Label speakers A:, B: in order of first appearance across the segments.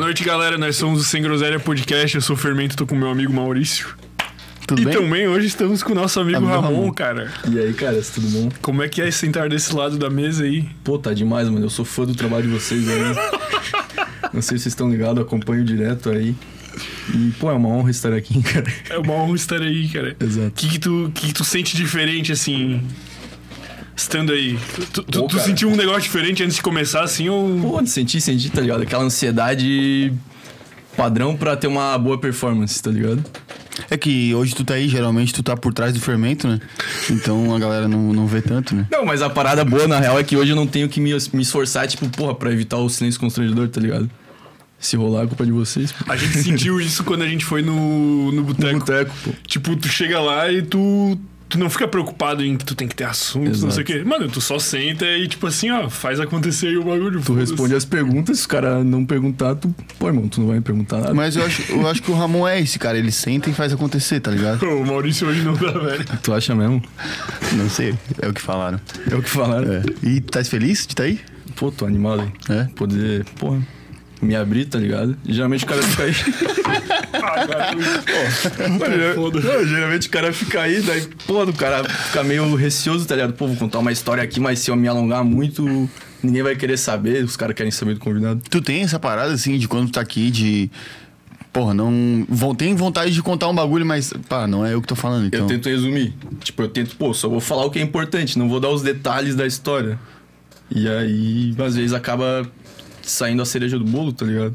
A: noite, galera. Nós somos o Sem Groselha Podcast. Eu sou o Fermento, tô com meu amigo Maurício.
B: Tudo
A: e
B: bem?
A: também hoje estamos com o nosso amigo
B: Amigo
A: Ramon,
B: Ramon.
A: cara.
B: E aí, cara, tudo bom?
A: Como é que é sentar desse lado da mesa aí?
B: Pô, tá demais, mano. Eu sou fã do trabalho de vocês aí. Não sei se vocês estão ligados, acompanho direto aí. E, pô, é uma honra estar aqui, cara.
A: É uma honra estar aí, cara. O
B: Exato.
A: que, que, tu, que que tu sente diferente, assim, estando aí? Tu, tu-
B: Pô,
A: tu
B: cara.
A: sentiu um negócio diferente antes de começar, assim, ou...
B: Pô, de sentir, sentir, tá ligado? Aquela ansiedade padrão pra ter uma boa performance, tá ligado?
C: É que hoje tu tá aí, geralmente tu tá por trás do fermento, né? Então a galera não, não vê tanto, né?
B: Não, mas a parada boa, na real, é que hoje eu não tenho que me, me esforçar, tipo, porra, pra evitar o silêncio constrangedor, tá ligado? Se rolar, é culpa de vocês. pô.
A: A gente sentiu isso quando a gente foi no, no boteco.
B: Boteco, pô.
A: Tipo, tu chega lá e tu. Tu não fica preocupado em que tu tem que ter assunto, não
B: Exato.
A: sei o quê. Mano, tu só senta e, tipo assim, ó, faz acontecer aí o bagulho.
B: Tu responde as perguntas, se o cara não perguntar, tu. Pô, irmão, tu não vai me perguntar nada.
C: Mas eu acho, eu acho que o Ramon é esse, cara. Ele senta e faz acontecer, tá ligado?
A: Pô, o Maurício hoje não dá, velho.
B: Tu acha mesmo?
C: Não sei, é o que falaram.
B: É o que falaram.
C: É. E tu tá feliz de tá aí?
B: Pô, tô animado, hein?
C: É.
B: Poder, porra, me abrir, tá ligado? Geralmente o cara fica aí.
A: é-
B: Pô, não, geralmente o cara fica aí, daí, pô, o cara fica meio receoso, tá ligado? Pô, vou contar uma história aqui, mas se eu me alongar muito, ninguém vai querer saber, os caras querem saber do convidado.
C: Tu tem essa parada, assim, de quando tu tá aqui, de. Porra, não. Vão, tem vontade de contar um bagulho, mas. Pá, não é eu que tô falando,
B: Eu
C: então.
B: tento resumir. Tipo, eu tento, pô, só vou falar o que é importante, não vou dar os detalhes da história. E aí, às vezes, acaba saindo a cereja do bolo, tá ligado?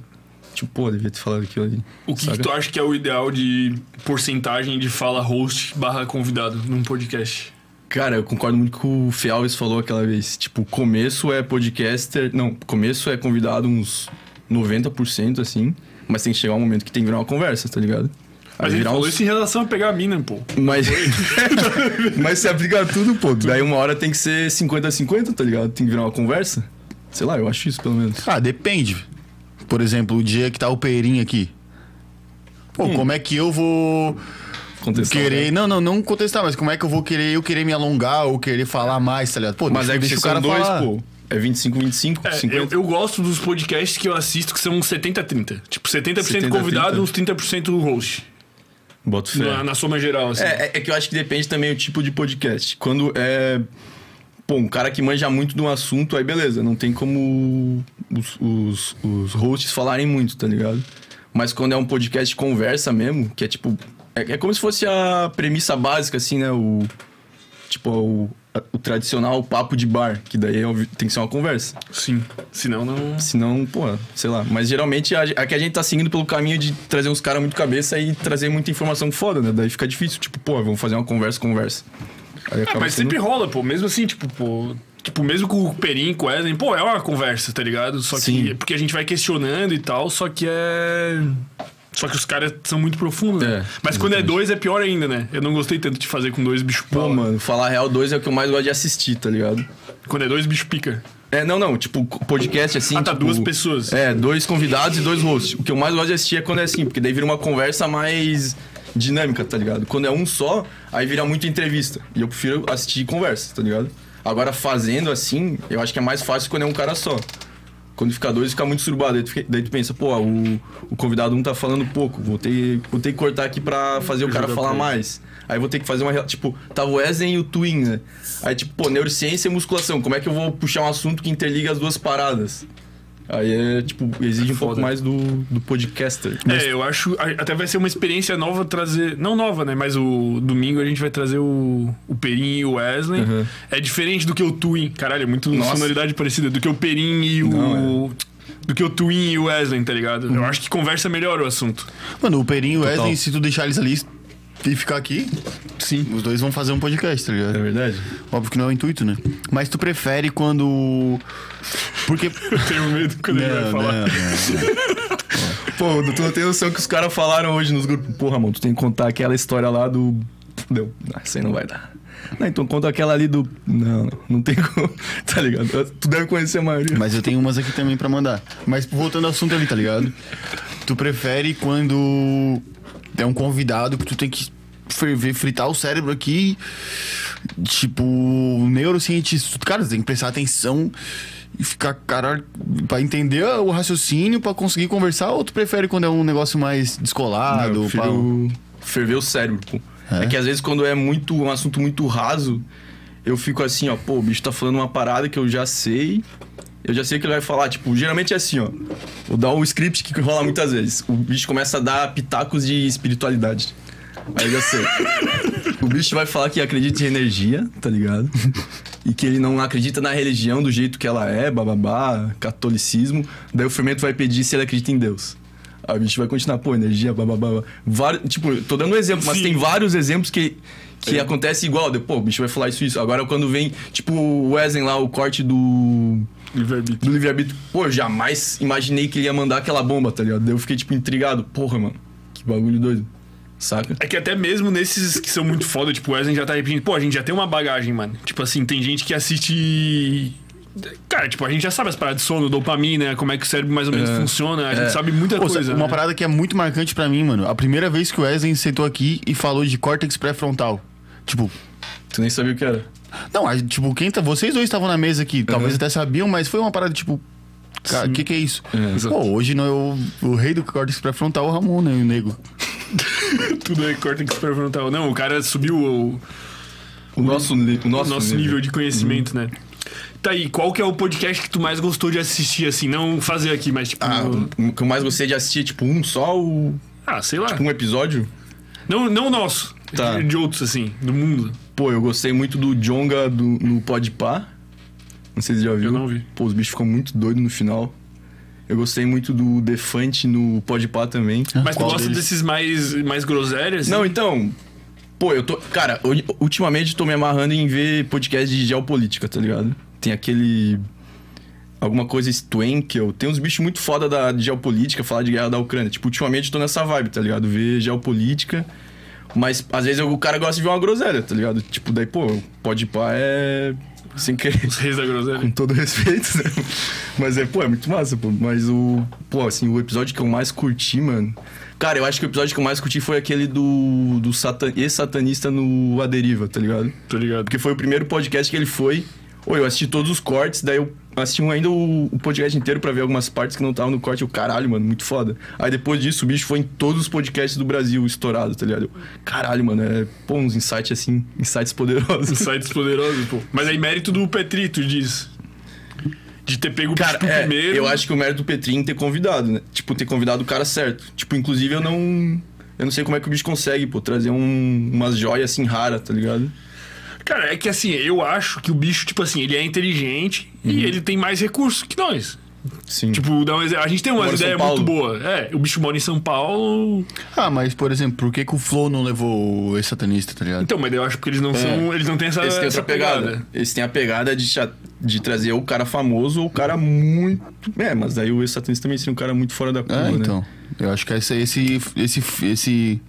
B: Tipo, pô, devia ter falado aquilo ali.
A: O que, que
B: saca?
A: tu acha que é o ideal de porcentagem de fala host barra convidado num podcast?
B: Cara, eu concordo muito com o que o Fialves falou aquela vez. Tipo, começo é podcaster. Não, começo é convidado uns 90%, assim. Mas tem que chegar um momento que tem que virar uma conversa, tá ligado? Aí
A: Mas ele
B: virar
A: falou
B: uns-
A: isso em relação a pegar a mina, pô.
B: Mas... mas se aplica a tudo, pô. Daí uma hora tem que ser 50-50, tá ligado? Tem que virar uma conversa. Sei lá, eu acho isso pelo menos.
C: Ah, depende. Por exemplo, o dia que tá o Peirinho aqui. Pô,
A: Hum.
C: como é que eu vou.
B: Contestar,
C: querer.
B: né?
C: Não, não, não contestar, mas como é que eu vou querer eu querer me alongar ou querer falar mais, tá ligado? Pô,
B: Mas
C: deixa,
B: é que
C: deixa
B: vocês
C: o cara
B: são dois,
C: falar.
B: pô. É 25-25,
A: É,
B: 50.
A: eu, eu gosto dos podcasts que eu assisto que são 70-30. Tipo, 70%,
B: 70-30.
A: convidado, uns 30% host.
B: Boto fé.
A: Na, na soma geral, assim.
B: É, é- é que eu acho que depende também o tipo de podcast. Quando é. Pô, um cara que manja muito de um assunto, aí beleza, não tem como os, os, os hosts falarem muito, tá ligado? Mas quando é um podcast de conversa mesmo, que é tipo. É, é como se fosse a premissa básica, assim, né? O. Tipo, o, a- o tradicional papo de bar, que daí é óbvio- tem que ser uma conversa.
A: Sim. Senão não.
B: Senão, pô, sei lá. Mas geralmente a, a que a gente tá seguindo pelo caminho de trazer uns caras muito cabeça e trazer muita informação foda, né? Daí fica difícil. Tipo, pô, vamos fazer uma conversa, conversa. Aí
A: É,
B: acaba
A: mas
B: sendo-
A: sempre rola, pô. Mesmo assim, tipo, pô. Tipo, mesmo com o Perim, com o Wesley, pô, é uma conversa, tá ligado? Só que.
B: Sim.
A: é Porque a gente vai questionando e tal, só que é. Só que os caras são muito profundos, né?
B: É,
A: mas quando é dois é pior ainda, né? Eu não gostei tanto de fazer com dois bicho
B: Pô,
A: pau.
B: mano, falar a real 2 é o que eu mais gosto de assistir, tá ligado?
A: Quando é dois bicho pica.
B: É, não, não, tipo, podcast assim.
A: Ah, tá,
B: tipo,
A: duas pessoas.
B: É, dois convidados e dois hosts. O que eu mais gosto de assistir é quando é assim, porque daí vira uma conversa mais dinâmica, tá ligado? Quando é um só, aí vira muita entrevista. E eu prefiro assistir conversa, tá ligado? Agora, fazendo assim, eu acho que é mais fácil quando é um cara só. Quando fica dois, fica muito surbado. Daí tu, fica- daí tu pensa, pô, o, o convidado um tá falando pouco, vou ter, vou ter que cortar aqui pra fazer o cara
A: Jogar
B: falar
A: pra ele.
B: mais. Aí vou ter que fazer uma. rela- Tipo, tá o Wesley e o Twin, né? Aí, tipo, pô, neurociência e musculação. Como é que eu vou puxar um assunto que interliga as duas paradas? Aí é, tipo, exige um
A: Foda.
B: pouco mais do, do podcaster.
A: É, eu acho. a- Até vai ser uma experiência nova trazer. Não nova, né? Mas o domingo a gente vai trazer o, o Perim e o Wesley.
B: Uhum.
A: É diferente do que o Twin. Caralho, é muito
B: Nossa.
A: sonoridade parecida. Do que o Perim e o.
B: Não, é. Uhum.
A: Do que o Twin e o Wesley, tá ligado? Eu acho que conversa melhor o assunto.
C: Mano, o Peirinho e o
B: Total.
C: Wesley, se tu deixar eles ali e ficar aqui,
B: Sim.
C: os dois vão fazer um podcast, tá
B: É
C: ligado?
B: verdade?
C: Óbvio que não é o intuito, né? Mas tu prefere quando. Porque.
A: Eu tenho medo quando ele vai falar.
B: Pô, tu não tem noção que os caras falaram hoje nos grupos. Porra, mano, tu tem que contar aquela história lá do. Deu. Ah, isso aí não vai dar. Não, então conta aquela ali do. Não, não, não tem como. Tá ligado? Tu deve conhecer a maioria.
C: Mas eu tenho umas aqui também pra mandar. Mas voltando ao assunto ali, tá ligado? Tu prefere quando é um convidado que tu tem que ferver, fritar o cérebro aqui, tipo, neurocientista. Cara, tu tem que prestar atenção e ficar, caralho, pra entender o raciocínio, pra conseguir conversar, ou tu prefere quando é um negócio mais
B: Ah, eu
C: descolado? pá?
B: prefiro ferver o cérebro, pô. É?
C: É?
B: que às vezes quando é muito um assunto muito raso, eu fico assim, ó, pô, o bicho tá falando uma parada que eu já sei. Eu já sei o que ele vai falar, tipo, geralmente é assim, ó. Vou dar um script que rola muitas vezes. O bicho começa a dar pitacos de espiritualidade. Aí eu já sei. o bicho vai falar que acredita em energia, tá ligado? E que ele não acredita na religião do jeito que ela é, bababá, catolicismo. Daí o fermento vai pedir se ele acredita em Deus. Aí o bicho vai continuar, pô, energia, bababá. Vário, tipo, eu tô dando um exemplo, mas
A: Sim.
B: tem vários exemplos que, que acontece igual. Daí, Pô, o bicho vai falar isso, isso. Agora quando vem, tipo, o Wesley lá, o corte do
A: Livre-arbítrio.
B: do livre-arbítrio. Pô, eu jamais imaginei que ele ia mandar aquela bomba, tá ligado? Daí eu fiquei, tipo, intrigado. Porra, mano, que bagulho doido. Saca?
A: É que até mesmo nesses que são muito foda, tipo, o Wesley já tá repetindo. Pô, a gente já tem uma bagagem, mano. Tipo assim, tem gente que assiste. Cara, tipo, a gente já sabe as paradas de sono, dopamina, como é que o cérebro mais ou menos
B: É.
A: funciona. A
B: É.
A: gente sabe muita
C: Pô,
A: coisa.
C: uma
A: né?
C: parada que é muito marcante pra mim, mano. A primeira vez que o Wesley sentou aqui e falou de córtex pré-frontal. Tipo,
B: Tu nem sabia o que era.
C: não, a- tipo, quem tá, vocês dois estavam na mesa aqui, talvez até sabiam, mas foi uma parada tipo, cara, o que que é isso?
A: exato.
C: Pô, hoje não, eu, o rei do córtex pré-frontal é o Ramon, né, o nego.
A: Tudo é córtex pré-frontal. Não, o cara subiu o,
B: O nosso, ni- o
A: o
B: nosso,
A: nosso nível de conhecimento, né? Tá aí, qual que é o podcast que tu mais gostou de assistir, assim? Não fazer aqui, mas tipo.
B: Ah,
A: no-
B: o que eu mais gostei de assistir, tipo, um só, o-
A: Ah, sei lá.
B: um episódio.
A: Não, não o nosso.
B: Tá.
A: De, de outros, assim, do mundo.
B: Pô, eu gostei muito do Jonga do, no Podpah. Não sei se já viu.
A: Eu não vi.
B: Pô, os bichos ficam muito doidos no final. Eu gostei muito do Defante no Podpah também.
A: Mas
C: Qual
A: tu gosta
C: deles?
A: desses mais, mais groselhas?
B: Não, então. Pô, eu tô. Cara, uni- ultimamente eu tô me amarrando em ver podcast de geopolítica, tá ligado? Tem aquele. Alguma coisa Stwenkel. Tem uns bichos muito foda da de geopolítica, falar de guerra da Ucrânia. Tipo, ultimamente eu tô nessa vibe, tá ligado? Ver geopolítica. Mas às vezes o cara gosta de ver uma groselha, tá ligado? Tipo, daí, pô, pode pá é. Sem querer
A: Os reis da groselha.
B: com todo respeito, né? Mas é, pô, é muito massa, pô. Mas o. Pô, assim, o episódio que eu mais curti, mano. Cara, eu acho que o episódio que eu mais curti foi aquele do. do satan- ex-satanista no A Deriva, tá ligado?
A: Tô ligado.
B: Porque foi o primeiro podcast que ele foi. Oi, eu assisti todos os cortes, daí eu assisti um, ainda o, o podcast inteiro pra ver algumas partes que não estavam no corte. Eu, caralho, mano, muito foda. Aí depois disso, o bicho foi em todos os podcasts do Brasil estourado, tá ligado? Eu, caralho, mano, é. Pô, uns insights assim, insights poderosos.
A: Sites poderosos, pô. Mas aí mérito do Petrito diz. De ter pego o
B: Cara,
A: bicho
B: é,
A: Tipo, primeiro.
B: eu acho que o mérito do Petrinho ter convidado, né? Tipo, ter convidado o cara certo. Tipo, inclusive eu não. Eu não sei como é que o bicho consegue, pô, trazer um- umas joias assim raras, tá ligado?
A: Cara, é que assim, eu acho que o bicho, tipo assim, ele é inteligente
B: Uhum.
A: e ele tem mais recursos que nós.
B: Sim. Tipo,
A: Tipo, dá um exe- a gente tem
B: Mora
A: umas
B: em São
A: ideias
B: Paulo.
A: muito boas. É, o bicho mora em São Paulo.
C: Ah, mas por exemplo, por que que o Flow não levou esse satanista, tá ligado?
A: Então, mas eu acho que eles não são. Eles não têm essa,
B: É. eles têm outra
A: é, essa
B: pegada. Eles têm a pegada de, cha- de trazer o cara famoso ou o cara muito. É, mas daí o ex-satanista também seria um cara muito fora da curva,
C: É,
B: né?
C: então. Eu acho que esse esse esse esse esse
B: Pulo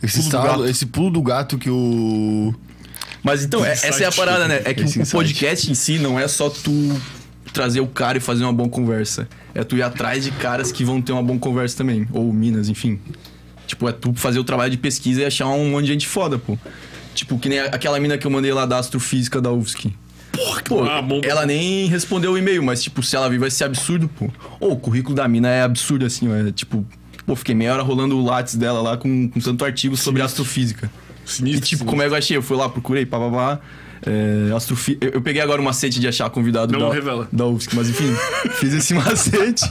B: do
C: estalo,
B: gato.
C: esse pulo do gato que o
B: Mas então, é-
A: Insight.
B: essa é a parada, né? É que
C: Esse
B: o
C: insight.
B: podcast em si não é só tu trazer o cara e fazer uma boa conversa. É tu ir atrás de caras que vão ter uma boa conversa também. Ou minas, enfim. Tipo, é tu fazer o trabalho de pesquisa e achar um monte de gente foda, pô. Tipo, que nem a- aquela mina que eu mandei lá da Astrofísica da UFSC. Porra, pô,
A: ah, bom.
B: ela nem respondeu o e-mail, mas, tipo, se ela vir vai ser absurdo, pô. Ou o currículo da mina é absurdo, assim, ó. É tipo, pô, fiquei meia hora rolando o látis dela lá com, com tanto artigo sobre astrofísica. E
A: Sinistro.
B: tipo, como é que eu achei? Eu fui lá, procurei, papapá. É, astrofi... eu, eu peguei agora o macete de achar convidado
A: Não
B: da,
A: revela.
B: da UFSC, mas enfim, fiz esse macete.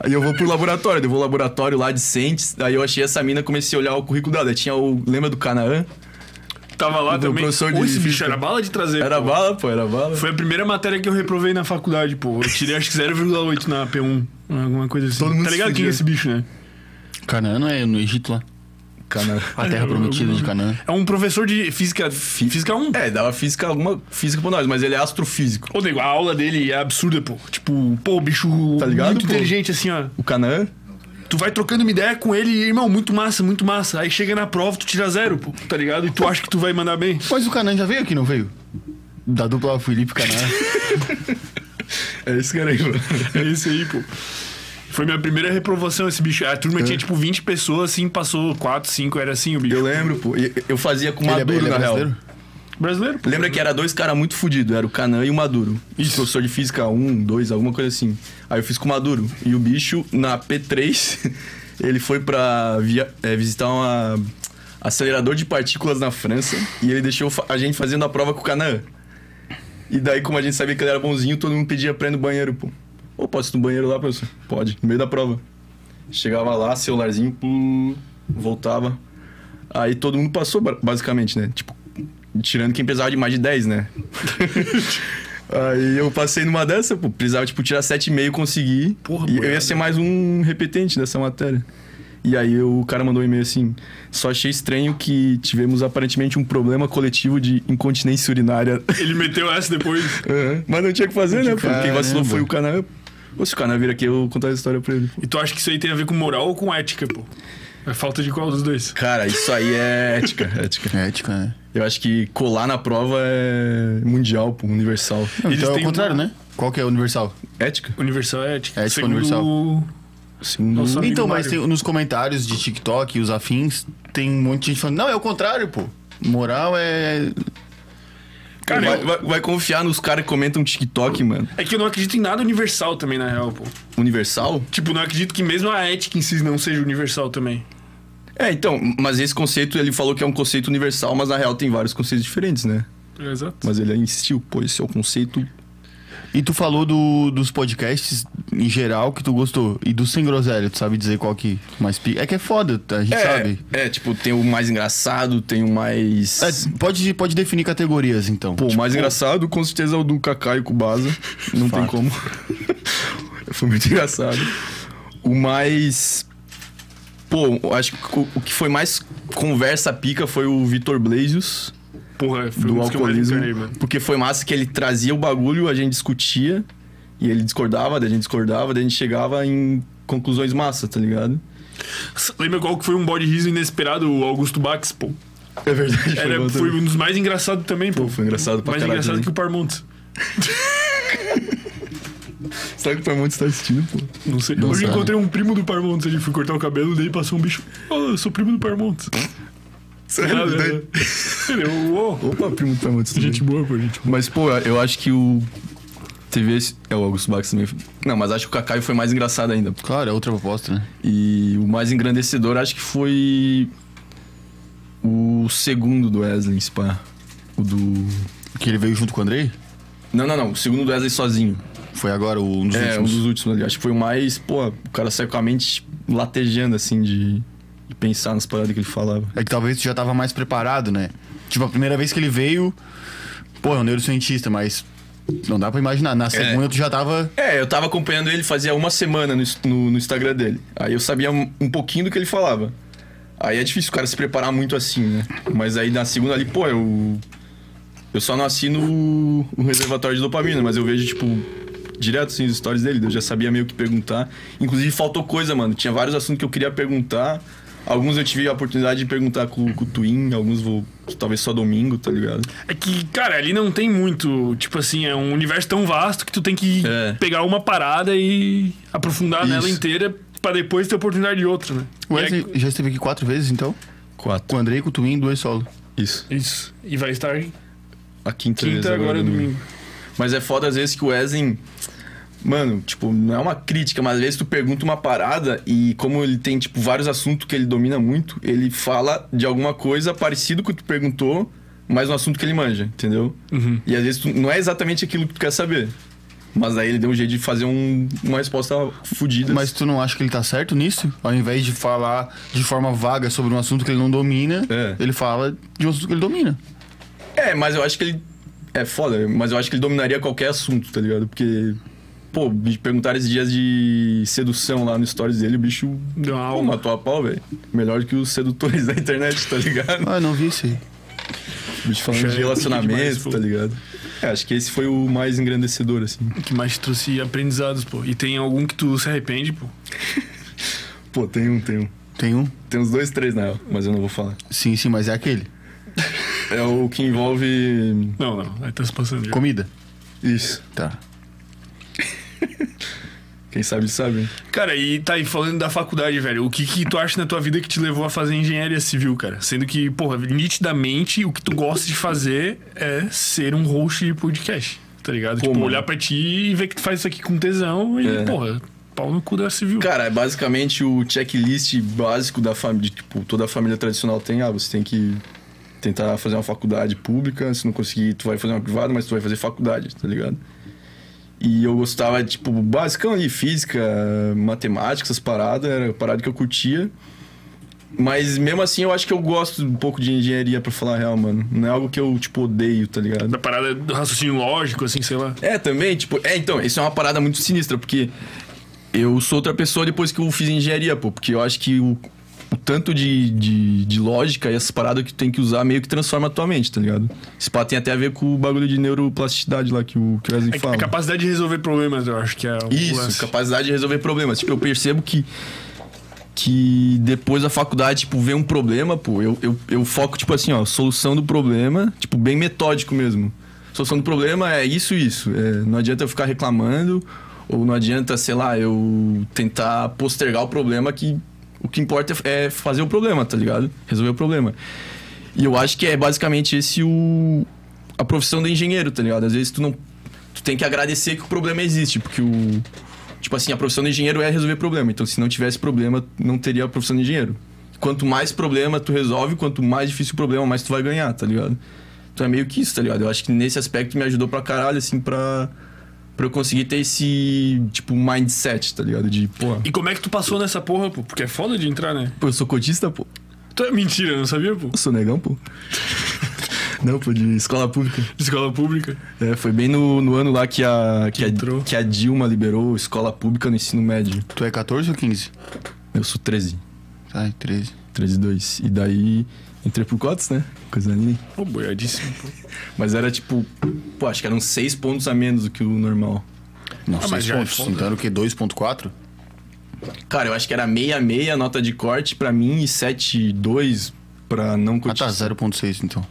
B: Aí eu vou pro laboratório, daí eu vou ao laboratório lá de Sentes. Aí eu achei essa mina, comecei a olhar o currículo dela. Daí Tinha o. Lembra do Canaã?
A: Tava lá
B: o
A: também.
B: professor de
A: Ô, esse bicho
B: física.
A: era bala de trazer.
B: Era
A: pô.
B: bala, pô, era bala.
A: Foi a primeira matéria que eu reprovei na faculdade, pô. Eu tirei acho que 0,8 na P1. Alguma coisa assim.
B: Todo mundo
A: tá
B: se
A: ligado quem é
B: fudia.
A: esse bicho, né?
C: Canaã não é no Egito lá,
B: Canaã.
C: a terra prometida de Canaã.
A: É um professor de física. Física 1.
B: É, dava física, alguma física pra nós, mas ele é astrofísico.
A: Ô, nego, a aula dele é absurda, pô. Tipo, pô, o bicho
B: Tá ligado,
A: muito
B: pô?
A: inteligente, assim, ó.
B: O Canaã?
A: Tu vai trocando uma ideia com ele e, irmão, muito massa, muito massa. Aí chega na prova, tu tira zero, pô, tá ligado? E tu acha que tu vai mandar bem.
C: Mas o Canaã já veio aqui, não veio? Da dupla Felipe Canaã.
B: É esse cara aí, mano.
A: É isso aí, pô. Foi minha primeira reprovação esse bicho. A turma tinha, tipo, 20 pessoas, assim, passou 4, 5, era assim o bicho.
B: Eu lembro, pô. E- Eu fazia com
C: Ele é-
B: Maduro,
C: ele é
B: na real.
C: brasileiro?
A: Brasileiro, pô.
B: Lembra que era dois caras muito fodidos, era o Canã e o Maduro.
A: Isso.
B: Professor de física 1, 2, alguma coisa assim. Aí eu fiz com o Maduro. E o bicho, na P3, ele foi pra via- é, visitar um acelerador de partículas na França. E ele deixou fa- a gente fazendo a prova com o Canã. E daí, como a gente sabia que ele era bonzinho, todo mundo pedia pra ir no banheiro, pô. Ô, posso ir no banheiro lá, professor? Pode, no meio da prova. Chegava lá, celularzinho, pum, voltava. Aí todo mundo passou, ba- basicamente, né? Tipo, tirando quem precisava de mais de 10, né? Aí eu passei numa dessa, pô, precisava, tipo, tirar 7,5, consegui.
A: Porra,
B: e eu
A: boiada.
B: ia ser mais um repetente dessa matéria. E aí o cara mandou um e-mail assim: só achei estranho que tivemos aparentemente um problema coletivo de incontinência urinária
A: Ele meteu essa depois.
B: Aham. Mas não tinha o que fazer, né? Porque quem vacilou
C: Caramba.
B: foi o Canaã. Ou se o Canaã vir aqui, eu vou contar a história pra ele.
A: E tu acha que isso aí tem a ver com moral ou com ética, pô? É falta de qual dos dois?
B: Cara, isso aí é ética, ética.
C: É ética, né?
B: Eu acho que colar na prova é mundial, pô, universal.
C: Não,
A: Eles
C: então é
A: têm
C: o contrário,
A: uma-
C: né? Qual que é o universal?
B: Ética?
A: Universal é ética.
C: É ética universal.
B: Segundo...
A: Nossa. Amigo
C: Então, mas
A: Mário.
C: tem- nos comentários de TikTok e os afins, tem um monte de gente falando, não, é o contrário, pô. Moral é.
A: Cara,
B: vai,
A: eu-
B: vai- vai confiar nos caras que comentam TikTok, mano.
A: É que eu não acredito em nada universal também, na real, pô.
B: Universal?
A: Tipo, não acredito que mesmo a ética em si não seja universal também.
B: É, então, mas esse conceito, ele falou que é um conceito universal, mas na real tem vários conceitos diferentes, né?
A: Exato.
B: Mas ele insistiu, pô, esse é o conceito.
C: E tu falou do- dos podcasts em geral que tu gostou. E do sem groselha, tu sabe dizer qual que mais pica. É que é foda, tá? a gente sabe.
B: É, tipo, tem o mais engraçado, tem o mais. tipo,
C: É, pode, pode definir categorias, então.
B: Pô, o mais engraçado com certeza é o do Kaká e o Kubasa. Não tem
C: Fato.
B: como. Foi muito engraçado. O mais. Pô, eu acho que o, o que foi mais conversa pica foi o Vitor Blasius,
A: Porra, foi
B: do
A: um dos que eu mais
B: alcoolismo.
A: encanei, mano.
B: Porque foi massa que ele trazia o bagulho, a gente discutia, e ele discordava, daí a gente discordava, daí a gente chegava em conclusões massa, tá ligado?
A: S- Lembra qual que foi um bode riso inesperado, o Augusto Bax, pô?
B: É verdade,
A: Era,
B: bom
A: foi,
B: também.
A: um dos mais engraçados também, pô.
B: foi engraçado pra
A: Mais
B: caralho
A: engraçado
B: também.
A: que o Parmontes.
B: Será que o Paimon está assistindo, pô?
A: Não sei. Hoje eu
C: sabe.
A: encontrei um primo do Parmontes, ele foi cortar o cabelo, daí passou um bicho. Ô, eu sou primo do Parmontes. Ah,
B: Sério? Daí-
A: é. Ele, ô, ô,
B: Opa, primo do Paimon, tudo bem?
A: gente boa, pô, gente.
B: Mas, pô, eu acho que o. Teve esse. É o Augusto Bax também. Não, mas acho que o Cacaio foi mais engraçado ainda.
C: Claro, é outra proposta, né?
B: E o mais engrandecedor acho que foi. O segundo do Wesley, Spa. O do.
C: Que ele veio junto com o Andrei?
B: Não, não, não. O segundo do Wesley sozinho.
C: Foi agora o- um dos
B: É, um
C: últimos.
B: dos últimos ali. Acho que foi o mais. Pô, o cara saiu com a mente latejando, assim, de, de pensar nas paradas que ele falava.
C: É que talvez tu já tava mais preparado, né? Tipo, a primeira vez que ele veio, pô, é um neurocientista, mas não dá pra imaginar. Na segunda tu já tava.
B: É, eu tava acompanhando ele fazia uma semana no, no- no Instagram dele. Aí eu sabia um, um pouquinho do que ele falava. Aí é difícil o cara se preparar muito assim, né? Mas aí na segunda ali, pô, eu. Eu só não assino o, o reservatório de dopamina, mas eu vejo, tipo, direto assim, os stories dele. Eu já sabia meio que perguntar. Inclusive faltou coisa, mano. Tinha vários assuntos que eu queria perguntar. Alguns eu tive a oportunidade de perguntar com, com o Twin, alguns vou. Talvez só domingo, tá ligado?
A: É que, cara, ali não tem muito. Tipo assim, é um universo tão vasto que tu tem que
B: É.
A: pegar uma parada e aprofundar nela
B: Isso.
A: inteira pra depois ter oportunidade de outra, né?
C: O
A: E é-
C: Wesley já esteve aqui quatro vezes, então?
B: Quatro.
C: Com o Andrei, com o Twin, dois solo.
B: Isso.
A: Isso. E vai estar
B: A quinta, vez
A: quinta, agora é domingo.
B: Mas é foda às vezes que o Wesley. Mano, tipo, não é uma crítica, mas às vezes tu pergunta uma parada e como ele tem, tipo, vários assuntos que ele domina muito, ele fala de alguma coisa parecido com o que tu perguntou, mas um assunto que ele manja, entendeu?
A: Uhum.
B: E às vezes tu- não é exatamente aquilo que tu quer saber. Mas aí ele deu um jeito de fazer um- uma resposta fodida.
C: Mas tu não acha que ele tá certo nisso? Ao invés de falar de forma vaga sobre um assunto que ele não domina,
B: É.
C: ele fala de um assunto que ele domina.
B: É, mas eu acho que ele. É foda, mas eu acho que ele dominaria qualquer assunto, tá ligado? Porque. Pô, me perguntaram esses dias de sedução lá no stories dele, o bicho.
A: Deu uma
B: Pô,
A: aula.
B: matou a pau, velho. Melhor que os sedutores da internet, tá ligado?
C: Ah, eu não vi isso aí.
B: O Ah, bicho falando
A: Puxa, é
B: de
A: demais,
B: relacionamento,
A: pô.
B: tá ligado? É, acho que esse foi o mais engrandecedor, assim.
A: Que mais te trouxe aprendizados, pô. E tem algum que tu se arrepende, pô.
B: Pô, tem um, tem um.
C: Tem um?
B: Tem uns dois, três, na real, mas eu não vou falar.
C: Sim, sim, mas é aquele.
B: É o que envolve.
A: Não, não. Aí tá se passando. já.
C: Comida.
B: Isso.
C: Tá.
B: Quem sabe sabe.
A: Cara, e tá aí falando da faculdade, velho. O que que tu acha na tua vida que te levou a fazer engenharia civil, cara? Sendo que, porra, nitidamente o que tu gosta de fazer é ser um host de podcast, tá ligado? tipo,
B: mano?
A: olhar pra ti e ver que tu faz isso aqui com tesão e,
B: É.
A: porra, pau no cu da civil.
B: Cara, é basicamente o checklist básico da família. Tipo, toda a família tradicional tem. Ah, você tem que tentar fazer uma faculdade pública. Se não conseguir, tu vai fazer uma privada, mas tu vai fazer faculdade, tá ligado? E eu gostava, tipo, basicão ali, física, matemática, essas paradas. Era a parada que eu curtia. Mas mesmo assim, eu acho que eu gosto um pouco de engenharia, pra falar a real, mano. Não é algo que eu, tipo, odeio, tá ligado?
A: Da parada do raciocínio lógico, assim, sei lá.
B: É, também, tipo, é, então, isso é uma parada muito sinistra, porque eu sou outra pessoa depois que eu fiz engenharia, pô, porque eu acho que o, o tanto de, de, de lógica e essas paradas que tu tem que usar meio que transforma a tua mente, tá ligado? Esse pá tem até a ver com o bagulho de neuroplasticidade lá que o, que o Wesley
A: É,
B: fala.
A: a capacidade de resolver problemas, eu acho que é o
B: Isso,
A: lance.
B: capacidade de resolver problemas. Tipo, eu percebo que. Que depois da faculdade, tipo, vem um problema, pô. Eu, eu, eu foco, tipo assim, ó, solução do problema, tipo, bem metódico mesmo. Solução do problema é isso, isso. É, não adianta eu ficar reclamando, ou não adianta, sei lá, eu tentar postergar o problema que. O que importa é é fazer o problema, tá ligado? Resolver o problema. E eu acho que é basicamente esse o a profissão do engenheiro, tá ligado? Às vezes tu não tu tem que agradecer que o problema existe, porque o tipo assim, a profissão do engenheiro é resolver problema. Então, se não tivesse problema, não teria a profissão de engenheiro. Quanto mais problema tu resolve, quanto mais difícil o problema, mais tu vai ganhar, tá ligado? Então é meio que isso, tá ligado? Eu acho que nesse aspecto me ajudou pra caralho assim pra Pra eu conseguir ter esse, tipo, mindset, tá ligado? De, pô,
A: E como é que tu passou nessa porra, pô? Porque é foda de entrar, né?
B: pô, eu sou cotista, pô.
A: Tu é mentira, não sabia, pô?
B: Eu sou negão, pô. Não, pô, de escola pública.
A: Escola pública.
B: É, foi bem no, no ano lá que a, que,
A: entrou.
B: a, que a Dilma liberou escola pública no ensino médio.
C: Tu é 14 ou 15?
B: Eu sou 13.
C: Ai, 13.
B: 13 2. E daí entrei por cotas, né? Coisa linda.
A: Pô, boiadíssimo, pô.
B: Mas era tipo, pô, acho que eram 6 pontos a menos do que o normal.
C: Não,
A: Ah,
C: 6
A: mas já é
C: pontos.
A: foda.
C: então era o quê? 2.4?
B: Cara, eu acho que era 66 a nota de corte pra mim e 7,2 pra não
C: Ah tá,
B: cotista.
C: 0.6 então.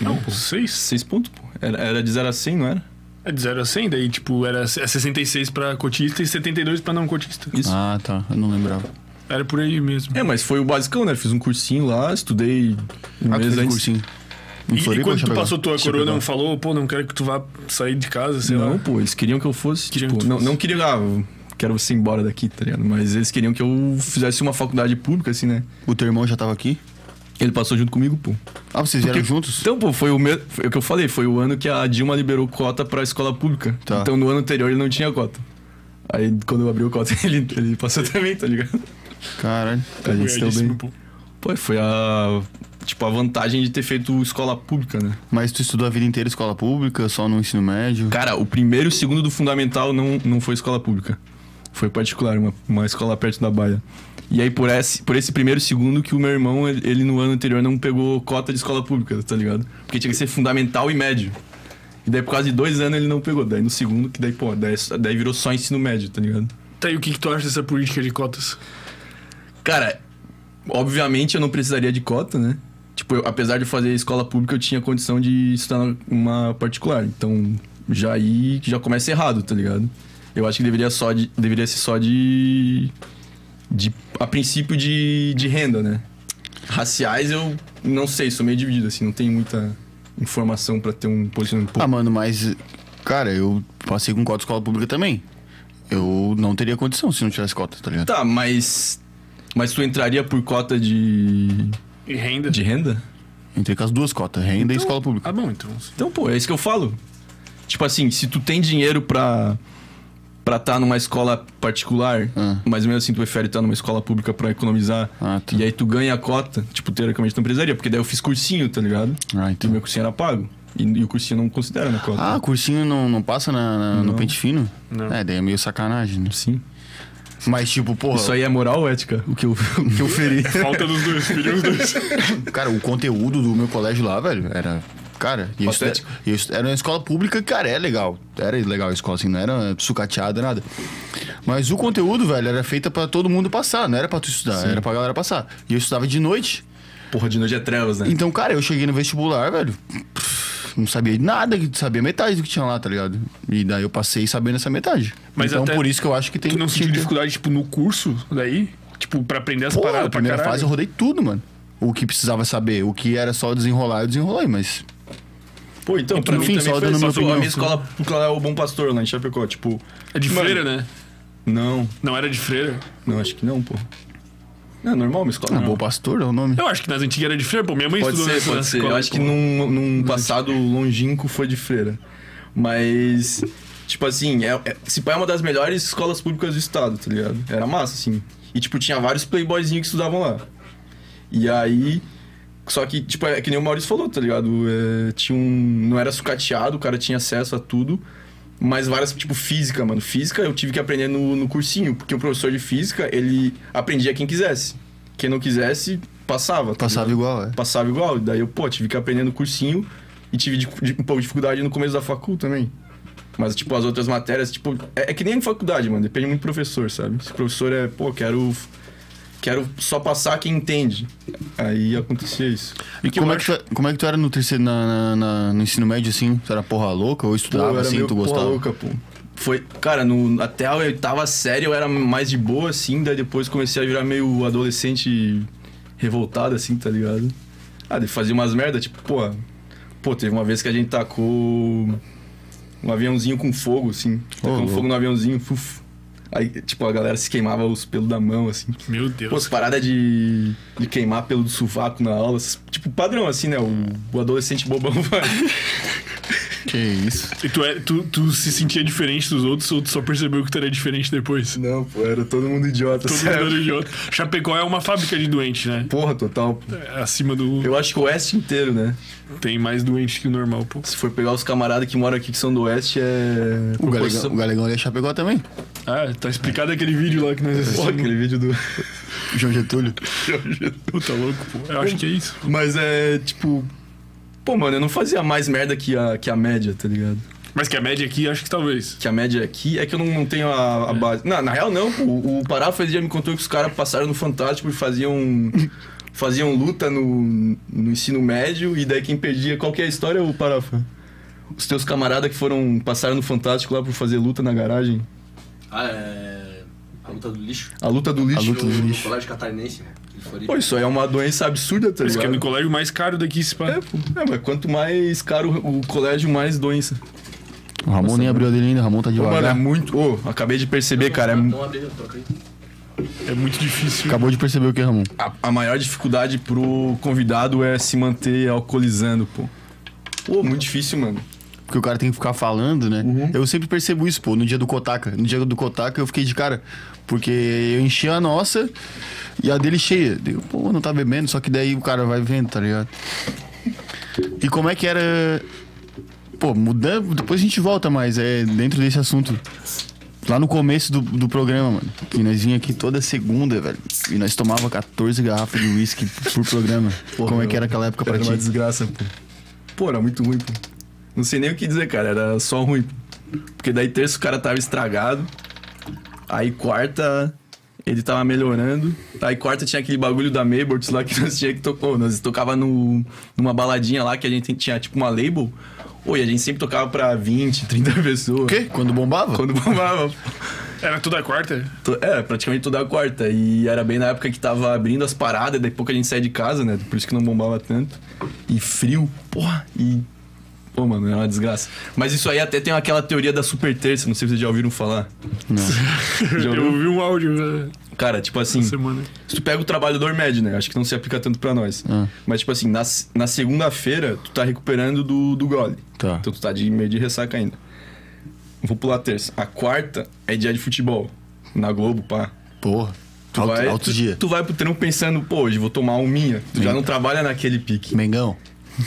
A: Não, pô. Seis?
B: 6 pontos, pô. Era, era de 0 a 100, não era?
A: É de 0 a 100, daí, tipo, era 66 pra cotista e 72 pra não cotista.
B: Isso.
C: Ah tá, eu não lembrava.
A: Era por aí mesmo.
B: É, mas foi o basicão, né? Fiz um cursinho lá, estudei um
C: Ah, tu
B: mês
C: fez um
B: antes.
C: cursinho. Em
A: E, e
C: Floripa ou em
A: quando tu
C: Chapecó?
A: passou tua coroa,
B: Chapecó.
A: não falou, pô, não quero que tu vá sair de casa, sei
B: não,
A: lá.
B: pô, eles queriam que eu fosse.
A: Queriam
B: tipo,
A: que tu
B: não,
A: fosse.
B: não queriam, ah, eu quero você ir embora daqui, tá ligado? Mas eles queriam que eu fizesse uma faculdade pública, assim, né?
C: O teu irmão já tava aqui?
B: Ele passou junto comigo, pô.
C: Ah, vocês vieram
B: Porque-
C: juntos?
B: Então, pô, foi o, me... foi o que eu falei, foi o ano que a Dilma liberou cota pra escola pública.
C: Tá.
B: Então no ano anterior ele não tinha cota. Aí quando eu abri o cota, ele, ele passou também, tá ligado?
C: Caralho.
A: Tá,
B: A gente se deu
A: Boiadíssimo,
B: bem.
A: pô.
B: Pô, foi a. Tipo, a vantagem de ter feito escola pública, né?
C: Mas tu estudou a vida inteira escola pública, só no ensino médio?
B: Cara, o primeiro e o segundo do fundamental não, não foi escola pública. Foi particular, uma, uma escola perto da Baia. E aí, por esse, por esse primeiro e segundo, que o meu irmão, ele, ele no ano anterior não pegou cota de escola pública, tá ligado? Porque tinha que ser fundamental e médio. E daí, por causa de dois anos, ele não pegou. Daí, no segundo, que daí, pô, daí, daí virou só ensino médio, tá ligado?
A: Tá, e o que, que tu acha dessa política de cotas?
B: Cara, obviamente eu não precisaria de cota, né? Tipo, eu- apesar de eu fazer escola pública, eu tinha condição de estudar uma particular. Então, já aí já começa errado, tá ligado? Eu acho que deveria, só de, deveria ser só de, de. A princípio de, de renda, né? Raciais eu não sei, sou meio dividido, assim, não tenho muita informação pra ter um posicionamento.
C: Ah, mano, mas. Cara, eu passei com cota de escola pública também. Eu não teria condição se não tivesse cota, tá ligado?
B: Tá, mas. Mas tu entraria por cota de.
A: E renda?
B: de renda?
C: Entrei com as duas cotas, renda e
A: Então-
C: escola pública.
A: Ah, bom, então.
B: Então, pô, é isso que eu falo. Tipo assim, se tu tem dinheiro pra pra estar numa escola particular,
C: Ah.
B: mas mesmo assim tu prefere estar numa escola pública pra economizar,
C: Ah, tá.
B: e aí tu ganha a cota, tipo, teoricamente tu não precisaria, porque daí eu fiz cursinho, tá ligado?
C: Ah,
B: E
C: então.
B: meu cursinho era pago. E, e o cursinho não considera na cota.
C: Ah, cursinho não, não passa na- na- no
B: Não.
C: pente fino?
A: Não.
C: É, daí é meio sacanagem, né?
B: sim.
C: Mas, tipo, porra.
B: Isso aí é moral ou ética? O que eu, o que eu feri.
A: Falta dos dois, filhos os dois.
C: Cara, o conteúdo do meu colégio lá, velho, era. Cara, e eu estu-
B: Patético.
C: eu estu- era uma escola pública, cara, é legal. Era legal a escola, assim, não era sucateada, nada. Mas o conteúdo, velho, era feito pra todo mundo passar, não era pra tu estudar, era pra galera passar. E eu estudava de noite.
B: Porra, de noite é trevas, né?
C: Então, cara, eu cheguei no vestibular, velho. pff, não sabia de nada, sabia metade do que tinha lá, tá ligado? E daí eu passei sabendo essa metade.
A: Mas
C: então
A: até
C: por isso que eu acho que tem
A: Tu não
C: tinha
A: sentiu
C: que-
A: dificuldade, tipo, no curso daí? Tipo, pra aprender as
C: Pô,
A: paradas
C: a
A: pra
C: primeira
A: caralho?
C: fase eu rodei tudo, mano. O que precisava saber, o que era só desenrolar, eu desenrolei, mas
B: Pô, então, pra
C: Enfim,
B: mim
C: só
B: também foi
C: dando minha
B: passou a
C: opinião.
B: minha escola, porque lá é o Bom Pastor, lá em Chapecó, tipo...
A: É de
B: Mano,
A: freira, né?
B: Não,
A: Não era de freira?
B: não, acho que não, pô. Não, é normal uma escola.
C: Ah,
B: não.
C: Bom Pastor é o nome.
A: Eu acho que nas antigas era de freira, pô. Minha mãe
B: Pode
A: estudou
B: ser,
A: nessa
B: pode ser.
A: escola,
B: eu acho
A: pô.
B: que é? num, num passado longínquo foi de freira. Mas, tipo assim, é, é, se pá é uma das melhores escolas públicas do estado, tá ligado? Era massa, assim. E, tipo, tinha vários playboyzinhos que estudavam lá. E aí. Só que, tipo, é que nem o Maurício falou, tá ligado? É, tinha um. Não era sucateado, o cara tinha acesso a tudo. Mas várias, tipo, física, mano. Física eu tive que aprender no, no cursinho, porque o professor de física, ele aprendia quem quisesse. Quem não quisesse, passava. tá
C: Passava
B: ligado?
C: igual, é.
B: passava igual. E daí eu, pô, tive que aprender no cursinho e tive de- de- um pouco de dificuldade no começo da facul também. Mas, tipo, as outras matérias, tipo, é, é que nem em faculdade, mano. Depende muito do professor, sabe? Se o professor é, pô, quero. Quero só passar quem entende. Aí acontecia isso.
C: E
A: eu
C: como é, que tu, como é que tu era no terceiro, na, na- na- no ensino médio, assim? Tu era porra louca ou
B: Pô, eu
C: estudava,
B: era
C: assim,
B: meio
C: tu
B: porra
C: gostava?
B: louca, pô. Foi, cara, no, até a oitava série eu era mais de boa, assim, daí depois comecei a virar meio adolescente revoltado, assim, tá ligado? Ah, de fazer umas merda, tipo, pô, pô, teve uma vez que a gente tacou um aviãozinho com fogo, assim, tacou um
C: louco.
B: fogo no aviãozinho, fuf. Aí, tipo, a galera se queimava os pelos da mão, assim.
A: Meu
B: Pô,
A: Deus.
B: as paradas de, de queimar pelo do sovaco na aula, essas- tipo, padrão, assim, né? O, o adolescente bobão vai.
C: Que isso.
A: E tu, é- tu, tu se sentia diferente dos outros ou tu só percebeu que tu era diferente depois?
B: Não, pô, era todo mundo idiota,
A: Todo mundo
B: sério.
A: era idiota. Chapecó é uma fábrica de doente, né?
B: Porra, total. pô.
A: É Acima do.
B: Eu acho que o Oeste inteiro, né?
A: Tem mais doente que o normal, pô.
B: Se for pegar os camaradas que moram aqui que são do Oeste, é.
C: O
B: proporção-
C: Galegão, o Galegão ali é Chapecó também.
A: Ah, tá explicado aquele vídeo lá que nós
B: Porra,
A: assistimos.
B: aquele vídeo do.
C: João Getúlio.
A: Pô, tá louco, pô. Eu acho que é isso.
B: Mas é tipo. Pô, mano, eu não fazia mais merda que a, que a média, tá ligado?
A: Mas que a média aqui, acho que talvez.
B: Que a média aqui é que eu não, não tenho a, a base. Não, na real, não. pô. O, o Pará fez dia me contou que os caras passaram no Fantástico e faziam. Faziam luta no, no ensino médio e daí quem perdia. Qual que é a história, o Parafa? Os teus camaradas que foram. passaram no Fantástico lá por fazer luta na garagem.
D: Ah, é. A luta do lixo.
B: A luta do lixo.
C: A luta do
D: No-
C: lixo.
D: No colégio catarinense, né? Em Floripa.
B: Pô, isso aí é uma doença absurda, tá
A: Isso que é
B: ligado?
A: no colégio mais caro daqui, se pá.
B: É, pô. É, mas quanto mais caro o colégio, mais doença.
C: O Ramon nem abriu a dele ainda, o Ramon tá
B: Pô, mano, é
A: né?
C: devagar.
B: muito. Ô, acabei de perceber, cara. é mu-
D: Não abriu, troca Então, aí.
A: É muito difícil.
C: Acabou de perceber o que, Ramon?
B: a, a maior dificuldade pro convidado é se manter alcoolizando, pô. Pô, muito difícil, mano.
C: Porque o cara tem que ficar falando, né? Eu sempre percebo isso, pô, no dia do Kotaka. No dia do Kotaka eu fiquei de cara. Porque eu enchi a nossa e a dele cheia. Deu, pô, não tá bebendo, só que daí o cara vai vendo, tá ligado? E como é que era. Pô, mudando. Depois a gente volta mais, é dentro desse assunto. Lá no começo do, do programa, mano. Que nós vinha aqui toda segunda, velho. E nós tomava 14 garrafas de uísque por programa. como é que era aquela época pra
B: Era uma
C: ti?
B: desgraça, pô. Pô, era muito ruim, pô. Não sei nem o que dizer, cara. Era só ruim. pô. Porque daí terça o cara tava estragado. Aí quarta ele tava melhorando. Aí quarta tinha aquele bagulho da Maybort lá que nós tinha que tocar. Nós tocava no, numa baladinha lá que a gente tinha tipo uma label. Oi, a gente sempre tocava pra 20, 30 pessoas.
C: O quê? Quando bombava?
B: Quando bombava.
A: Era toda quarta?
B: To- É, praticamente toda a quarta. E era bem na época que tava abrindo as paradas, daí pouco a gente sai de casa, né? Por isso que não bombava tanto. E frio, porra, e. Pô, mano, é uma desgraça. Mas isso aí até tem aquela teoria da super terça, não sei se vocês já ouviram falar. Já
A: Eu
B: ouviu?
A: ouvi um áudio né,
B: Cara, tipo assim.
A: essa semana.
B: Se tu pega o trabalhador médio, né? Acho que não se aplica tanto pra nós.
C: Ah.
B: Mas, tipo assim, na, na segunda-feira, tu tá recuperando do, do gole.
C: Tá.
B: Então tu tá de meio de ressaca ainda. Vou pular a terça. A quarta é dia de futebol. Na Globo, pá.
C: Porra.
B: Tu
C: alto,
B: vai,
C: alto
B: tu,
C: dia.
B: tu vai pro trampo pensando, pô, hoje vou tomar um minha. Tu já não trabalha naquele pique.
C: Mengão,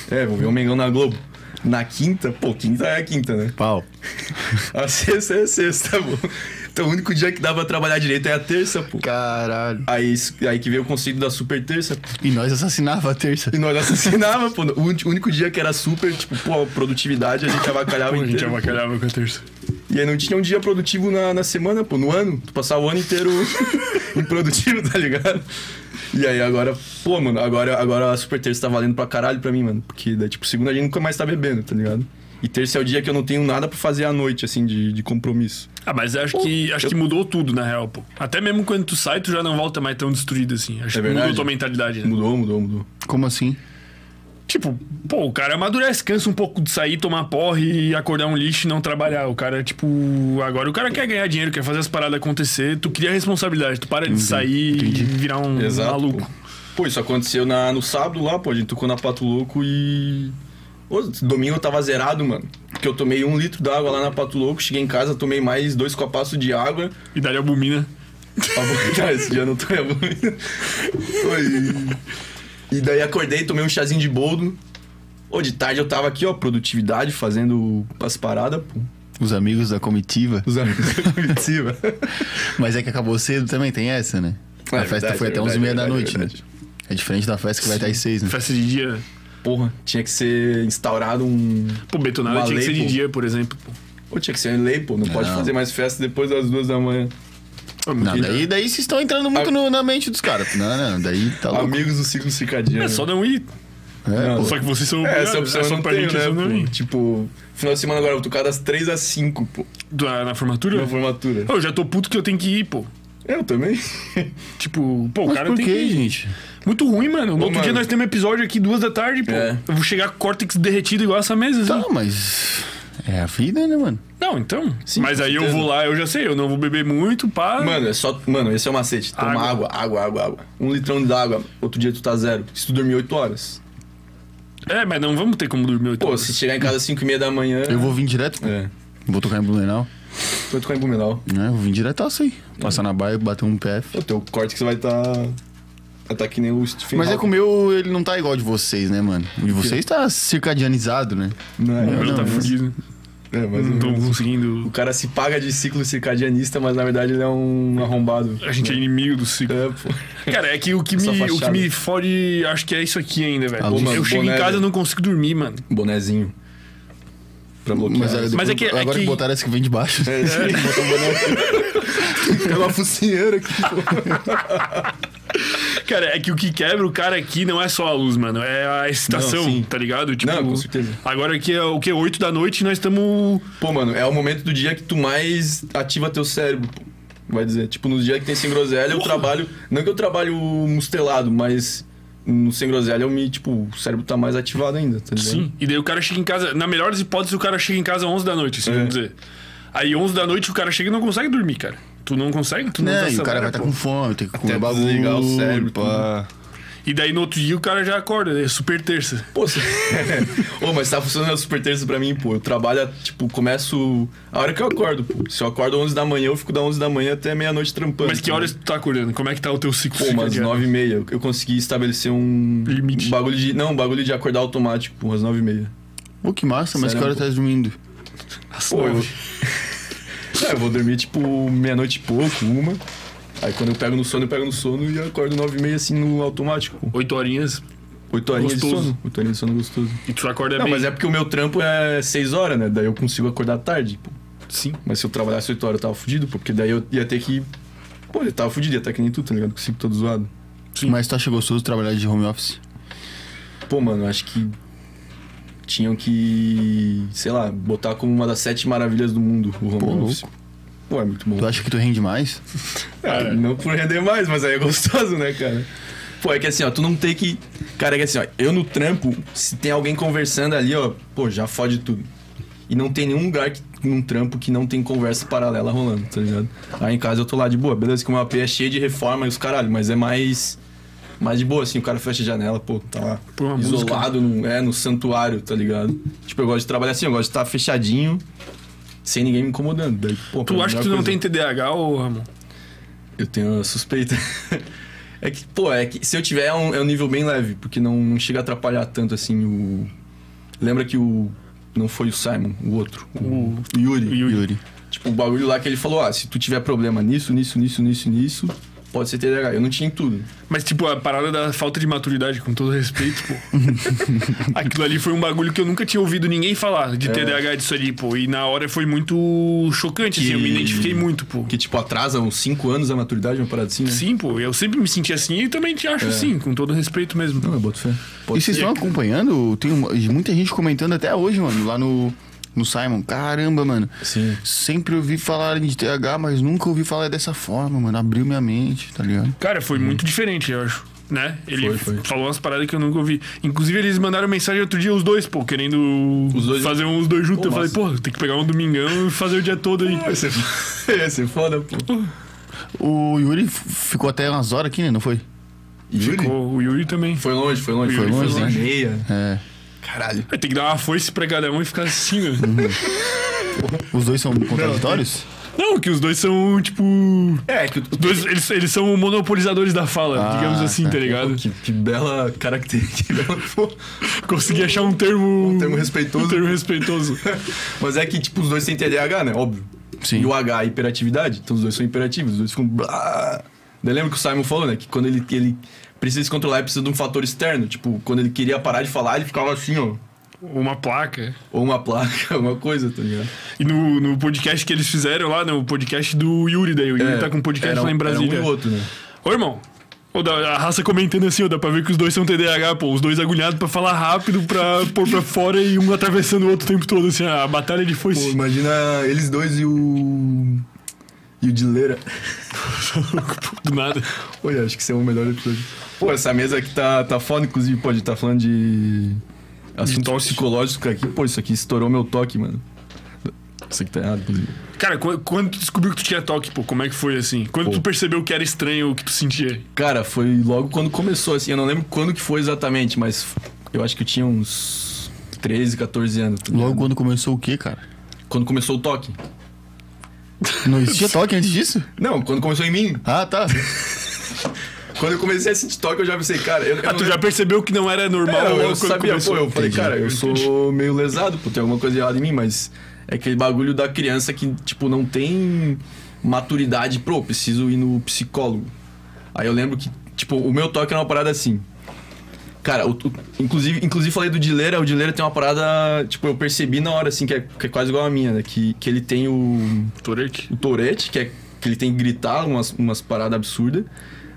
B: É, vou ver o Mengão na Globo. Na quinta, pô, quinta é a quinta, né?
C: pau.
B: A sexta é a sexta, pô. Então o único dia que dá pra trabalhar direito é a terça, pô.
C: Caralho.
B: Aí, isso- aí que veio o conceito da super terça.
C: E nós assassinava a terça.
B: E nós assassinava, pô. O único- único dia que era super, tipo, pô, produtividade, a gente avacalhava
A: Pô, a gente
B: Tá inteiro.
A: avacalhava com a terça.
B: E aí não tinha um dia produtivo na, na semana, pô, no ano. Tu passava o ano inteiro improdutivo, tá ligado? E aí agora, pô, mano, agora, agora a Super Terça tá valendo pra caralho pra mim, mano. Porque daí, tipo, segunda a gente nunca mais tá bebendo, tá ligado? E terça é o dia que eu não tenho nada pra fazer à noite, assim, de, de compromisso.
A: Ah, mas acho que acho que mudou tudo, na real, pô. Até mesmo quando tu sai, tu já não volta mais tão destruído assim. Acho
B: É
A: que mudou
B: verdade.
A: tua mentalidade, né?
B: Mudou, mudou, mudou.
C: Como assim?
A: Tipo, pô, o cara amadurece, cansa um pouco de sair, tomar porre e acordar um lixo e não trabalhar. O cara, tipo, agora o cara quer ganhar dinheiro, quer fazer as paradas acontecer, tu cria responsabilidade, tu para de sair e virar um
B: Exato.
A: maluco.
B: Pô. Pô, isso aconteceu na, no sábado lá, pô. A gente tocou na Pato Louco e. Ô, domingo eu tava zerado, mano. Porque eu tomei um litro d'água lá na Pato Louco, cheguei em casa, tomei mais dois copaços de água.
A: E dali albumina.
B: Pra- Tá, esse dia eu não tomei a boina. Foi. E daí acordei, tomei um chazinho de boldo. Ô, de tarde eu tava aqui, ó, produtividade, fazendo as paradas, pô.
C: Os amigos da comitiva.
B: Os amigos da comitiva.
C: Mas é que acabou cedo também, tem essa, né?
B: É
C: a festa
B: verdade,
C: foi
B: é
C: até
B: verdade,
C: 11 h 30 da
B: verdade,
C: noite,
B: verdade.
C: né? É diferente da festa que vai estar às 6, né?
A: Festa de dia.
B: Porra, tinha que ser instaurado um.
A: Pô, betonada
B: Uma
A: tinha que
B: lei,
A: ser de
B: pô.
A: dia, por exemplo. pô.
B: Ô, tinha que ser lei, pô. Não, pode
C: Não.
B: fazer mais festa depois das duas da manhã.
C: Não, daí, daí vocês estão entrando muito
B: Ah.
C: no- na mente dos caras. Não, não, daí tá louco.
B: Amigos do ciclo circadiano.
A: É só não ir.
C: É,
B: Não,
C: pô.
A: Só que vocês são.
B: É,
A: obrigados,
B: essa opção eu não
A: pra
B: tenho,
A: gente, essa não
B: né?
A: ir.
B: pô? Tipo, final de semana agora eu vou tocar das 3 às 5, pô.
A: Do- Na formatura?
B: Na formatura.
A: Eu já tô puto que eu tenho que ir, pô.
B: Eu também.
A: Tipo, pô, o
C: Mas
A: cara
C: por
A: tem que
C: que,
A: ir.
C: gente?
A: Muito ruim, mano. No outro
B: mano.
A: dia nós temos episódio aqui duas da tarde, pô.
B: É.
A: Eu vou chegar com córtex derretido igual essa mesa, assim.
C: Tá, mas. É a vida, né, mano?
A: Não, então. Mas
B: com
A: aí eu
B: certeza.
A: vou lá, eu já sei, eu não vou beber muito, pá.
B: Mano, é só. Mano, esse é o macete. Toma
A: Água.
B: água, água, água, água. Um litrão de água, outro dia tu tá zero. Se tu dormir 8 horas.
A: É, mas não vamos ter como dormir oito
B: Pô,
A: horas.
B: se chegar em casa às 5 e meia da manhã.
C: Eu vou vir direto. pô.
B: É.
C: Vou tocar em Blumenau.
B: Tu vai tocar em Blumenau.
C: Né? Vou vir direto assim. Passar na baia, bater um PF.
B: O teu corte que você vai tá. Vai tá que nem o Stephen
C: Mas é que o
B: Hawking.
C: meu, ele não tá igual ao de vocês, né, mano? O de vocês tá circadianizado, né?
B: Não, é,
A: O meu
C: não,
A: tá
C: mas-
A: fudido.
B: é, mas
A: Não tô
B: o-
A: conseguindo.
B: O cara se paga de ciclo circadianista, mas na verdade ele é um arrombado.
A: A gente é inimigo do ciclo.
B: É, pô.
A: Cara, é que o que,
B: Essa
A: me, o que
B: fachada.
A: me fode, acho que é isso aqui ainda, velho.
C: Ah, luz.
A: Eu
B: Mano,
A: chego
B: boné,
A: em
B: né?
A: casa e
B: velho.
A: não consigo dormir, mano.
B: Bonezinho. Pra bloquear.
C: Mas, é,
A: Mas é que-
C: que,
A: é
C: agora
A: que-
C: que botaram essa que vem de baixo.
B: É, sim, botou um boné. Tem uma focinheira aqui, pô.
A: Cara, é que o que quebra o cara aqui não é só a luz, mano. É a excitação,
B: Não, sim.
A: tá ligado? Tipo,
B: Não, com certeza.
A: Agora aqui é o que? 8 da noite e nós estamos.
B: Pô, mano, é o momento do dia que tu mais ativa teu cérebro, pô. Vai dizer, tipo, nos dias que tem sem groselha, eu trabalho. Não que eu trabalho mustelado, mas no sem groselha eu me, tipo, o cérebro tá mais ativado ainda, tá ligado?
A: Sim. E daí o cara chega em casa. Na melhor das hipóteses, o cara chega em casa às 11 da noite, assim,
B: É.
A: vamos dizer. Aí 11 da noite o cara chega e não consegue dormir, cara. Tu não consegue? Tu não,
C: Né?
A: tá
C: E o cara
A: sabendo,
C: vai estar
A: pô.
C: com fome, tem que comer
B: Até
C: bagulho.
B: desligar o cérebro,
C: pá.
A: E daí no outro dia o cara já acorda, é super terça.
B: Pô, se... Ô, mas tá funcionando a super terça pra mim, pô. Eu trabalho, tipo, começo. A hora que eu acordo, pô. Se eu acordo 11 da manhã, eu fico da 11 da manhã até meia-noite trampando.
A: Mas que
B: tá
A: horas tu tá acordando? Como é que tá o teu ciclo
B: Pô, umas
A: circadiano?
B: nove e meia. Eu- Eu consegui estabelecer um.
A: Limite.
B: um bagulho de. Não, um bagulho de acordar automático, pô, umas nove e meia.
C: Pô, que massa, mas
B: Sério,
C: que hora
B: pô.
C: tá dormindo?
A: Às
B: Pô, eu...
A: nove.
B: Não, eu vou dormir tipo meia-noite e pouco, uma. Aí quando eu pego no sono, eu pego no sono e acordo nove e meia assim no automático, pô.
A: Oito horinhas
B: Oito horinhas de
A: Gostoso.
B: sono. Oito horinhas de sono gostoso.
A: e tu acorda
B: Não,
A: bem.
B: mas é porque o meu trampo é seis horas, né? Daí eu consigo acordar tarde, pô.
A: Sim.
B: Mas se eu trabalhasse 8 horas, eu tava fudido, pô, porque daí eu ia ter que. Pô, eu tava fudido, ia estar que nem tu, tá ligado? Com o ciclo todo zoado.
A: Sim.
C: Mas tu acha gostoso trabalhar de home office?
B: Pô, mano, eu acho que. Tinham que. Sei lá, botar como uma das sete maravilhas do mundo o home
C: Pô,
B: office. Pô, é muito bom.
C: Tu acha que tu rende mais?
B: Cara, não por render mais, mas aí é gostoso, né, cara? Pô, é que assim, ó, tu não tem que. Cara, é que assim, ó, eu no trampo, se tem alguém conversando ali, ó, pô, já fode tudo. E não tem nenhum lugar que, num trampo que não tem conversa paralela rolando, tá ligado? Aí em casa eu tô lá de boa, beleza, que o meu AP é cheio de reforma e os caralho, mas é mais. Mais de boa, assim, o cara fecha a janela, pô, tá lá.
A: Põe uma
B: isolado, no, é, no santuário, tá ligado? Tipo, eu gosto de trabalhar assim, eu gosto de estar fechadinho, sem ninguém me incomodando. Daí, pô, pra
A: Tu
B: mim é a
A: acha que tu
B: melhor
A: não
B: coisa.
A: tem TDAH ou, Ramon?
B: Eu tenho a suspeita. é que, pô, é que se eu tiver é um, é um nível bem leve, porque não, não chega a atrapalhar tanto assim o. Lembra que o. Não foi o Simon, o outro. O, Yuri.
A: Yuri.
C: Yuri.
B: Tipo, o bagulho lá que ele falou: ah, se tu tiver problema nisso, nisso, nisso, nisso, nisso, Pode ser TDAH. Eu não tinha em tudo.
A: Mas, tipo, a parada da falta de maturidade, com todo respeito, pô. Aquilo ali foi um bagulho que eu nunca tinha ouvido ninguém falar
B: É.
A: de TDAH disso ali, pô. E na hora foi muito chocante, assim. Eu me
B: Que-
A: identifiquei muito, pô.
B: Que, tipo, atrasa uns 5 anos a maturidade, uma parada assim, né?
A: Sim, pô. Eu sempre me senti assim e também te acho assim, com todo respeito mesmo.
B: É. Não, eu Ah, boto fé.
C: E
B: Pode
C: vocês estão acompanhando? Tem uma- muita gente comentando até hoje, mano, lá no, no Simon. Caramba, mano.
B: Sim.
C: Sempre ouvi falar de TH, mas nunca ouvi falar dessa forma, mano. Abriu minha mente, tá ligado?
A: Cara, foi muito diferente, eu acho. Né? Ele
B: Uhum. Foi, foi.
A: falou umas paradas que eu nunca ouvi. Inclusive, eles mandaram mensagem outro dia, os dois, pô, querendo
B: Os dois-
A: fazer um- os dois juntos.
B: Pô,
A: eu falei,
B: massa.
A: pô, tem que pegar um domingão e fazer o dia todo aí.
B: Vai ser, foda, vai ser foda, pô.
C: O Yuri f- ficou até umas horas aqui, né? Não foi?
B: Yuri?
A: Pô, o Yuri também.
B: Foi longe, foi longe.
A: Foi
C: longe, né?
B: meia.
C: É.
B: Caralho.
A: Tem que dar uma foice pra cada um e ficar assim,
B: Uhum.
A: né?
C: Os dois são contraditórios?
A: Não, que os dois são, tipo.
B: É, que,
A: os Dois, eles, eles são monopolizadores da fala,
C: Ah,
A: digamos assim,
C: tá.
A: tá, ligado?
B: que, que bela característica. Que bela, pô.
A: Consegui achar um termo.
B: Um termo respeitoso.
A: Um termo respeitoso.
B: Mas é que, tipo, os dois têm TDAH, né? Óbvio.
C: Sim.
B: E o H é hiperatividade. Então os dois são hiperativos, os dois ficam. blá. Daí lembra que o Simon falou, né? Que quando ele, ele precisa se controlar, ele precisa de um fator externo. Tipo, quando ele queria parar de falar, ele ficava assim, ó.
A: Uma placa.
B: Ou uma placa, alguma coisa, tá ligado?
A: E no, no podcast que eles fizeram lá, no podcast do Yuri, daí o Yuri
B: É,
A: tá com um podcast
B: era um-
A: lá em Brasília.
B: Era um e outro, né?
A: Ô, irmão. Ô, da- a raça comentando assim, ó, dá pra ver que os dois são TDAH, pô. Os dois agulhados pra falar rápido, pra pôr pra fora e um atravessando o outro o tempo todo, assim, a batalha assim, de
B: Pô,
A: foice.
B: imagina eles dois e o. E o Dileira.
A: Do nada.
B: Olha, acho que esse é o melhor episódio. Pô, essa mesa aqui tá, tá foda, inclusive, pode estar falando de. Assunto
A: tosse.
B: psicológico aqui. Pô, isso aqui estourou meu toque, mano. Isso aqui tá errado, inclusive.
A: Cara, qu- quando tu descobriu que tu tinha toque, pô, como é que foi assim? Quando tu percebeu que era estranho o que tu sentia?
B: Cara, foi logo quando começou, assim. Eu não lembro quando que foi exatamente, mas eu acho que eu tinha uns 13, 14 anos. tá ligado?
C: Logo quando começou o quê, cara?
B: Quando começou o toque.
C: Não existia toque antes disso?
B: Não, quando começou em mim.
C: Ah, tá.
B: Quando eu comecei a sentir toque, eu já pensei, cara. Eu, eu
A: Ah,
B: não
A: tu já percebeu que não era normal
B: É, eu,
A: logo quando
B: sabia,
A: começou?
B: pô, eu falei,
A: Entendi.
B: cara, eu sou meio lesado, pô, tem alguma coisa errada em mim, mas é aquele bagulho da criança que, tipo, não tem maturidade, pro, preciso ir no psicólogo. Aí eu lembro que, tipo, o meu toque era uma parada assim. Cara, o- o- inclusive, inclusive falei do Dileira, o Dileira tem uma parada, tipo, eu percebi na hora, assim, que é, que é quase igual a minha, né? Que, que ele tem o
A: Tourette.
B: o Tourette, que é que ele tem que gritar umas, umas paradas absurdas.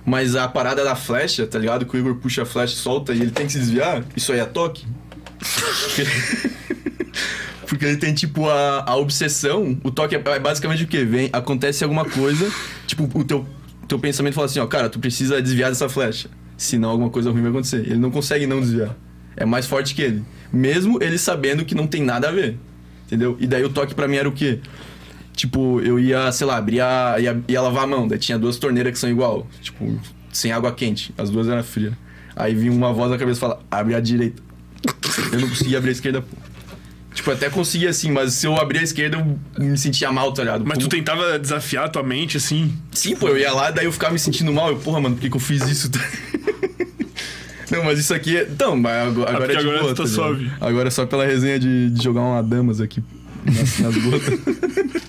B: Mas a parada da flecha, tá ligado? Que o Igor puxa a flecha, solta e ele tem que se desviar. Isso aí é toque. Porque ele- Porque ele tem, tipo, a, a obsessão. O toque é é basicamente o quê? Vem, acontece alguma coisa, tipo, o teu, teu pensamento fala assim, ó, cara, tu precisa desviar dessa flecha. Senão alguma coisa ruim vai acontecer. Ele não consegue não desviar. É mais forte que ele. Mesmo ele sabendo que não tem nada a ver. Entendeu? E daí o toque pra mim era o quê? Tipo, eu ia, sei lá, abrir a. ia, ia lavar a mão, daí tinha duas torneiras que são igual, tipo, sem água quente, as duas eram frias. Aí vinha uma voz na cabeça e fala, abre a direita. Eu não conseguia abrir a esquerda, pô. Tipo, eu até conseguia assim, mas se eu abrir a esquerda, eu me sentia mal, tá ligado?
A: Mas tu
B: Como-
A: tentava desafiar tua mente, assim?
B: Sim, pô, eu ia lá, daí eu ficava me sentindo mal. Eu, porra, mano, por que, que eu fiz isso? Não, mas isso aqui é. Então, mas ago- agora,
A: porque
B: é de
A: agora
B: boa,
A: tu tá
B: ligado?
A: suave.
B: Agora é só pela resenha de, de jogar uma damas aqui nas, nas gotas.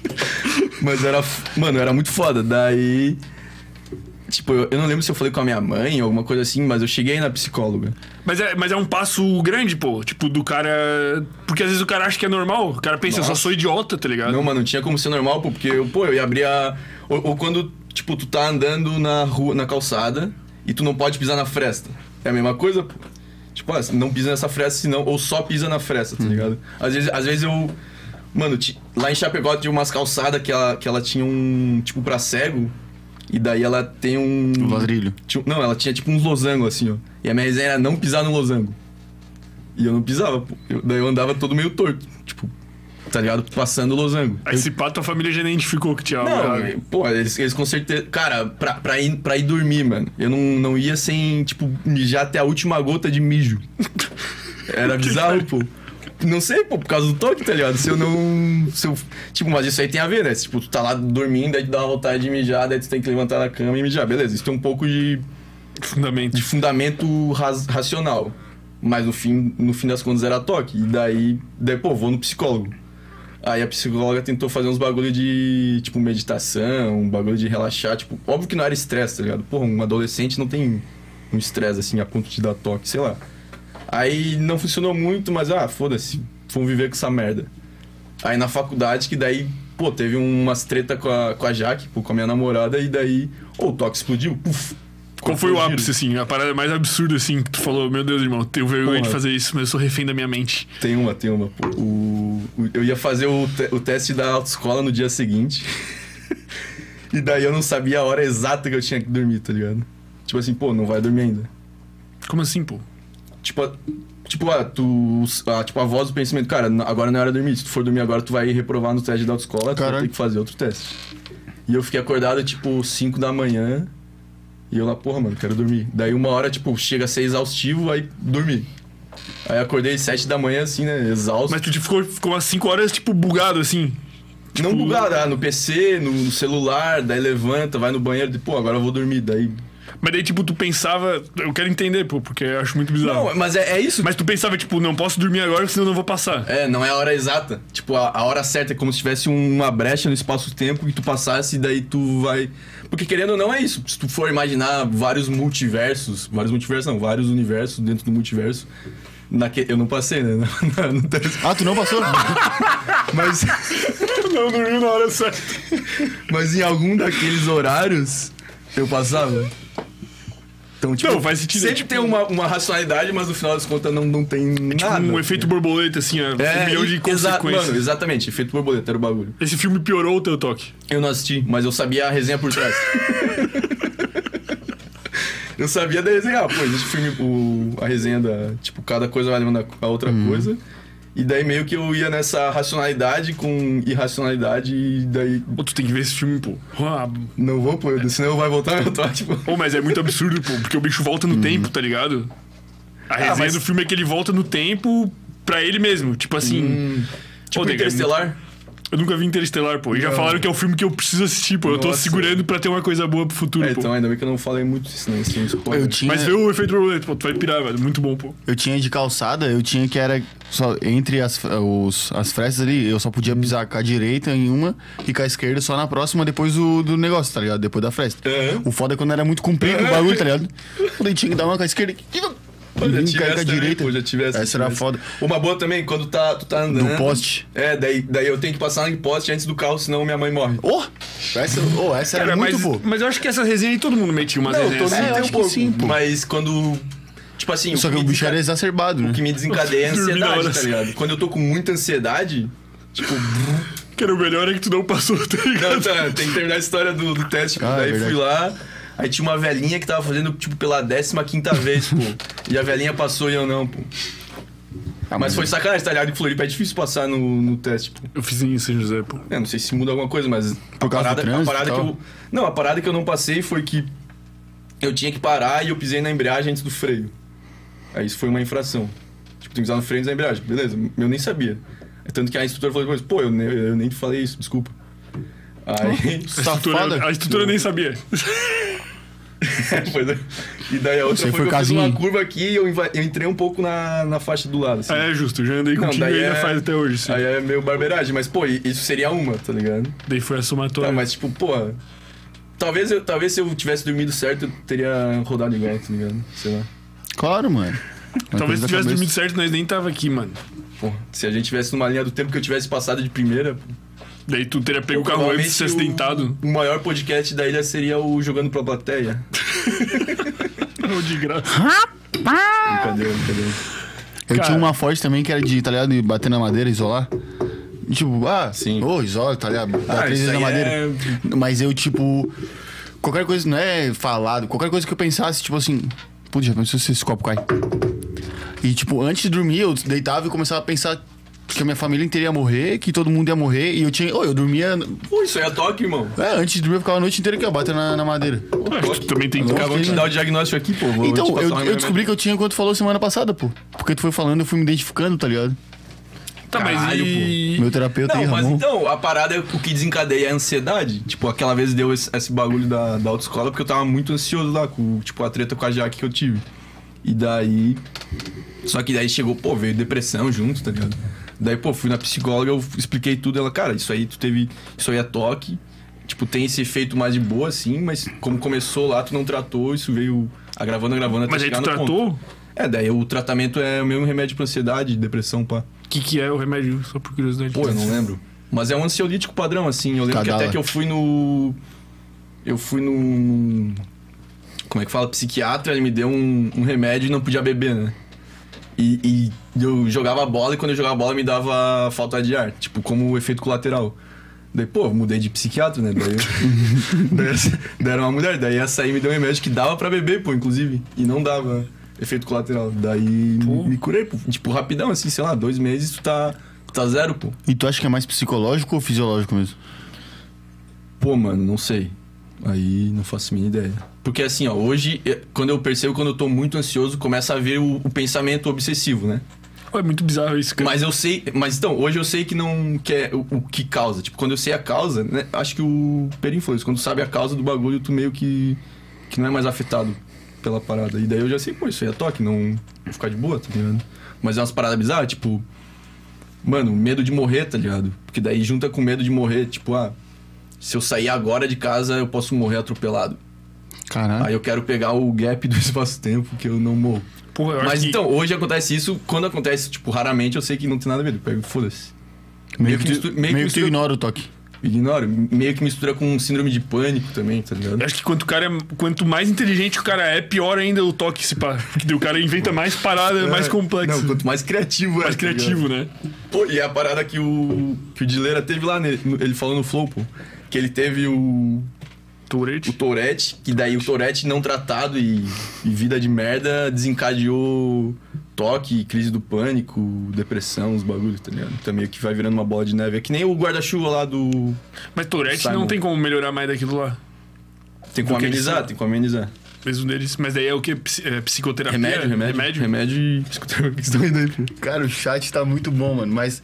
B: mas era. f- Mano, era muito foda. Daí. Tipo, eu, eu não lembro se eu falei com a minha mãe, alguma coisa assim, mas eu cheguei na psicóloga.
A: Mas é, mas é um passo grande, pô. Tipo, do cara. Porque às vezes o cara acha que é normal. O cara pensa, eu só sou idiota, tá ligado?
B: Não, mano, não tinha como ser normal, pô, porque eu, pô, eu ia abrir a. Ou, ou quando, tipo, tu tá andando na rua, na calçada e tu não pode pisar na fresta. É a mesma coisa, pô. Tipo, ah, não pisa nessa fresta, senão. Ou só pisa na fresta, tá ligado? Às vezes, às vezes eu. Mano, ti- lá em Chapecó tinha umas calçadas que ela, que ela tinha um. Tipo, pra cego. E daí ela tem um.
C: O ladrilho.
B: Tinha- não, ela tinha tipo uns losangos assim, ó. E a minha resenha era não pisar no losango. E eu não pisava, pô. Eu- daí eu andava todo meio torto, tipo, tá ligado? Passando o losango.
A: Aí se pá, tua família já identificou que tinha
B: Não, é
A: algo. errado.
B: pô, eles, eles com certeza. Cara, pra, pra, ir, pra ir dormir, mano, eu não, não ia sem, tipo, mijar até a última gota de mijo. Era bizarro, pô. Não sei, pô, por causa do toque, tá ligado? Se eu não. Se eu, tipo, mas isso aí tem a ver, né? Se, Tipo, tu tá lá dormindo, aí tu dá uma vontade de mijar, daí tu tem que levantar da cama e mijar. Beleza, isso tem um pouco de
A: Fundamento.
B: de Um fundamento raz- racional. Mas no fim, no fim das contas era toque. E daí, daí, pô, vou no psicólogo. Aí a psicóloga tentou fazer uns bagulho de, tipo, meditação, um bagulho de relaxar. Tipo, óbvio que não era estresse, tá ligado? Porra, um adolescente não tem um estresse, assim, a ponto de dar toque, sei lá. Aí não funcionou muito, mas, ah, foda-se, vamos viver com essa merda. Aí na faculdade, que daí, pô, teve umas treta com a, com a Jaque, pô, com a minha namorada, e daí, ô, o toque explodiu, puf.
A: Qual foi o
B: giro.
A: ápice, assim? A parada mais absurda, assim, que tu falou, meu Deus, irmão, tenho vergonha de
B: Porra.
A: fazer isso, mas eu sou refém da minha mente.
B: Tem uma, tem uma. pô. O, o- eu ia fazer o, te- o teste da autoescola no dia seguinte. e daí eu não sabia a hora exata que eu tinha que dormir, tá ligado? Tipo assim, pô, não vai dormir ainda.
A: Como assim, pô?
B: Tipo, a- tipo, ah, tu, a, tipo, a voz do pensamento, cara, n- agora não é hora de dormir. Se tu for dormir agora, tu vai reprovar no teste da autoescola, tu vai
C: Caralho.
B: ter que fazer outro teste. E eu fiquei acordado, tipo, 5 da manhã. E eu lá, porra, mano, quero dormir. Daí uma hora, tipo, chega a ser exaustivo, aí dormi. Aí acordei 7 da manhã, assim, né? Exausto.
A: Mas tu tipo, ficou, ficou umas 5 horas, tipo, bugado, assim.
B: Não bugado, ah, no PC, no, no celular, daí levanta, vai no banheiro, de, pô, agora eu vou dormir, daí...
A: Mas daí, tipo, tu pensava... Eu quero entender, pô, porque eu acho muito bizarro.
B: Não, mas é, é isso.
A: Mas tu pensava, tipo, não posso dormir agora, senão eu não vou passar.
B: É, não é a hora exata. Tipo, a, a hora certa é como se tivesse um- uma brecha no espaço-tempo e tu passasse e daí tu vai... Porque querendo ou não é isso. Se tu for imaginar vários multiversos, vários multiversos não, vários universos dentro do multiverso... naque- Eu não passei, né? No- no teste.
C: Ah, tu não passou?
B: Mas...
A: não dormi na hora certa.
B: Mas em algum daqueles horários, eu passava. Então, tipo,
A: Não, faz sentido,
B: sempre
A: tipo-
B: tem uma, uma racionalidade, mas no final das contas não, não tem
A: Tipo,
B: nada. É,
A: um efeito borboleta, assim, ó, um milhão de
B: exa-
A: consequências.
B: mano, exatamente, efeito borboleta era o bagulho.
A: Esse filme piorou o teu toque.
B: Eu não assisti, mas eu sabia a resenha por trás. eu sabia da resenha. Ah, pô, existe o filme, o, a resenha da. Tipo, cada coisa vai levando a- a outra coisa. E daí meio que eu ia nessa racionalidade com irracionalidade, e daí.
A: Pô, tu tem que ver esse filme, pô. Ah,
B: Não vou, pô, senão vai voltar tipo, meu toque, pô.
A: Pô, mas é muito absurdo, pô, porque o bicho volta
B: Uhum.
A: no tempo, tá ligado? A resenha
B: mas-
A: do filme é que ele volta no tempo pra ele mesmo. Tipo assim.
B: Tipo,
A: Pô, nega,
B: Interestelar.
A: Eu nunca vi Interestelar, pô. E já
B: Não.
A: falaram que é o filme que eu preciso assistir, pô. Eu tô
B: Nossa.
A: segurando pra ter uma coisa boa pro futuro,
B: É,
A: pô.
B: então ainda bem que eu não falei muito isso, né? Isso é um spoiler.
C: Eu tinha,
A: Mas vê o efeito borboleta, pô. Tu vai pirar, velho. Muito bom, pô.
C: eu tinha de calçada, eu tinha que era só entre as, os, as frestas ali, eu só podia pisar com a direita em uma e com a esquerda só na próxima depois do, do negócio, tá ligado? Depois da fresta.
B: Aham.
C: O foda é quando era muito comprido o bagulho, tá ligado? Daí tinha que dar uma com a esquerda e
B: Pô, já
C: e
B: tive
C: cair com
B: essa
C: a
B: também,
C: direita.
B: pô, já tive essa,
C: Essa
B: tive
C: era foda.
B: Uma boa também, quando tá, tu tá andando.
C: poste.
B: É, daí, daí eu tenho que passar no poste antes do carro, senão minha mãe morre.
C: Oh, essa, oh, essa era muito
A: É, mas,
C: boa.
A: mas eu acho que essa resenha aí todo mundo metia umas
B: eu
A: resenhas.
C: todo
A: assim.
C: mundo. eu acho que sim, pô.
B: é Mas quando. Tipo assim.
C: Só que
B: me
C: o bicho
B: desenca-
C: era exacerbado, né?
B: O que me desencadeia é a
A: Dormi na hora
B: ansiedade, tá
A: certa.
B: ligado? Quando eu tô com muita ansiedade. Tipo,
A: Cara, o melhor é que tu não passou, tá ligado?
B: não, tá, tem que terminar a história do, do teste. pô.
C: Ah, é
B: daí
C: verdade.
B: fui lá. Aí tinha uma velhinha que tava fazendo, tipo, pela 15 quinta vez, pô. E a velhinha passou e eu não, pô.
C: Ah,
B: Mas foi sacanagem, tá ligado? Em Floripa é difícil passar no, no teste. Tipo.
A: Eu fiz em São José, pô.
B: É, não sei se muda alguma coisa, mas.
C: Por causa do
B: a parada,
C: trânsito
B: a parada
C: e
B: que
C: tal?
B: eu. Não, a parada que eu não passei foi que eu tinha que parar e eu pisei na embreagem antes do freio. Aí isso foi uma infração. Tipo, tem que usar no freio antes da embreagem. Beleza, eu nem sabia. Tanto que a instrutora falou depois, pô, eu nem, eu nem te falei isso, desculpa. Aí.
A: A
C: Safada.
A: instrutora, a instrutora nem sabia.
B: foi, né? e daí a outra
C: aí
B: foi,
C: foi
B: que eu fiz
C: casinha.
B: uma curva aqui e eu, inva- eu entrei um pouco na, na faixa do lado. assim.
A: Ah, é justo, eu já andei
B: Não,
A: contigo
B: daí
A: e ainda
B: é-
A: faz até hoje, sim.
B: Aí é meio barbeiragem, mas pô, i- isso seria uma, tá ligado?
A: Daí foi a somatória.
B: Tá, mas tipo, porra. Talvez, eu, talvez se eu tivesse dormido certo, eu teria rodado igual, tá ligado? Sei lá.
C: Claro, mano. Uma coisa
A: Talvez se
C: da
A: tivesse
C: cabeça.
A: dormido certo, nós nem tava aqui, mano.
B: Porra, se a gente tivesse numa linha do tempo que eu tivesse passado de primeira.
A: Daí tu teria pego o carro antes de
B: provavelmente
A: ser acidentado.
B: O, o maior podcast da ilha seria o Jogando pra Plateia.
A: Ou de graça.
B: Brincadeira, brincadeira.
C: Eu
A: Cara.
C: tinha uma Ford também que era de, tá ligado? De bater na madeira, isolar. E, Tipo, ah,
B: Sim.
C: ô, isola, tá ligado? Dá
B: Ah,
C: três
B: isso
C: vezes na
B: aí
C: madeira.
B: é-
C: Mas eu, tipo, qualquer coisa, não é falado, qualquer coisa que eu pensasse, tipo assim, putz, já pensou se esse copo cai? E, tipo, antes de dormir, eu deitava e começava a pensar que a minha família inteira ia morrer, que todo mundo ia morrer. E eu tinha, ô, eu dormia.
B: Pô, isso aí é toque, irmão.
C: É, antes de dormir, eu ficava a noite inteira aqui, ó, batendo na, na madeira.
A: Acho que tu também tem que
C: Não,
A: tocar.
B: Acabamos de
C: sim.
B: dar o diagnóstico aqui, pô. Vou
C: Então,
B: te passar
C: eu,
B: um
C: eu
B: remédio.
C: descobri que eu tinha quanto falou semana passada, pô. Porque tu foi falando, eu fui me identificando, tá ligado?
A: Tá, mas
B: Caralho,
A: e...
C: Meu terapeuta aí,
B: Não, mas
C: Ramon.
B: então, a parada é o que desencadeia a ansiedade. Tipo, aquela vez deu esse, esse bagulho da, da autoescola porque eu tava muito ansioso lá com, tipo, a treta com a Jaque que eu tive. E daí. Só que daí chegou, pô, veio depressão junto, tá ligado? Daí, pô, fui na psicóloga, eu expliquei tudo. Ela, cara, isso aí tu teve. Isso aí é toque. Tipo, tem esse efeito mais de boa, assim, mas como começou lá, tu não tratou, isso veio agravando, agravando até
A: Mas aí tu
B: chegar no tá ponto.
A: tratou?
B: É, daí o tratamento é o mesmo remédio pra ansiedade, depressão, pá.
A: O que, que é o remédio? Só por curiosidade.
B: Pô, eu não lembro. Mas é um ansiolítico padrão, assim. Eu lembro que
C: Cadala.
B: até que eu fui no. Eu fui no. Como é que fala? Psiquiatra, ele me deu um, um remédio e não podia beber, né? E, e eu jogava bola e quando eu jogava bola me dava falta de ar, tipo, como efeito colateral. Daí, pô, eu mudei de psiquiatra, né? Daí, eu- daí, essa- daí era uma mulher, daí essa aí me deu um remédio que dava pra beber, pô, inclusive. E não dava efeito colateral. Daí
A: Pô.
B: me curei, pô. Tipo, rapidão, assim, sei lá, dois meses tu tá, tu tá zero, pô.
C: E tu acha que é mais psicológico ou fisiológico mesmo?
B: Pô, mano, não sei. Aí não faço a mínima ideia. Porque assim, ó, hoje, eh, quando eu percebo quando eu tô muito ansioso, começa a vir o, o pensamento obsessivo, né?
A: Pô, é muito bizarro isso, cara.
B: Mas eu sei. Mas então, hoje eu sei que não. Que é o, o que causa. Tipo, quando eu sei a causa, né? Acho que o Perim falou isso. Quando tu sabe a causa do bagulho, tu meio que. que não é mais afetado pela parada. E daí eu já sei, pô, isso aí é toque, não. Vou ficar de boa, tá ligado? Mas é umas paradas bizarras, tipo. Mano, medo de morrer, tá ligado? Porque daí junta com medo de morrer, tipo, ah. Se eu sair agora de casa, eu posso morrer atropelado.
C: Caralho.
B: Aí eu quero pegar o gap do espaço-tempo que eu não morro.
A: Porra, eu
B: Mas
A: acho que-
B: então, hoje acontece isso. Quando acontece, tipo, raramente, eu sei que não tem nada a ver. Eu pego, foda-se.
C: meio,
B: meio
C: que
B: que
C: tu,
B: mistu-
C: meio
B: meio
C: que
B: que
C: tu
B: mistura-
C: ignora o toque.
B: Ignoro. Meio que mistura com síndrome de pânico também, tá ligado?
A: Eu acho que quanto, o cara é- quanto mais inteligente o cara é, pior ainda o toque se pá. Porque daí o cara inventa mais parada, é mais complexo.
B: É. Não, quanto mais criativo é.
A: mais
B: tá ligado?
A: criativo, né?
B: Pô, e é a parada que o, que o Dileira teve lá, nele, no- ele falou no Flow, pô. Que ele teve o, o
A: Tourette.
B: Tourette, que daí o Tourette não tratado e, e vida de merda desencadeou toque, crise do pânico, depressão, os bagulhos, tá ligado? Então meio que vai virando uma bola de neve. É que nem o guarda-chuva lá do...
A: Mas Tourette
B: Simon.
A: não tem como melhorar mais daquilo lá.
B: Tem como
A: Do que
B: amenizar,
A: eles-
B: tem como amenizar.
A: Mesmo deles. Mas daí é o quê? Psi- é, psicoterapia?
B: Remédio, remédio, remédio. Remédio e psicoterapia. O que vocês estão rindo aí, filho?
C: Cara, o chat tá muito bom, mano, mas.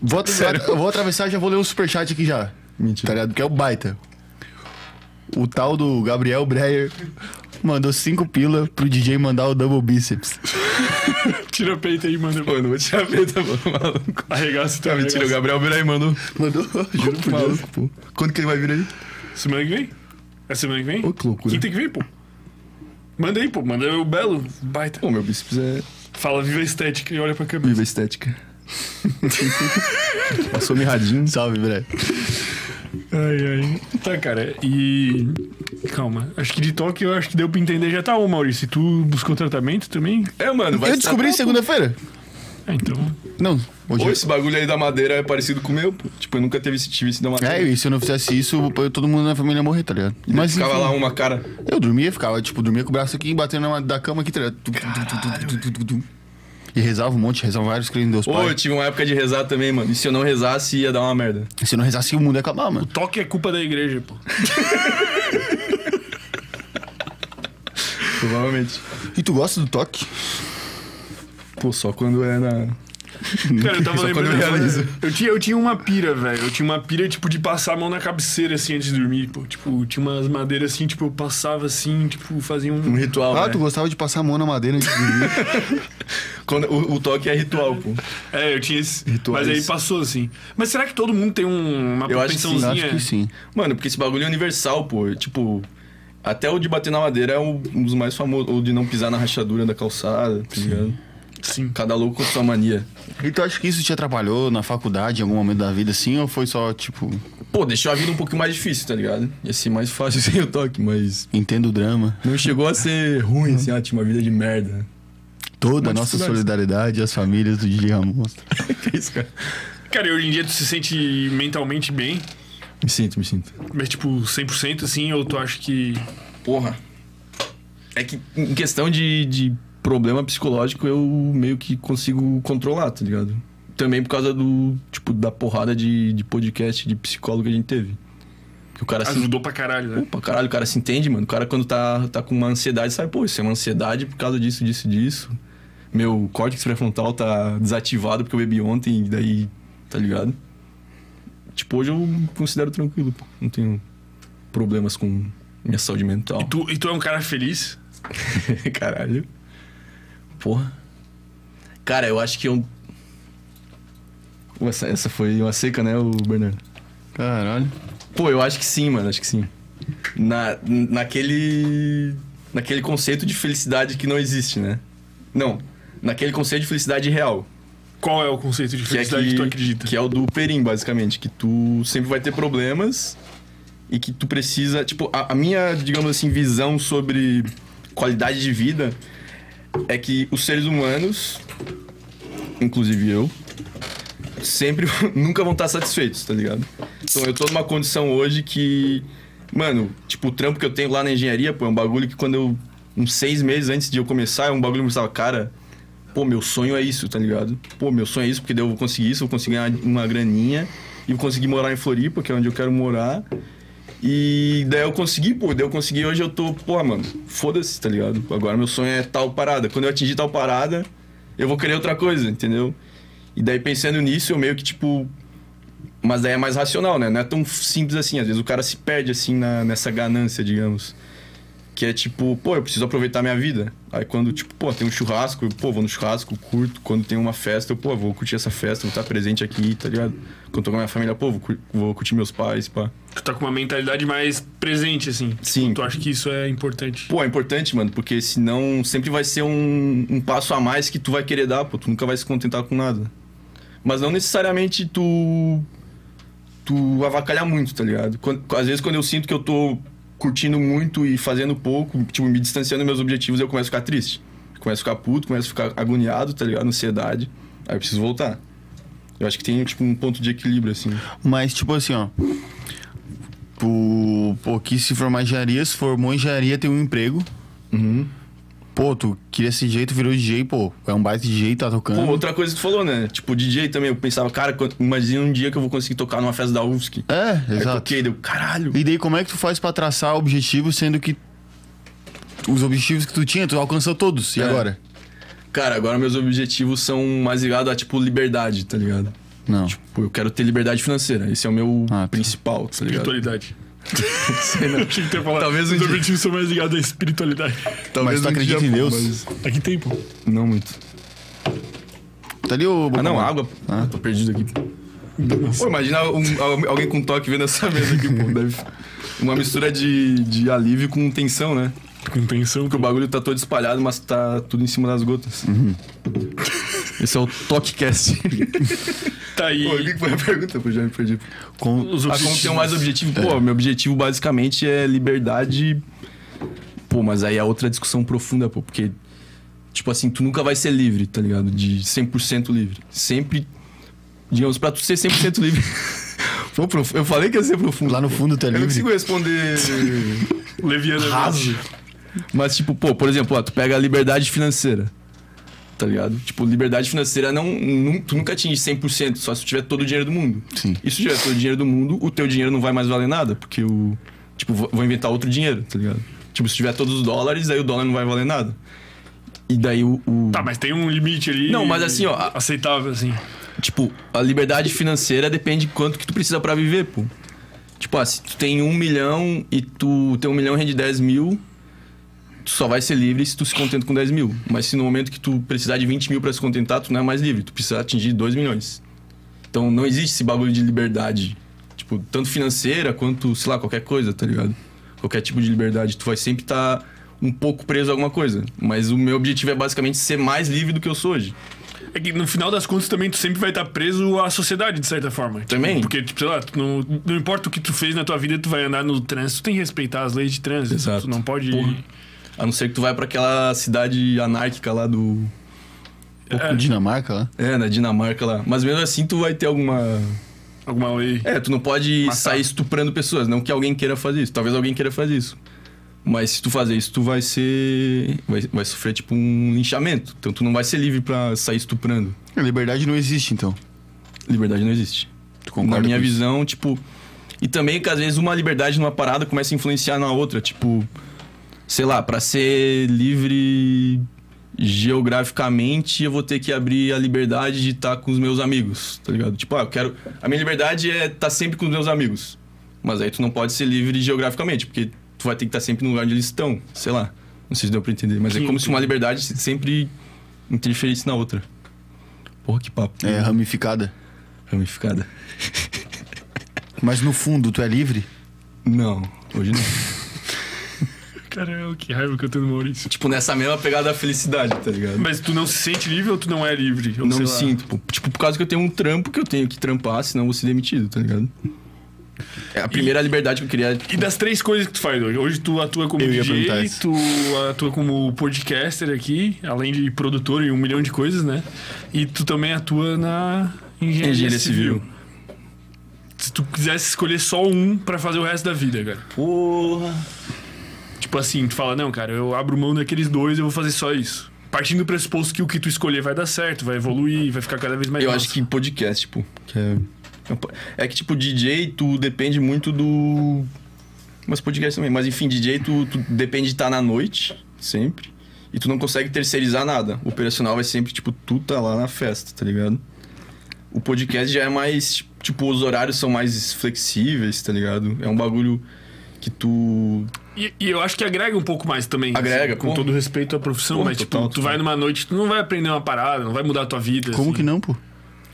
C: Vou, atra- eu vou atravessar já vou ler o superchat aqui já.
B: Mentira.
C: Tá ligado? Que é o baita. O tal do Gabriel Breyer mandou 5 pila pro DJ mandar o double bíceps.
A: Tira a peita aí, manda.
B: Mano, vou tirar a vida, mano, tá maluco.
A: Arregaça
B: Tá,
A: tua
B: mentira, o
A: arregaça.
B: Gabriel Birai mandou.
C: Mandou? Juro por Deus.
B: Maluco, pô. Quando que ele vai vir aí?
A: Semana que vem? É semana que vem?
B: Ô, que loucura.
A: Quinta que vem, pô. Manda aí, pô. Manda o belo. Baita.
B: Pô, meu bíceps é
A: Fala viva a estética e olha pra câmera.
B: viva estética. Passou mirradinho.
C: Salve, Breyer.
A: Ai, ai. Tá, cara, e. Calma. Acho que de toque eu acho que deu pra entender já tá, ô Maurício. E tu buscou tratamento também?
B: É, mano, vai
C: Eu descobri segunda-feira.
A: Ah, então.
C: Não, hoje.
B: Pô, esse bagulho aí da madeira é parecido com o meu, pô. Tipo, eu nunca teve esse tive esse da madeira.
C: É, e se eu não fizesse isso, eu- todo mundo na família ia morrer, tá ligado? Mas
B: Ficava
C: enfim,
B: lá uma cara.
C: eu dormia, ficava, tipo, dormia com o braço aqui, batendo na, da cama aqui, tá ligado? Tum, tum, tum, tum, tum, tum, tum, tum. E rezava um monte, rezava vários crentes em Deus
B: Pô, eu
C: Pai.
B: tive uma época de rezar também, mano. E se eu não rezasse, ia dar uma merda.
C: Se eu não rezasse, o mundo ia acabar, mano.
A: Toque é culpa da igreja, pô.
B: Provavelmente.
C: E tu gosta do toque?
B: Pô, só quando é na.
A: Cara, eu tava
B: Só quando eu
A: lembrando. agora,
B: realizo.
A: Eu, tinha, eu tinha uma pira, velho. Eu tinha uma pira, tipo, de passar a mão na cabeceira, assim, antes de dormir, pô. Tipo, tinha umas madeiras assim, tipo, eu passava assim, tipo, fazia
B: Um
A: um.
B: ritual.
C: Ah,
B: né?
C: tu gostava de passar a mão na madeira antes de dormir.
B: Quando, o, o toque é ritual, pô.
A: É, eu tinha esse.
B: Rituais.
A: Mas aí passou assim. Mas será que todo mundo tem um, uma
B: Eu acho que sim,
A: propensãozinha?
C: Acho que sim.
B: Mano, porque esse bagulho é universal, pô. Tipo, até o de bater na madeira é um um dos mais famosos. Ou de não pisar na rachadura da calçada, tá ligado?
A: Sim.
B: Cada louco com sua mania.
C: E tu acha que isso te atrapalhou na faculdade, em algum momento da vida, assim? Ou foi só, tipo,
B: Pô, deixou a vida um pouquinho mais difícil, tá ligado? Ia ser mais fácil sem o toque, mas.
C: entendo o drama?
B: Não chegou a ser
C: Uhum.
B: ruim, assim, ah, tinha uma vida de merda.
C: Toda a
B: Uma
C: nossa
B: dificuldade.
C: solidariedade às famílias do DJ Ramos.
B: Que É isso, cara?
A: Cara, e hoje em dia tu se sente mentalmente bem,
B: Me sinto, me sinto.
A: mas tipo, 100% assim, ou tu acha que.
B: Porra. É que em questão de, de problema psicológico, eu meio que consigo controlar, tá ligado? Também por causa do, tipo, da porrada de, de podcast de psicólogo que a gente teve. Que o cara se.
A: Ajudou pra caralho, né?
B: Opa, caralho, o cara se entende, mano. O cara quando tá, tá com uma ansiedade, sabe, pô, isso é uma ansiedade por causa disso, disso, disso. Meu córtex pré-frontal tá desativado porque eu bebi ontem, e daí, tá ligado? Tipo, hoje eu considero tranquilo, pô. Não tenho problemas com minha saúde mental.
A: E tu, e tu é um cara feliz?
B: Caralho. Porra. Cara, eu acho que eu. Essa, essa foi uma seca, né, o Bernardo?
C: Caralho.
B: Pô, eu acho que sim, mano, acho que sim. Na, naquele. Naquele conceito de felicidade que não existe, né? Não. Naquele conceito de felicidade real.
A: Qual é o conceito de
B: Que é,
A: felicidade que,
B: que,
A: tu acredita?
B: que é o do Perim, basicamente. Que tu sempre vai ter problemas e que tu precisa. Tipo, a, a minha, digamos assim, visão sobre qualidade de vida é que os seres humanos, inclusive eu, sempre nunca vão estar satisfeitos, tá ligado? Então eu tô numa condição hoje que. Mano, tipo, o trampo que eu tenho lá na engenharia, pô, é um bagulho que quando eu. Uns seis meses antes de eu começar, é um bagulho que eu pensava, cara, pô, meu sonho é isso, tá ligado? Pô, meu sonho é isso, porque daí eu vou conseguir isso, eu vou conseguir ganhar uma graninha e vou conseguir morar em Floripa, que é onde eu quero morar. E daí eu consegui, pô, daí eu consegui, hoje eu tô, pô, mano, foda-se, tá ligado? Agora meu sonho é tal parada. Quando eu atingir tal parada, eu vou querer outra coisa, entendeu? E daí pensando nisso, eu meio que tipo. Mas daí é mais racional, né? Não é tão simples assim. Às vezes o cara se perde assim na- nessa ganância, digamos. Que é tipo, pô, eu preciso aproveitar minha vida. Aí quando, tipo, pô, tem um churrasco, eu, pô, vou no churrasco, curto. Quando tem uma festa, eu, pô, vou curtir essa festa, vou estar presente aqui, tá ligado? Quando tô com a minha família, pô, vou, cur- vou curtir meus pais, pá.
A: Tu tá com uma mentalidade mais presente, assim.
B: é- Sim.
A: Tu acha que isso é importante?
B: Pô, é importante, mano, porque senão sempre vai ser um, um passo a mais que tu vai querer dar, pô. Tu nunca vai se contentar com nada. Mas não necessariamente tu. Tu avacalhar muito, tá ligado? Quando- às vezes quando eu sinto que eu tô curtindo muito e fazendo pouco, tipo, me distanciando dos meus objetivos, eu começo a ficar triste. Começo a ficar puto, começo a ficar agoniado, tá ligado? Ansiedade. Aí eu preciso voltar. Eu acho que tem, tipo, um ponto de equilíbrio, assim.
C: Mas, tipo assim, ó. O, pô, que se formar em engenharia, se formou em engenharia, tem um emprego.
B: Uhum.
C: Pô, tu queria esse jeito, virou DJ, pô. É um baita DJ, tá tocando.
B: Pô, outra coisa que tu falou, né? Tipo, DJ também. Eu pensava, cara, quando- imagina um dia que eu vou conseguir tocar numa festa da UFSC.
C: É,
B: Aí eu
C: exato.
B: toquei, deu caralho.
C: E daí, como é que tu faz pra traçar objetivos, sendo que os objetivos que tu tinha, tu alcançou todos. E
B: É.
C: agora?
B: Cara, agora meus objetivos são mais ligados a, tipo, liberdade, tá ligado?
C: Não.
B: Pô, eu quero ter liberdade financeira. Esse é o meu
C: Ah, tá.
B: principal, tá ligado?
A: Espiritualidade.
B: Sei lá.
A: Eu tinha que ter falado.
B: Talvez um
A: Os
B: dia.
A: objetivos são mais ligados à espiritualidade. Tá
C: Mas
B: Talvez
C: tu
B: um
C: acredita
B: dia,
C: em
B: pô,
C: Deus?
B: mas
A: Aqui tem, pô.
B: Não muito.
C: Tá ali o.
B: Ah, não, água. Ah, tô perdido aqui. Pô, imagina um- al- alguém com toque vendo essa mesa aqui, pô. Deve... Uma mistura de, de alívio com tensão, né?
A: Com tensão.
B: Porque o bagulho tá todo espalhado, mas tá tudo em cima das gotas.
C: Uhum.
B: Esse é o TalkCast.
A: Tá aí.
B: Pô, o que que foi a pergunta? Pô, já me perdi.
C: Com...
A: Os
B: Ah, como
A: objetivos.
B: tem mais objetivo?
C: É.
B: Pô, meu objetivo basicamente é liberdade. Pô, mas aí é outra discussão profunda, pô, porque. Tipo assim, tu nunca vai ser livre, tá ligado? De 100% livre. Sempre. Digamos, pra tu ser 100% livre. Pô, prof- eu falei que ia ser profundo.
C: Lá no fundo tu é
B: eu não
C: livre.
B: consigo responder.
A: Leviana. né?
B: raso. Mas, tipo, pô, por exemplo, ó, tu pega a liberdade financeira. Tá ligado? Tipo, liberdade financeira não, nun- tu nunca atinge 100%, só se tu tiver todo o dinheiro do mundo.
C: Sim.
B: E se tu tiver todo o dinheiro do mundo, o teu dinheiro não vai mais valer nada, porque o. Tipo, vou vou inventar outro dinheiro, tá ligado? Tipo, se tiver todos os dólares, aí o dólar não vai valer nada. E daí o. o-
A: Tá, mas tem um limite ali.
B: Não, mas assim, ó, a-
A: Aceitável, assim.
B: Tipo, a liberdade financeira depende de quanto que tu precisa pra viver, pô. Tipo, ah, se tu tem um milhão e tu tem um milhão e rende 10 mil, tu só vai ser livre se tu se contenta com 10 mil. Mas se no momento que tu precisar de 20 mil pra se contentar, tu não é mais livre. Tu precisa atingir 2 milhões. Então não existe esse bagulho de liberdade. Tipo, tanto financeira quanto, sei lá, qualquer coisa, tá ligado? Qualquer tipo de liberdade. Tu vai sempre estar um pouco preso a alguma coisa. Mas o meu objetivo é basicamente ser mais livre do que eu sou hoje.
A: É que no final das contas também tu sempre vai estar preso à sociedade, de certa forma. Tipo,
B: Também.
A: porque, tipo, sei lá, tu não, não importa o que tu fez na tua vida, tu vai andar no trânsito, tu tem que respeitar as leis de trânsito.
B: Exato.
A: Tu não pode.
B: Porra. um A não ser que tu vai pra aquela cidade anárquica lá do.
C: É. Dinamarca lá.
B: É, na Dinamarca lá. Mas mesmo assim tu vai ter alguma.
A: Alguma lei.
B: É, tu não pode
A: Matar.
B: sair estuprando pessoas. Não que alguém queira fazer isso. Talvez alguém queira fazer isso. Mas se tu fazer isso, tu vai ser. Vai, vai sofrer tipo um linchamento. Então tu não vai ser livre pra sair estuprando.
C: A liberdade não existe, então.
B: Liberdade não existe.
C: Tu
B: Na
C: concorda
B: minha
C: com isso?
B: visão, tipo. E também que às vezes uma liberdade numa parada começa a influenciar na outra. Tipo, sei lá, pra ser livre geograficamente, eu vou ter que abrir a liberdade de estar com os meus amigos, tá ligado? Tipo, ah, eu quero. A minha liberdade é estar sempre com os meus amigos. Mas aí tu não pode ser livre geograficamente, porque tu vai ter que estar sempre no lugar onde eles estão, sei lá. Não sei se deu pra entender, mas
A: Sim,
B: é como se uma
A: entendi.
B: liberdade sempre interferisse na outra. Porra, que papo.
C: É ramificada.
B: ramificada.
C: Mas no fundo, tu é livre?
B: Não, hoje não.
A: Caramba, que raiva que eu tenho do Maurício.
B: tipo, nessa mesma pegada da felicidade, tá ligado?
A: Mas tu não se sente livre ou tu não é livre? Ou
B: não
A: sei
B: me
A: lá.
B: sinto. pô. Tipo, por causa que eu tenho um trampo que eu tenho que trampar, senão eu vou ser demitido, tá ligado? É a primeira liberdade que eu queria.
A: E das três coisas que tu faz hoje? Hoje tu atua como
C: Eu ia
A: DJ,
C: perguntar isso.
A: tu atua como podcaster aqui, além de produtor e um milhão de coisas, né? E tu também atua na engenharia,
B: Engenharia
A: civil.
B: civil.
A: Se tu quisesse escolher só um pra fazer o resto da vida, cara.
B: Porra.
A: Tipo assim, tu fala, não, cara, eu abro mão daqueles dois, eu vou fazer só isso. Partindo do pressuposto que o que tu escolher vai dar certo, vai evoluir, vai ficar cada vez mais
B: Eu
A: massa.
B: acho que podcast, tipo. que é... é que, tipo, DJ, tu depende muito do. Mas podcast também. Mas, enfim, DJ, tu, tu depende de estar na noite, sempre. E tu não consegue terceirizar nada. O operacional vai sempre, tipo, tu tá lá na festa, tá ligado? O podcast já é mais. Tipo, os horários são mais flexíveis, tá ligado? É um bagulho que tu.
A: E, e eu acho que agrega um pouco mais também.
B: Agrega,
A: assim, com
B: pô.
A: todo respeito à profissão,
B: Pô,
A: mas
B: total,
A: tipo, tu
B: total.
A: vai numa noite, tu não vai aprender uma parada, não vai mudar a tua vida. assim.
C: Como que não, pô?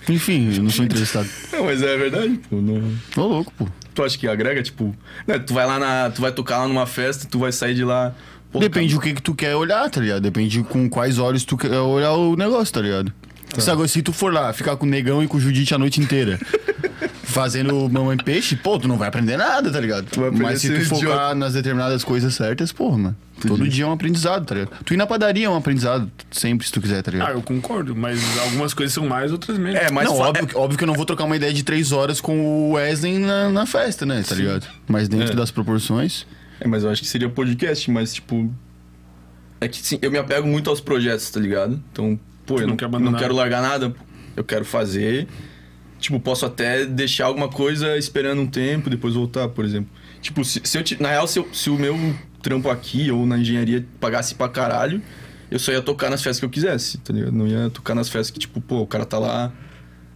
C: Enfim, eu não sou entrevistado.
B: Não, mas é verdade, pô. Não...
C: Tô louco, pô.
B: Tu acha que agrega, tipo. né, Tu vai lá na. Tu vai tocar lá numa festa, tu vai sair de lá. pô,
C: Depende do que que tu quer olhar, tá ligado? Depende com quais olhos tu quer olhar o negócio, tá ligado? Se, agora, se tu for lá ficar com o negão e com o Judite a noite inteira fazendo mamãe peixe, pô, tu não vai aprender nada, tá ligado?
B: vai aprender
C: Mas se
B: a
C: tu
B: ser um
C: focar
B: idiota.
C: nas determinadas coisas certas, porra, mano. Todo dia é um aprendizado, tá ligado? Tu ir na padaria é um aprendizado, sempre, se tu quiser, tá ligado?
A: Ah, eu concordo, mas algumas coisas são mais, outras menos.
B: É, mas
C: não,
B: fa-
C: óbvio, que- óbvio que eu não vou trocar uma ideia de três horas com o Wesley na, na festa, né? Tá ligado? Mas dentro
B: É.
C: das proporções.
B: É, mas eu acho que seria podcast, mas tipo. É que sim, eu me apego muito aos projetos, tá ligado? Então, pô, eu
A: não
B: não,
A: quer
B: não
A: abandonar.
B: quero largar nada. pô. Eu quero fazer. Tipo, posso até deixar alguma coisa esperando um tempo, depois voltar, por exemplo. Tipo, se, se eu. ti- Na real, se, eu- se o meu trampo aqui ou na engenharia pagasse pra caralho, eu só ia tocar nas festas que eu quisesse, tá ligado? Não ia tocar nas festas que, tipo, pô, o cara tá lá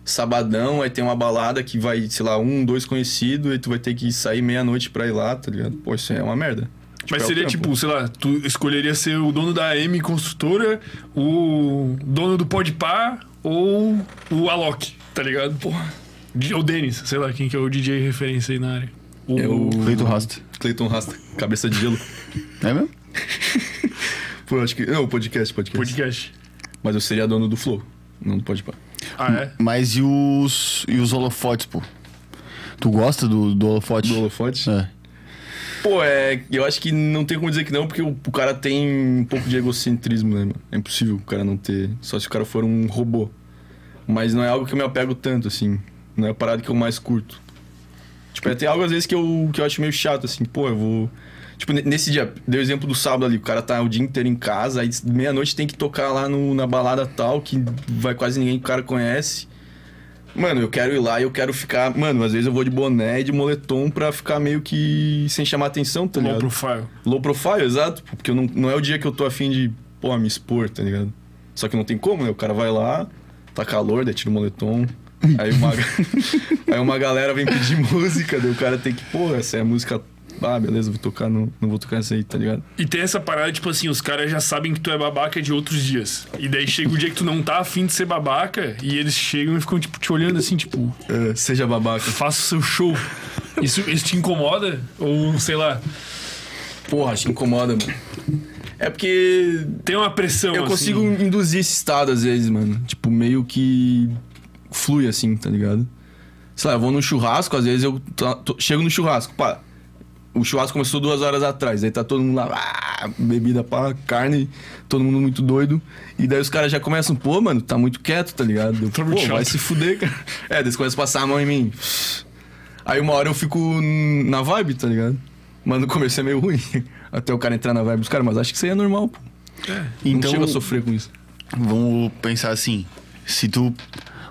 B: sabadão, aí tem uma balada que vai, sei lá, um, dois conhecidos, e tu vai ter que sair meia-noite pra ir lá, tá ligado? Pô, isso é uma merda.
A: mas
B: é o
A: seria
B: trampo.
A: tipo, sei lá, tu escolheria ser o dono da M Construtora, o dono do Podpar ou o Alok, tá ligado? Porra. Ou o Denis, sei lá quem que é o DJ referência aí na área. O,
B: É o
C: Feito rasta.
B: Cleiton Rasta, cabeça de gelo.
C: É mesmo?
B: Pô, acho que. Não, podcast, podcast.
A: podcast.
B: Mas eu seria dono do Flow. Não pode pá.
A: Ah,
B: Hum,
A: é?
B: tá
C: Mas e os, e os holofotes, pô? Tu gosta do, do holofote?
B: Do holofote?
C: É.
B: Pô, é. Eu acho que não tem como dizer que não, porque o, o cara tem um pouco de egocentrismo, né, mano? É impossível o cara não ter. Só se o cara for um robô. Mas não é algo que eu me apego tanto, assim. Não é a parada que eu mais curto. Tipo, é, tem algo às vezes que eu, que eu acho meio chato, assim. Pô, eu vou. Tipo, ne- nesse dia, deu o exemplo do sábado ali, o cara tá o dia inteiro em casa, aí meia-noite tem que tocar lá no- na balada tal, que vai quase ninguém que o cara conhece. Mano, eu quero ir lá e eu quero ficar. Mano, às vezes eu vou de boné e de moletom pra ficar meio que sem chamar atenção, tá
A: Low
B: ligado?
A: profile.
B: Low profile, exato. pô, Porque eu não, não é o dia que eu tô afim de, pô, me expor, tá ligado? Só que não tem como, né? O cara vai lá, tá calor, daí tira o moletom. Aí uma, aí uma galera vem pedir música, daí o cara tem que, pô, essa é a música. Ah, beleza, vou tocar, não, não vou tocar essa aí, tá ligado?
A: E tem essa parada, tipo assim, os caras já sabem que tu é babaca de outros dias. E daí chega o dia que tu não tá afim de ser babaca, e eles chegam e ficam, tipo, te olhando assim, tipo,
B: É, seja babaca.
A: faça o seu show. Isso, isso te incomoda? Ou, sei lá,
B: Porra, acho que incomoda, mano. É porque
A: tem uma pressão,
B: eu
A: assim.
B: consigo induzir esse estado às vezes, mano. Tipo, meio que flui assim, tá ligado? Sei lá, eu vou num churrasco, às vezes eu tá- tô- chego no churrasco, pá. O churrasco começou duas horas atrás, aí tá todo mundo lá, ah, bebida pá, carne, todo mundo muito doido. E daí os caras já começam, pô, mano, tá muito quieto, tá ligado? Eu,
A: Tá
B: pô,
A: muito chato."
B: vai se fuder, cara. É, daí eles começam a passar a mão em mim. Aí uma hora eu fico hum, na vibe, tá ligado? Mas no começo é meio ruim. Até o cara entrar na vibe dos caras, mas acho que isso aí é normal, pô.
C: Então,
B: Não chega a sofrer com isso.
C: vamos pensar assim. Se tu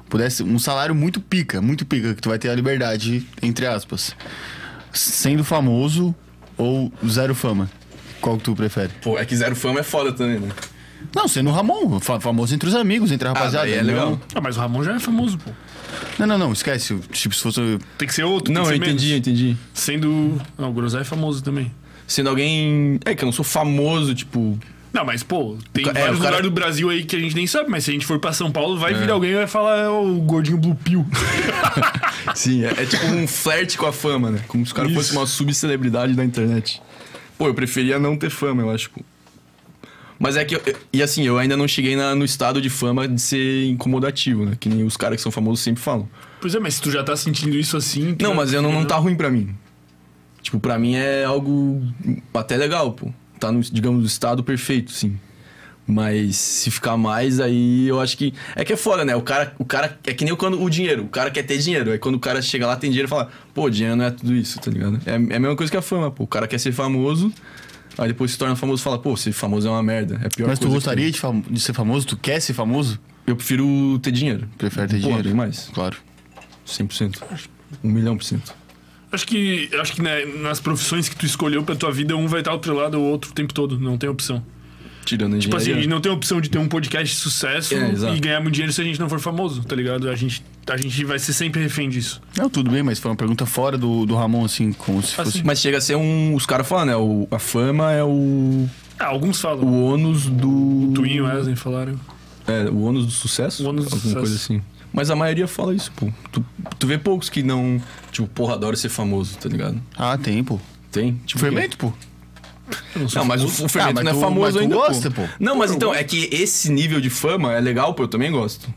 C: pudesse. Um salário muito pica, muito pica, que tu vai ter a liberdade, entre aspas. Sendo famoso ou zero fama? Qual que tu prefere?
B: Pô, é que zero fama é foda também, né?
C: Não, sendo o Ramon, fa- famoso entre os amigos, entre a rapaziada.
B: daí é legal.
C: Não-
A: Ah, mas o Ramon já é famoso, pô. Não
C: Não, não, não, esquece. Tipo, se fosse.
A: Tem que ser outro,
B: Não,
A: tem
B: eu
A: que ser
B: entendi, eu
A: menos.
B: entendi.
A: Sendo... Não, o Grosé é famoso também.
B: Sendo alguém. É que eu não sou famoso, tipo.
A: Não, mas, pô, tem
B: O ca- é,
A: vários
B: o cara-
A: lugares do Brasil aí que a gente nem sabe, mas se a gente for pra São Paulo, vai vir alguém e vai falar "É o gordinho Blue Pill.
B: Sim, é, é tipo um flerte com a fama, né? Como se o cara
A: Isso.
B: fosse uma subcelebridade da internet. Pô, eu preferia não ter fama, eu acho. Mas é que. eu- eu- e assim, eu ainda não cheguei na- no estado de fama de ser incomodativo, né? Que nem os caras que são famosos sempre falam.
A: pois é, mas se tu já tá sentindo isso assim. tu
B: Não,
A: já-
B: mas eu não, não tá ruim pra mim. Tipo, pra mim é algo até legal, pô. Tá no, digamos, estado perfeito, sim. Mas se ficar mais, aí eu acho que. É que é foda, né? O cara, o cara. É que nem quando o dinheiro. O cara quer ter dinheiro. Aí quando o cara chega lá, tem dinheiro e fala, pô, dinheiro não é tudo isso, tá ligado? É, é a mesma coisa que a fama, pô. O cara quer ser famoso, aí depois se torna famoso e fala, pô, ser famoso é uma merda. É a pior
C: Mas tu
B: coisa que
C: gostaria
B: tem.
C: de, fam- de ser famoso? Tu quer ser famoso?
B: Eu prefiro ter dinheiro.
C: Prefere ter
B: Pô,
C: dinheiro?
B: demais.
C: Claro.
B: 100%. Um milhão por cento.
A: Acho que, acho que né, nas profissões que tu escolheu pra tua vida, um vai estar atrelado ao outro o tempo todo. Não tem opção.
B: Tirando a
A: Tipo assim, a gente
B: engenharia.
A: não tem opção de ter um podcast de sucesso
B: É, exato.
A: e ganhar muito dinheiro se a gente não for famoso, tá ligado? A gente, a gente vai ser sempre refém disso.
B: Tipo
C: Não, tudo bem, mas foi uma pergunta fora do, do Ramon, assim, como se
A: Assim.
C: fosse.
B: Mas chega a ser um. Os caras falam, né? O, a fama é o.
A: Ah, alguns falam.
B: O ônus do.
A: O Twin e o Wesley falaram.
B: É, o ônus do sucesso?
A: O ônus do
B: alguma
A: sucesso.
B: coisa assim. Mas a maioria fala isso, pô. Tu, tu vê poucos que não. Tipo, porra, adoro ser famoso, tá ligado?
C: Ah, tem, pô.
B: Tem? Tipo,
C: Fermento, pô.
A: Eu não sei
B: Não,
A: se-
B: mas o, o fermento
C: mas
B: não é
C: tu- mas
B: famoso
C: tu
B: ainda.
C: gosta, pô.
B: Não, mas então, é que esse nível de fama é legal, pô, eu também gosto.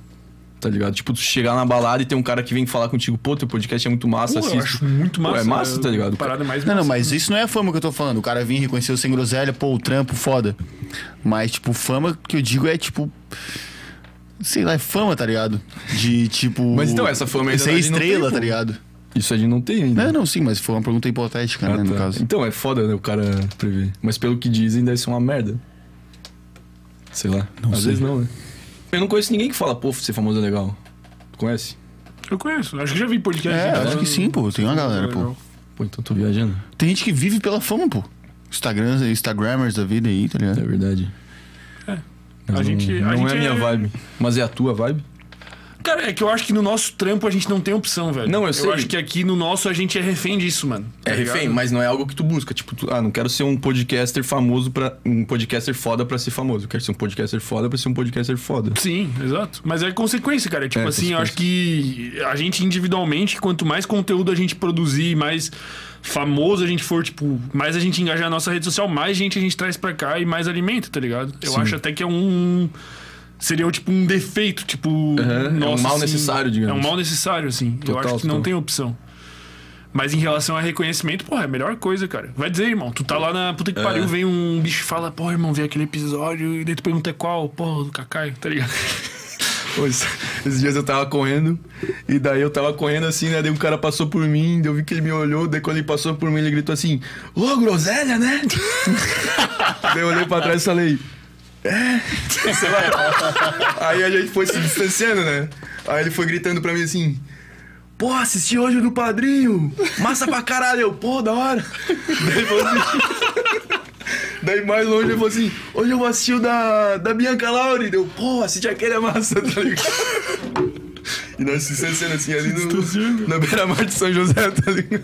B: Tá ligado? Tipo, tu chegar na balada e ter um cara que vem falar contigo, pô, teu podcast é muito
A: Pô,
B: massa,
A: eu
B: assista.
A: acho muito
B: Pô,
A: massa. né?
B: é massa, tá ligado?
A: Parada mais
C: Não, não,
A: massa.
C: mas isso não é a fama que eu tô falando. O cara vir reconhecer o sem groselha, pô, o trampo, foda. Mas, tipo, fama que eu digo é tipo. Sei lá, é fama, tá ligado? De tipo.
B: Mas então, essa fama ainda
C: Ser
B: a gente não tem,
C: estrela,
B: pô.
C: tá ligado?
B: Isso a gente não tem ainda.
C: Não, não, sim, mas foi uma pergunta hipotética, né,
B: Ah,
C: no
B: tá.
C: caso.
B: Então é foda né, o cara prever. Mas pelo que dizem, deve ser uma merda. Sei lá. Às
C: sei.
B: vezes não, né? Eu não conheço ninguém que fala, pô, ser famoso é legal. Tu conhece?
A: Eu conheço. Acho que já vi podcast.
C: É,
A: né?
C: acho que sim, pô. Tem uma galera, pô.
A: Legal.
B: Pô, então tô viajando.
C: Tem gente que vive pela fama, pô. Instagram, Instagrammers da vida aí, tá
B: É
C: ligado?
B: verdade.
A: É.
B: Mas
A: A
B: não,
A: gente- a
B: não
A: gente
B: é a minha
A: é-
B: vibe. Mas é a tua vibe?
A: Cara, é que eu acho que no nosso trampo a gente não tem opção, velho.
B: Não, eu sei.
A: Eu acho que aqui no nosso a gente é refém disso, mano. tá
B: É
A: ligado?
B: refém, mas não é algo que tu busca. Tipo, tu- ah, não quero ser um podcaster famoso para Um podcaster foda pra ser famoso. Eu quero ser um podcaster foda pra ser um podcaster foda.
A: Sim, exato. Mas é consequência, cara. Tipo
B: É,
A: assim, eu acho que a gente individualmente, quanto mais conteúdo a gente produzir, mais famoso a gente for, tipo, mais a gente engajar a nossa rede social, mais gente a gente traz pra cá e mais alimenta, tá ligado? Eu acho até que é um. Seria tipo um defeito, tipo.
B: é um
A: nossa,
B: mal
A: assim,
B: necessário, digamos.
A: É um mal necessário, assim. eu
B: Total,
A: acho que não
B: total.
A: tem opção. Mas em relação a reconhecimento, porra, é a melhor coisa, cara. Vai dizer, irmão, tu tá lá na puta
B: É.
A: que pariu, vem um bicho e fala, porra, irmão, vi aquele episódio, e daí tu pergunta é qual, porra, do Cacai, tá ligado?
B: Pô, es- Esses dias eu tava correndo, e daí eu tava correndo assim, né? Daí um cara passou por mim, daí eu vi que ele me olhou, daí quando ele passou por mim, ele gritou assim, ô groselha, né? daí eu olhei pra trás e falei. É, sei lá. Aí a gente foi se distanciando, né? Aí ele foi gritando pra mim assim. Pô, assisti hoje o do padrinho! Massa pra caralho! Eu, pô, da hora! Daí ele falou assim. Daí mais longe ele falou assim: Hoje eu vou assistir o da, da Bianca Lauri. Deu, pô, assisti aquele é massa, tá ligado? E nós se sentando assim ali no, na beira-mar de São José, tá ligado?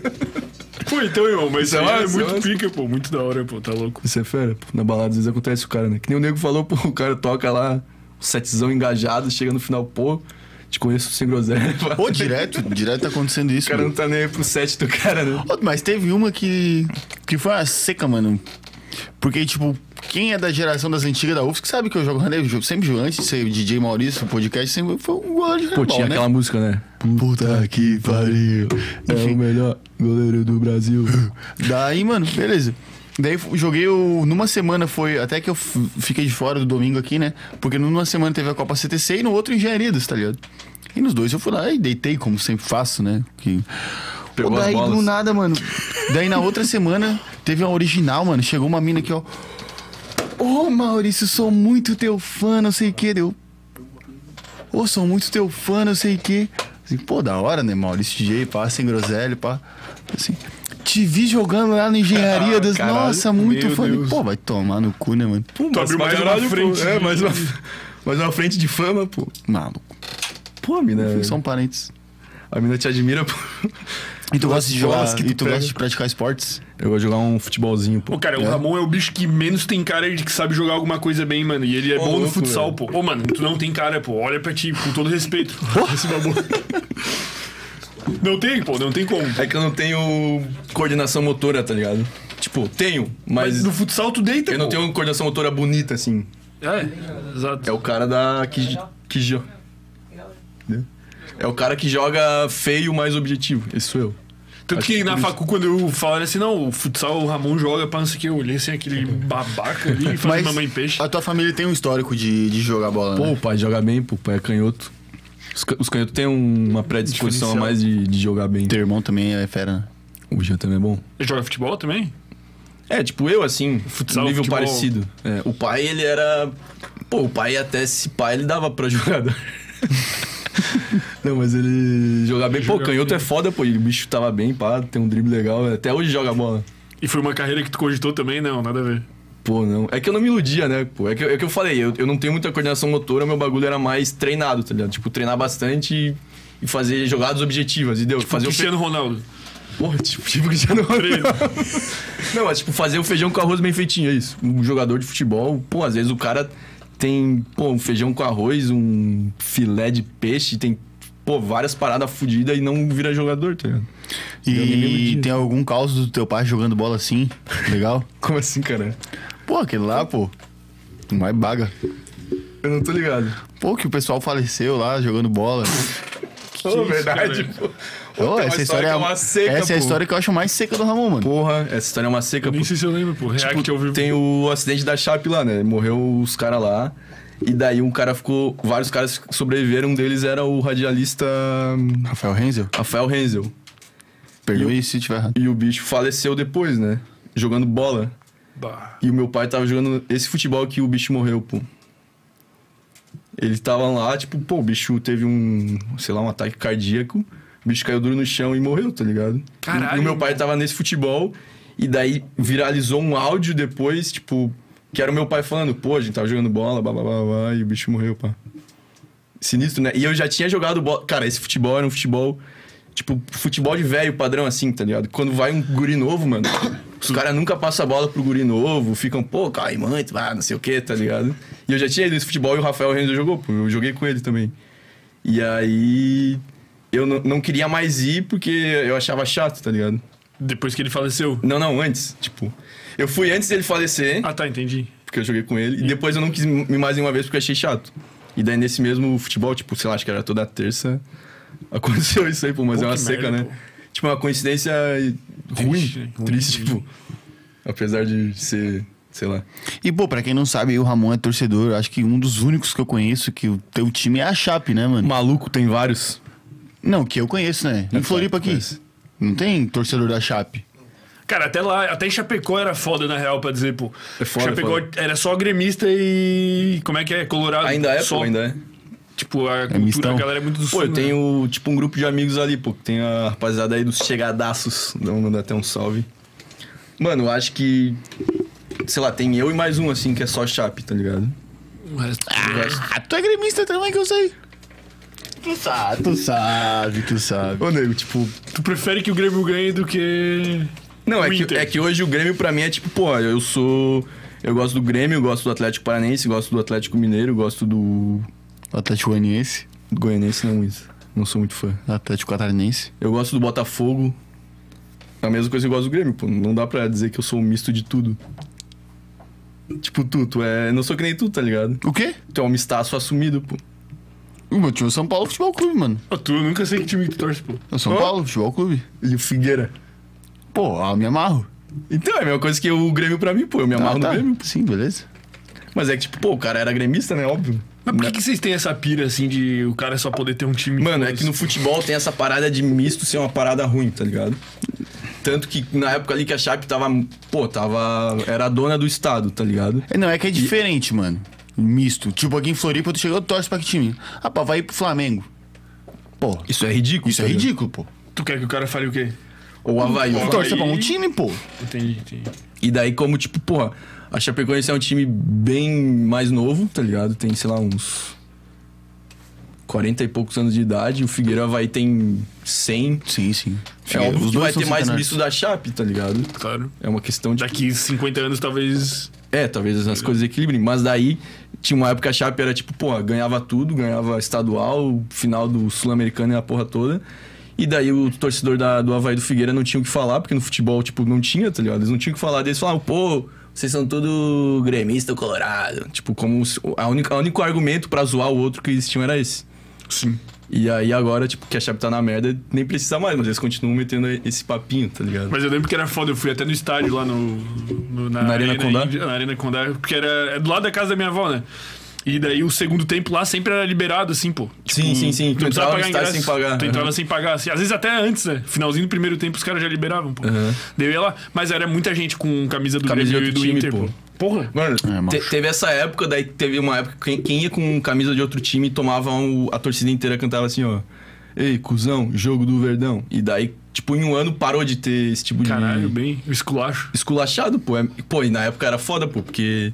A: Pô, então, irmão, mas isso
B: Então,
A: aí é
B: é,
A: muito
B: só-
A: pica, pô, muito da hora, pô, tá louco.
B: Isso é fera, pô. Na balada às vezes acontece o cara, né? Que nem o nego falou, pô, o cara toca lá, o setzão engajado, chega no final, pô, te conheço sem groselha.
C: Pô, direto, direto tá acontecendo
B: O
C: isso,
B: cara
C: mano.
B: não tá nem aí pro set do cara, né?
C: Ô, Mas teve uma que. que foi uma seca, mano. Porque, tipo, quem é da geração das antigas da UFSC sabe que eu jogo handebol, eu sempre jogo antes de ser DJ Maurício, podcast, sempre foi um goleiro de handebol, né?
B: música, né?
C: Puta que pariu. Enfim,
B: É melhor goleiro do Brasil.
C: daí, mano, beleza. Daí f- joguei o. Numa semana foi. Até que eu f- fiquei de fora do domingo aqui, né? Porque numa semana teve a Copa CTC e no outro Engenharidas, tá ligado? E nos dois eu fui lá e deitei, como sempre faço, né? Que...
B: Pegou
C: Pô,
B: as
C: daí
B: bolas.
C: do nada, mano. Daí na outra semana teve uma original, mano. Chegou uma mina aqui, ó. Ô, Maurício, sou muito teu fã, não sei o que. Deu. Ô, sou muito teu fã, não sei o quê. Assim, pô, da hora, né, Maurício DJ, pá, sem groselha, pá. Assim, te vi jogando lá no Engenharia das...
B: caralho,
C: Nossa, muito
B: meu
C: fã.
B: Deus.
C: Pô, vai tomar no cu, né, mano?
B: Pô,
A: Tu
B: mas
A: abriu mais
B: caralho,
A: uma
B: pô.
A: frente.
B: É, mais uma, mais uma frente de fama, pô.
C: Maluco. um
B: Pô, a mina.
C: São parentes.
B: A mina te admira, pô.
C: E tu gosta de jogar...
B: bolas que
C: e
B: tu
C: tu
B: pega.
C: gosta de praticar esportes?
B: Eu vou jogar um futebolzinho, pô.
A: Pô, cara, o Ramon é o bicho que menos tem cara de que sabe jogar alguma coisa bem, mano. E ele é
B: Ô,
A: bom no
B: louco,
A: futsal,
B: velho.
A: pô. Ô, mano, tu não tem cara, pô. Olha pra ti, com todo respeito. Esse babu. Não tem, pô, não tem como.
B: É que eu não tenho coordenação motora, tá ligado? Tipo, tenho, mas,
A: Mas no futsal tu deita,
B: eu não
A: pô.
B: tenho coordenação motora bonita, assim.
A: É, exato.
B: É o cara da. que, que jo- É o cara que joga feio mais objetivo. Esse sou eu.
A: Tanto que na facu, quando eu falaram assim, não, o futsal, o Ramon joga pra não sei o que, eu olhei assim, aquele babaca ali, e falei, mamãe peixe.
C: a tua família tem um histórico de, de jogar bola,
B: Pô,
C: né?
B: o pai joga bem, pô, o pai é canhoto. Os, ca- os canhotos têm um- uma predisposição a mais de, de jogar bem.
C: Teu irmão também é fera, né?
B: O Jean também é bom.
A: Ele joga futebol também?
B: É, tipo, eu assim,
A: Futsal,
B: um nível
A: futebol.
B: parecido. É, o pai, ele era. Pô, o pai até se pai ele dava pra jogador. Não, mas ele jogava bem. Pô,
A: Jogava
B: canhoto
A: bem.
B: é foda, pô. E o bicho tava bem, pá, tem um drible legal. Até hoje joga bola.
A: E foi uma carreira que tu cogitou também? Não, nada a ver.
B: Pô, não. É que eu não me iludia, né? Pô, é que, eu- é que eu falei, eu, eu não tenho muita coordenação motora, meu bagulho era mais treinado, tá ligado? Tipo, treinar bastante e, e fazer jogadas objetivas, entendeu? fazer
A: Fazer
B: o fe-
A: Tipo Cristiano Ronaldo.
B: Porra, tipo, tipo Cristiano Ronaldo. Não, mas tipo, fazer o feijão com arroz bem feitinho, é isso. Um jogador de futebol, pô, às vezes o cara tem, pô, um feijão com arroz, um filé de peixe, tem, pô, várias paradas fodidas e não vira jogador, tá ligado? Eu nem lembro
C: E
B: disso.
C: tem algum caos do teu pai jogando bola assim? Legal?
B: Como assim, cara?
C: Pô, aquele lá, pô. Mais baga.
B: Eu não tô ligado.
C: Pô, que o pessoal faleceu lá jogando bola.
B: Ô,
A: é isso,
B: verdade,
A: cara?
B: pô.
C: Ô,
B: Tem uma
C: essa história é
B: que
C: a- Essa é a
B: pô.
C: história que eu acho mais seca do Ramon, mano.
B: Porra, essa história é uma seca,
A: Nem
B: pô.
A: sei se eu lembro, pô. React
B: Tipo,
A: ao vivo.
B: tem o acidente da Chape lá, né? Morreu os caras lá. E daí um cara ficou. Vários caras sobreviveram. Um deles era o radialista hum,
C: Rafael Renzel,
B: Rafael Renzel.
C: perdoe se tiver errado.
B: E o bicho faleceu depois, né? Jogando bola.
A: Bah.
B: E o meu pai tava jogando esse futebol que o bicho morreu, pô. Ele tava lá, tipo, pô, o bicho teve um, sei lá, um ataque cardíaco. O bicho caiu duro no chão e morreu, tá ligado?
A: Caralho.
B: E, e o meu pai tava nesse futebol. E daí viralizou um áudio depois, tipo, que era o meu pai falando, pô, a gente tava jogando bola, blá, blá, blá, blá, e o bicho morreu, pá. Sinistro, né? E eu já tinha jogado bola. Cara, esse futebol era um futebol. Tipo, futebol de velho padrão, assim, tá ligado? Quando vai um guri novo, mano, os caras nunca passam a bola pro guri novo, ficam, pô, cai muito, ah, não sei o que, tá ligado? E eu já tinha ido nesse futebol e o Rafael Renzo jogou, pô, eu joguei com ele também. E aí. Eu não, não queria mais ir porque eu achava chato, tá ligado?
A: Depois que ele faleceu.
B: Não, não, antes, tipo. Eu fui antes dele falecer
A: Ah, tá, entendi.
B: porque eu joguei com ele. E depois eu não quis me mais uma vez porque eu achei chato. E daí nesse mesmo futebol, tipo, sei lá, acho que era toda terça, aconteceu isso aí, pô, mas
A: Pô,
B: é uma
A: que
B: seca,
A: merda,
B: né? Tipo, uma coincidência
A: Triste,
B: ruim,
A: né? Ruim,
B: triste,
A: ruim.
B: tipo. Apesar de ser, sei lá.
C: E, pô, pra quem não sabe, o Ramon é torcedor. eu Acho que um dos únicos que eu conheço que o teu time é a Chape, né, mano?
B: Maluco, tem vários.
C: Não, que eu conheço, né? Em
B: É,
C: Floripa aqui.
B: conheço.
C: Não tem torcedor da Chape.
A: Cara, até lá, até em Chapecó era foda, na real, pra dizer, pô.
B: É foda,
A: Chapecó
B: foda.
A: era só gremista e. Como é que é? Colorado.
B: Ainda é,
A: só,
B: pô, ainda é.
A: Tipo, a cultura,
C: mistão.
A: a galera é muito do sul.
B: Pô, eu
A: né?
B: tenho, tipo, um grupo de amigos ali, pô, que tem a rapaziada aí dos chegadaços. Não, não dá até um salve. Mano, eu acho que. Sei lá, tem eu e mais um, assim, que é só chape, tá ligado?
A: O resto-
B: O resto-
C: Ah, tu é gremista também, que eu sei. Tu sabe, tu sabe, tu sabe.
B: Ô, nego, tipo,
A: Tu prefere que o Grêmio ganhe do que.
B: Não, é que,
A: Inter.
B: é que hoje o Grêmio pra mim é tipo, pô, eu sou. Eu gosto do Grêmio, eu gosto do Atlético Paranense, gosto do Atlético Mineiro, eu gosto do.
C: O Atlético Goianiense,
B: do Goianense, não, isso. Não sou muito fã.
C: o Atlético Catarinense.
B: Eu gosto do Botafogo. A mesma coisa que eu gosto do Grêmio, pô. Não dá pra dizer que eu sou um misto de tudo. Tipo, tu, tu é. Não sou que nem tu, tá ligado?
C: O quê?
B: Tu é um mistaço assumido, pô.
C: O meu time é o São Paulo Futebol Clube, mano.
A: Ô, tu, eu nunca sei que time que tu torce, pô.
C: É o São
B: Hã?
C: Paulo Futebol Clube.
B: E o Figueira.
C: Pô, ah, eu me amarro.
B: Então, é a mesma coisa que o Grêmio pra mim, pô. Eu me amarro
C: Ah, tá.
B: no Grêmio.
C: Sim, beleza.
B: Mas é que, tipo, pô, o cara era gremista, né? Óbvio.
A: Mas por que, que vocês têm essa pira, assim, de o cara só poder ter um time.
B: Mano, é que no futebol tem essa parada de misto ser uma parada ruim, tá ligado? Tanto que na época ali que a Chape tava. Pô, tava. Era a dona do estado, tá ligado?
C: É, Não, é que é diferente, mano. Misto. Tipo, aqui em Floripa, tu chegou, tu torce pra que time? Ah, pá, vai pro Flamengo. Pô,
B: Isso é ridículo.
C: isso é
B: tá ligado?
C: ridículo, pô.
A: Tu quer que o cara fale o quê?
B: Ou Havaí. ou
C: Torce
B: Havaí.
C: pra um time, pô.
A: Entendi, entendi.
B: E daí, como, tipo, porra, a Chapecoense é um time bem mais novo, tá ligado? Tem, sei lá, uns. 40 e poucos anos de idade, o Figueira vai tem 100.
C: Sim, sim.
B: É óbvio
C: os
B: que
C: dois
B: vai
C: são
B: ter mais
C: centenários.
B: misto da Chape, tá ligado?
A: Claro.
B: É uma questão de.
A: Daqui 50 anos, talvez.
B: É, talvez as coisas equilibrem, mas daí tinha uma época que a Chape era tipo, pô, ganhava tudo, ganhava estadual, final do Sul-Americano e a porra toda. E daí o torcedor da- do Havaí do Figueira não tinha o que falar, porque no futebol, tipo, não tinha, tá ligado? Eles não tinham o que falar, daí eles falavam, pô, vocês são tudo gremista colorado. Tipo, como se- a única, o único argumento pra zoar o outro que eles tinham era esse.
A: Sim.
B: E aí agora, tipo, que a Chape tá na merda, nem precisa mais, mas eles continuam metendo esse papinho, tá ligado?
A: Mas eu lembro que era foda, eu fui até no estádio lá no. no- na,
B: Na Arena Condá?
A: Índia- na Arena Condá, porque era é do lado da casa da minha avó, né? E daí o segundo tempo lá sempre era liberado, assim, pô.
B: Sim, sim, sim.
A: Tu,
B: Tu
A: precisava
B: entrava no
A: pagar
B: estádio
A: ingresso.
B: sem pagar.
A: Tu entrava
B: Aham.
A: sem pagar. assim. Às vezes até antes, né? Finalzinho do primeiro tempo os caras já liberavam, pô.
B: Aham.
A: Daí eu ia lá. Mas era muita gente com camisa do
B: Camisa de
A: Grêmio e do
B: outro time,
A: Inter, pô.
B: pô.
A: Porra.
B: Mano,
C: É, macho.
B: te- teve essa época, daí teve uma época que quem, quem ia com camisa de outro time tomava um- a torcida inteira cantava assim, ó. Ei, cuzão, jogo do Verdão. E daí, tipo, em um ano parou de ter esse tipo
A: Caralho,
B: de
A: bem. Esculacho.
B: esculachado, pô. É- pô, e na época era foda, pô, porque.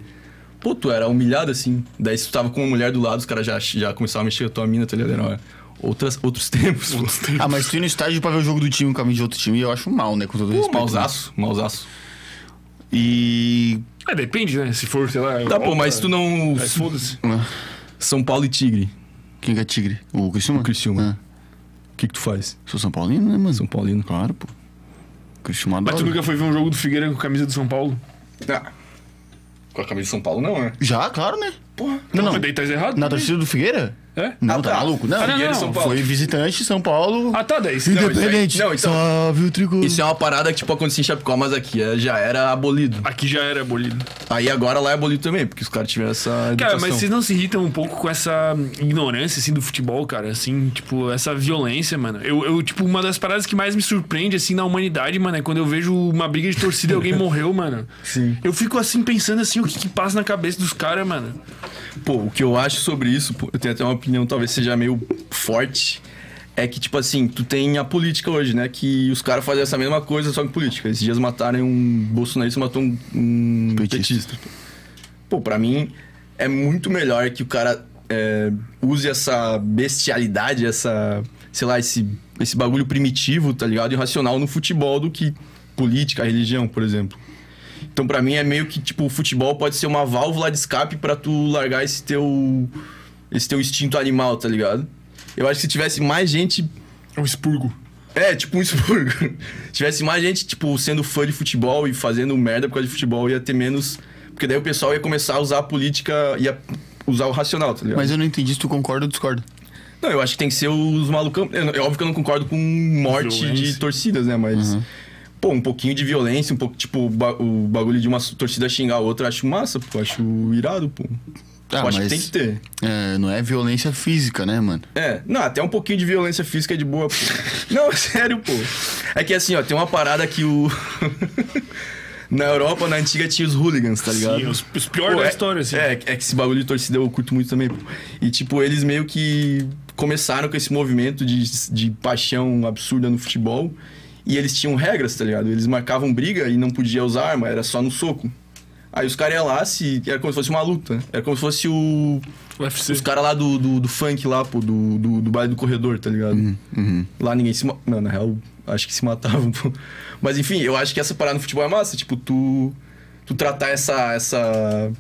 B: Pô, tu era humilhado assim. Daí se tu tava com uma mulher do lado, os caras já, já começavam a mexer com a tua mina, tá ligado? Era outras, outros tempos. Outros tempos.
C: Ah, mas tu ir no estádio pra ver o jogo do time, o caminho de outro time, eu acho mal, né? Com todo
B: Pô,
C: respeito.
B: mausaço, mausaço.
C: E.
A: É, depende, né? Se for, sei lá.
B: Tá, pô, mas tu não.
A: Mas foda-se.
B: São Paulo e Tigre.
C: ah, Quem que é Tigre? O Criciúma?
B: O Criciúma. O que que tu faz?
C: Ah, sou São Paulino, né, mano?
B: São Paulino.
C: Claro, pô. Criciúma
A: Mas tu
C: adora.
A: nunca foi ver um jogo do Figueira com camisa do São Paulo?
B: Ah, com a camisa de São Paulo não, né?
C: Já, claro, né?
B: Porra.
C: Não, não.
A: Mas Daí tá errado.
C: Na
A: também.
C: torcida do Figueira?
A: É?
C: Não,
B: Ah,
C: tá
B: tá.
C: maluco? Não,
A: Ah, não,
B: Figueira e
A: não.
B: São Paulo.
C: Foi visitante, São Paulo.
A: Ah, tá, daí. Não, isso aí-
C: Independente.
B: não, então-
C: Salve o tricolor.
B: Isso é uma parada que, tipo, acontecia em Chapecó, mas aqui é, já era abolido.
A: Aqui já era abolido.
B: Aí agora lá é abolido também, porque os caras tiveram essa
A: Cara,
B: educação.
A: mas vocês não se irritam um pouco com essa ignorância, assim, do futebol, cara? Assim, tipo, essa violência, mano. Eu, eu, tipo, uma das paradas que mais me surpreende, assim, na humanidade, mano, é quando eu vejo uma briga de torcida e alguém morreu, mano.
B: Sim.
A: Eu fico, assim, pensando, assim, o que que passa na cabeça dos caras, mano.
B: Pô, o que eu acho sobre isso, pô, eu tenho até uma opinião, talvez seja meio forte, é que, tipo assim, tu tem a política hoje, né? Que os caras fazem essa mesma coisa, só que política. Esses dias mataram um bolsonarista, matou um, um
C: Petista.
B: petista. Pô, pra mim, é muito melhor que o cara é, use essa bestialidade, essa, sei lá, esse, esse bagulho primitivo, tá ligado? Irracional no futebol do que política, religião, por exemplo. Então, pra mim, é meio que, tipo, o futebol pode ser uma válvula de escape pra tu largar esse teu. esse teu instinto animal, tá ligado? Eu acho que se tivesse mais gente.
A: É um expurgo.
B: É, tipo um expurgo. se tivesse mais gente, tipo, sendo fã de futebol e fazendo merda por causa de futebol, ia ter menos. Porque daí o pessoal ia começar a usar a política, ia usar o racional, tá ligado?
C: Mas eu não entendi se tu concorda ou discorda.
B: Não, eu acho que tem que ser os malucão. É é óbvio que eu não concordo com morte
A: Violência.
B: de torcidas, né? Mas.
C: Uhum.
B: Pô, um pouquinho de violência, um pouco, tipo, o ba- o bagulho de uma torcida xingar a outra, eu acho massa, pô. eu Acho irado, pô.
C: Ah,
B: eu acho
C: mas-
B: que tem que ter.
C: É, não é violência física, né, mano?
B: É, não, até um pouquinho de violência física é de boa, pô. não, sério, pô. É que assim, ó, tem uma parada que o. na Europa, na antiga, tinha os hooligans, tá ligado?
A: Sim, os, os piores
B: Pô,
A: da
B: é-
A: história, assim.
B: É, é que esse bagulho de torcida eu curto muito também. pô. E, tipo, eles meio que começaram com esse movimento de, de paixão absurda no futebol. E eles tinham regras, tá ligado? Eles marcavam briga e não podia usar arma, era só no soco. Aí os caras iam lá, se, era como se fosse uma luta. Era como se fosse o,
A: O UFC.
B: os caras lá do, do, do funk lá, pô, do, do, do baile do corredor, tá ligado? Lá ninguém se. ma- Não, na real, acho que se matavam, pô. Mas enfim, eu acho que essa parada no futebol é massa. Tipo, tu. Tu tratar essa. essa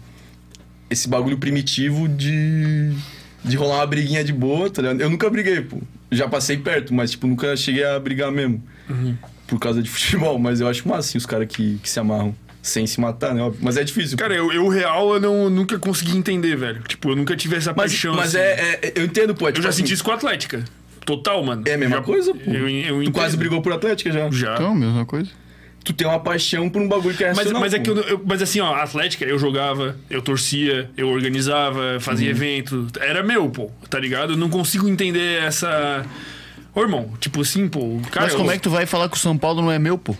B: esse bagulho primitivo de. De rolar uma briguinha de boa, tá ligado? Eu nunca briguei, pô. Já passei perto, mas, tipo, nunca cheguei a brigar mesmo.
A: Uhum.
B: Por causa de futebol. Mas eu acho massa, assim, os caras que, que se amarram. Sem se matar, né? Óbvio. Mas é difícil. pô.
A: Cara, eu, eu real, eu não, nunca consegui entender, velho. Tipo, eu nunca tive essa
B: mas,
A: paixão.
B: mas
A: assim.
B: é, é- Eu entendo, pô. é
A: Eu
B: tipo
A: já
B: assim,
A: senti isso com a Atlética. Total, mano.
B: É a mesma
A: Já-
B: coisa, pô.
A: Eu, eu
B: Tu
A: entendo.
B: quase brigou por Atlética já.
A: Já.
C: Então, mesma coisa.
B: Tu tem uma paixão por um bagulho que é
A: Mas,
B: racional,
A: mas é
B: pô.
A: que eu, eu- mas assim, ó, a Atlética, eu jogava, eu torcia, eu organizava, fazia
C: Uhum.
A: evento. Era meu, pô, tá ligado? Eu não consigo entender essa. Ô, irmão, tipo assim, pô. Cara,
C: Mas como
A: eu-
C: é que tu vai falar que o São Paulo não é meu, pô?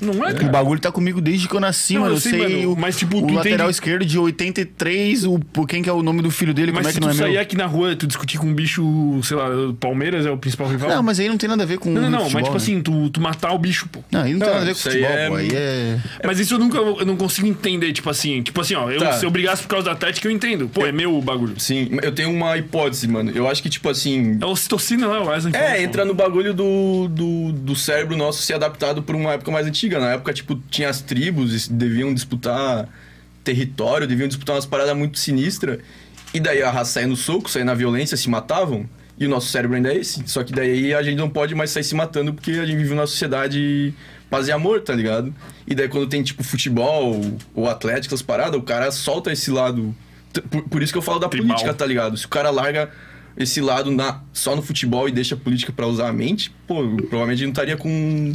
A: Não é,
C: O
A: cara?
C: bagulho tá comigo desde que eu nasci,
A: Não,
C: mano.
A: eu
C: Eu,
A: sei,
C: sei,
A: mano,
C: o,
A: mas, tipo,
C: o
A: tu
C: lateral
A: entende-
C: esquerdo de 83, o, quem que é o nome do filho dele,
A: Mas
C: como é
A: se
C: que
A: tu
C: não é
A: sair
C: meu?
A: aqui na rua, tu discutir com um bicho, sei lá, Palmeiras é o principal rival.
C: Não, mas aí não tem nada a ver com
A: Não, não, não,
C: futebol,
A: mas tipo
C: né?
A: assim, tu, tu matar o bicho, pô.
C: Não, aí não tem
B: Tá,
C: nada a ver com
B: isso aí
C: futebol,
B: é-
C: pô. Aí é...
A: Mas isso eu nunca eu não consigo entender, tipo assim. Tipo assim, ó, eu,
B: Tá.
A: se eu brigasse por causa da tática, eu entendo. Pô, é meu o bagulho.
B: Sim, eu tenho uma hipótese, mano. Eu acho que, tipo assim.
A: É ocitocina lá, o Eisen.
B: É, entra no bagulho do, do, do cérebro nosso ser adaptado por uma época mais antiga. Na época, tipo, tinha as tribos e deviam disputar território, deviam disputar umas paradas muito sinistras. E daí a raça saía no soco, saía na violência, se matavam. E o nosso cérebro ainda é esse. Só que daí a gente não pode mais sair se matando porque a gente vive numa sociedade paz e amor, tá ligado? E daí quando tem, tipo, futebol ou atlético, essas paradas, o cara solta esse lado. T- Por, por isso que eu falo da
A: Tribal.
B: política, tá ligado? Se o cara larga esse lado na- só no futebol e deixa a política pra usar a mente, pô, eu provavelmente não estaria com,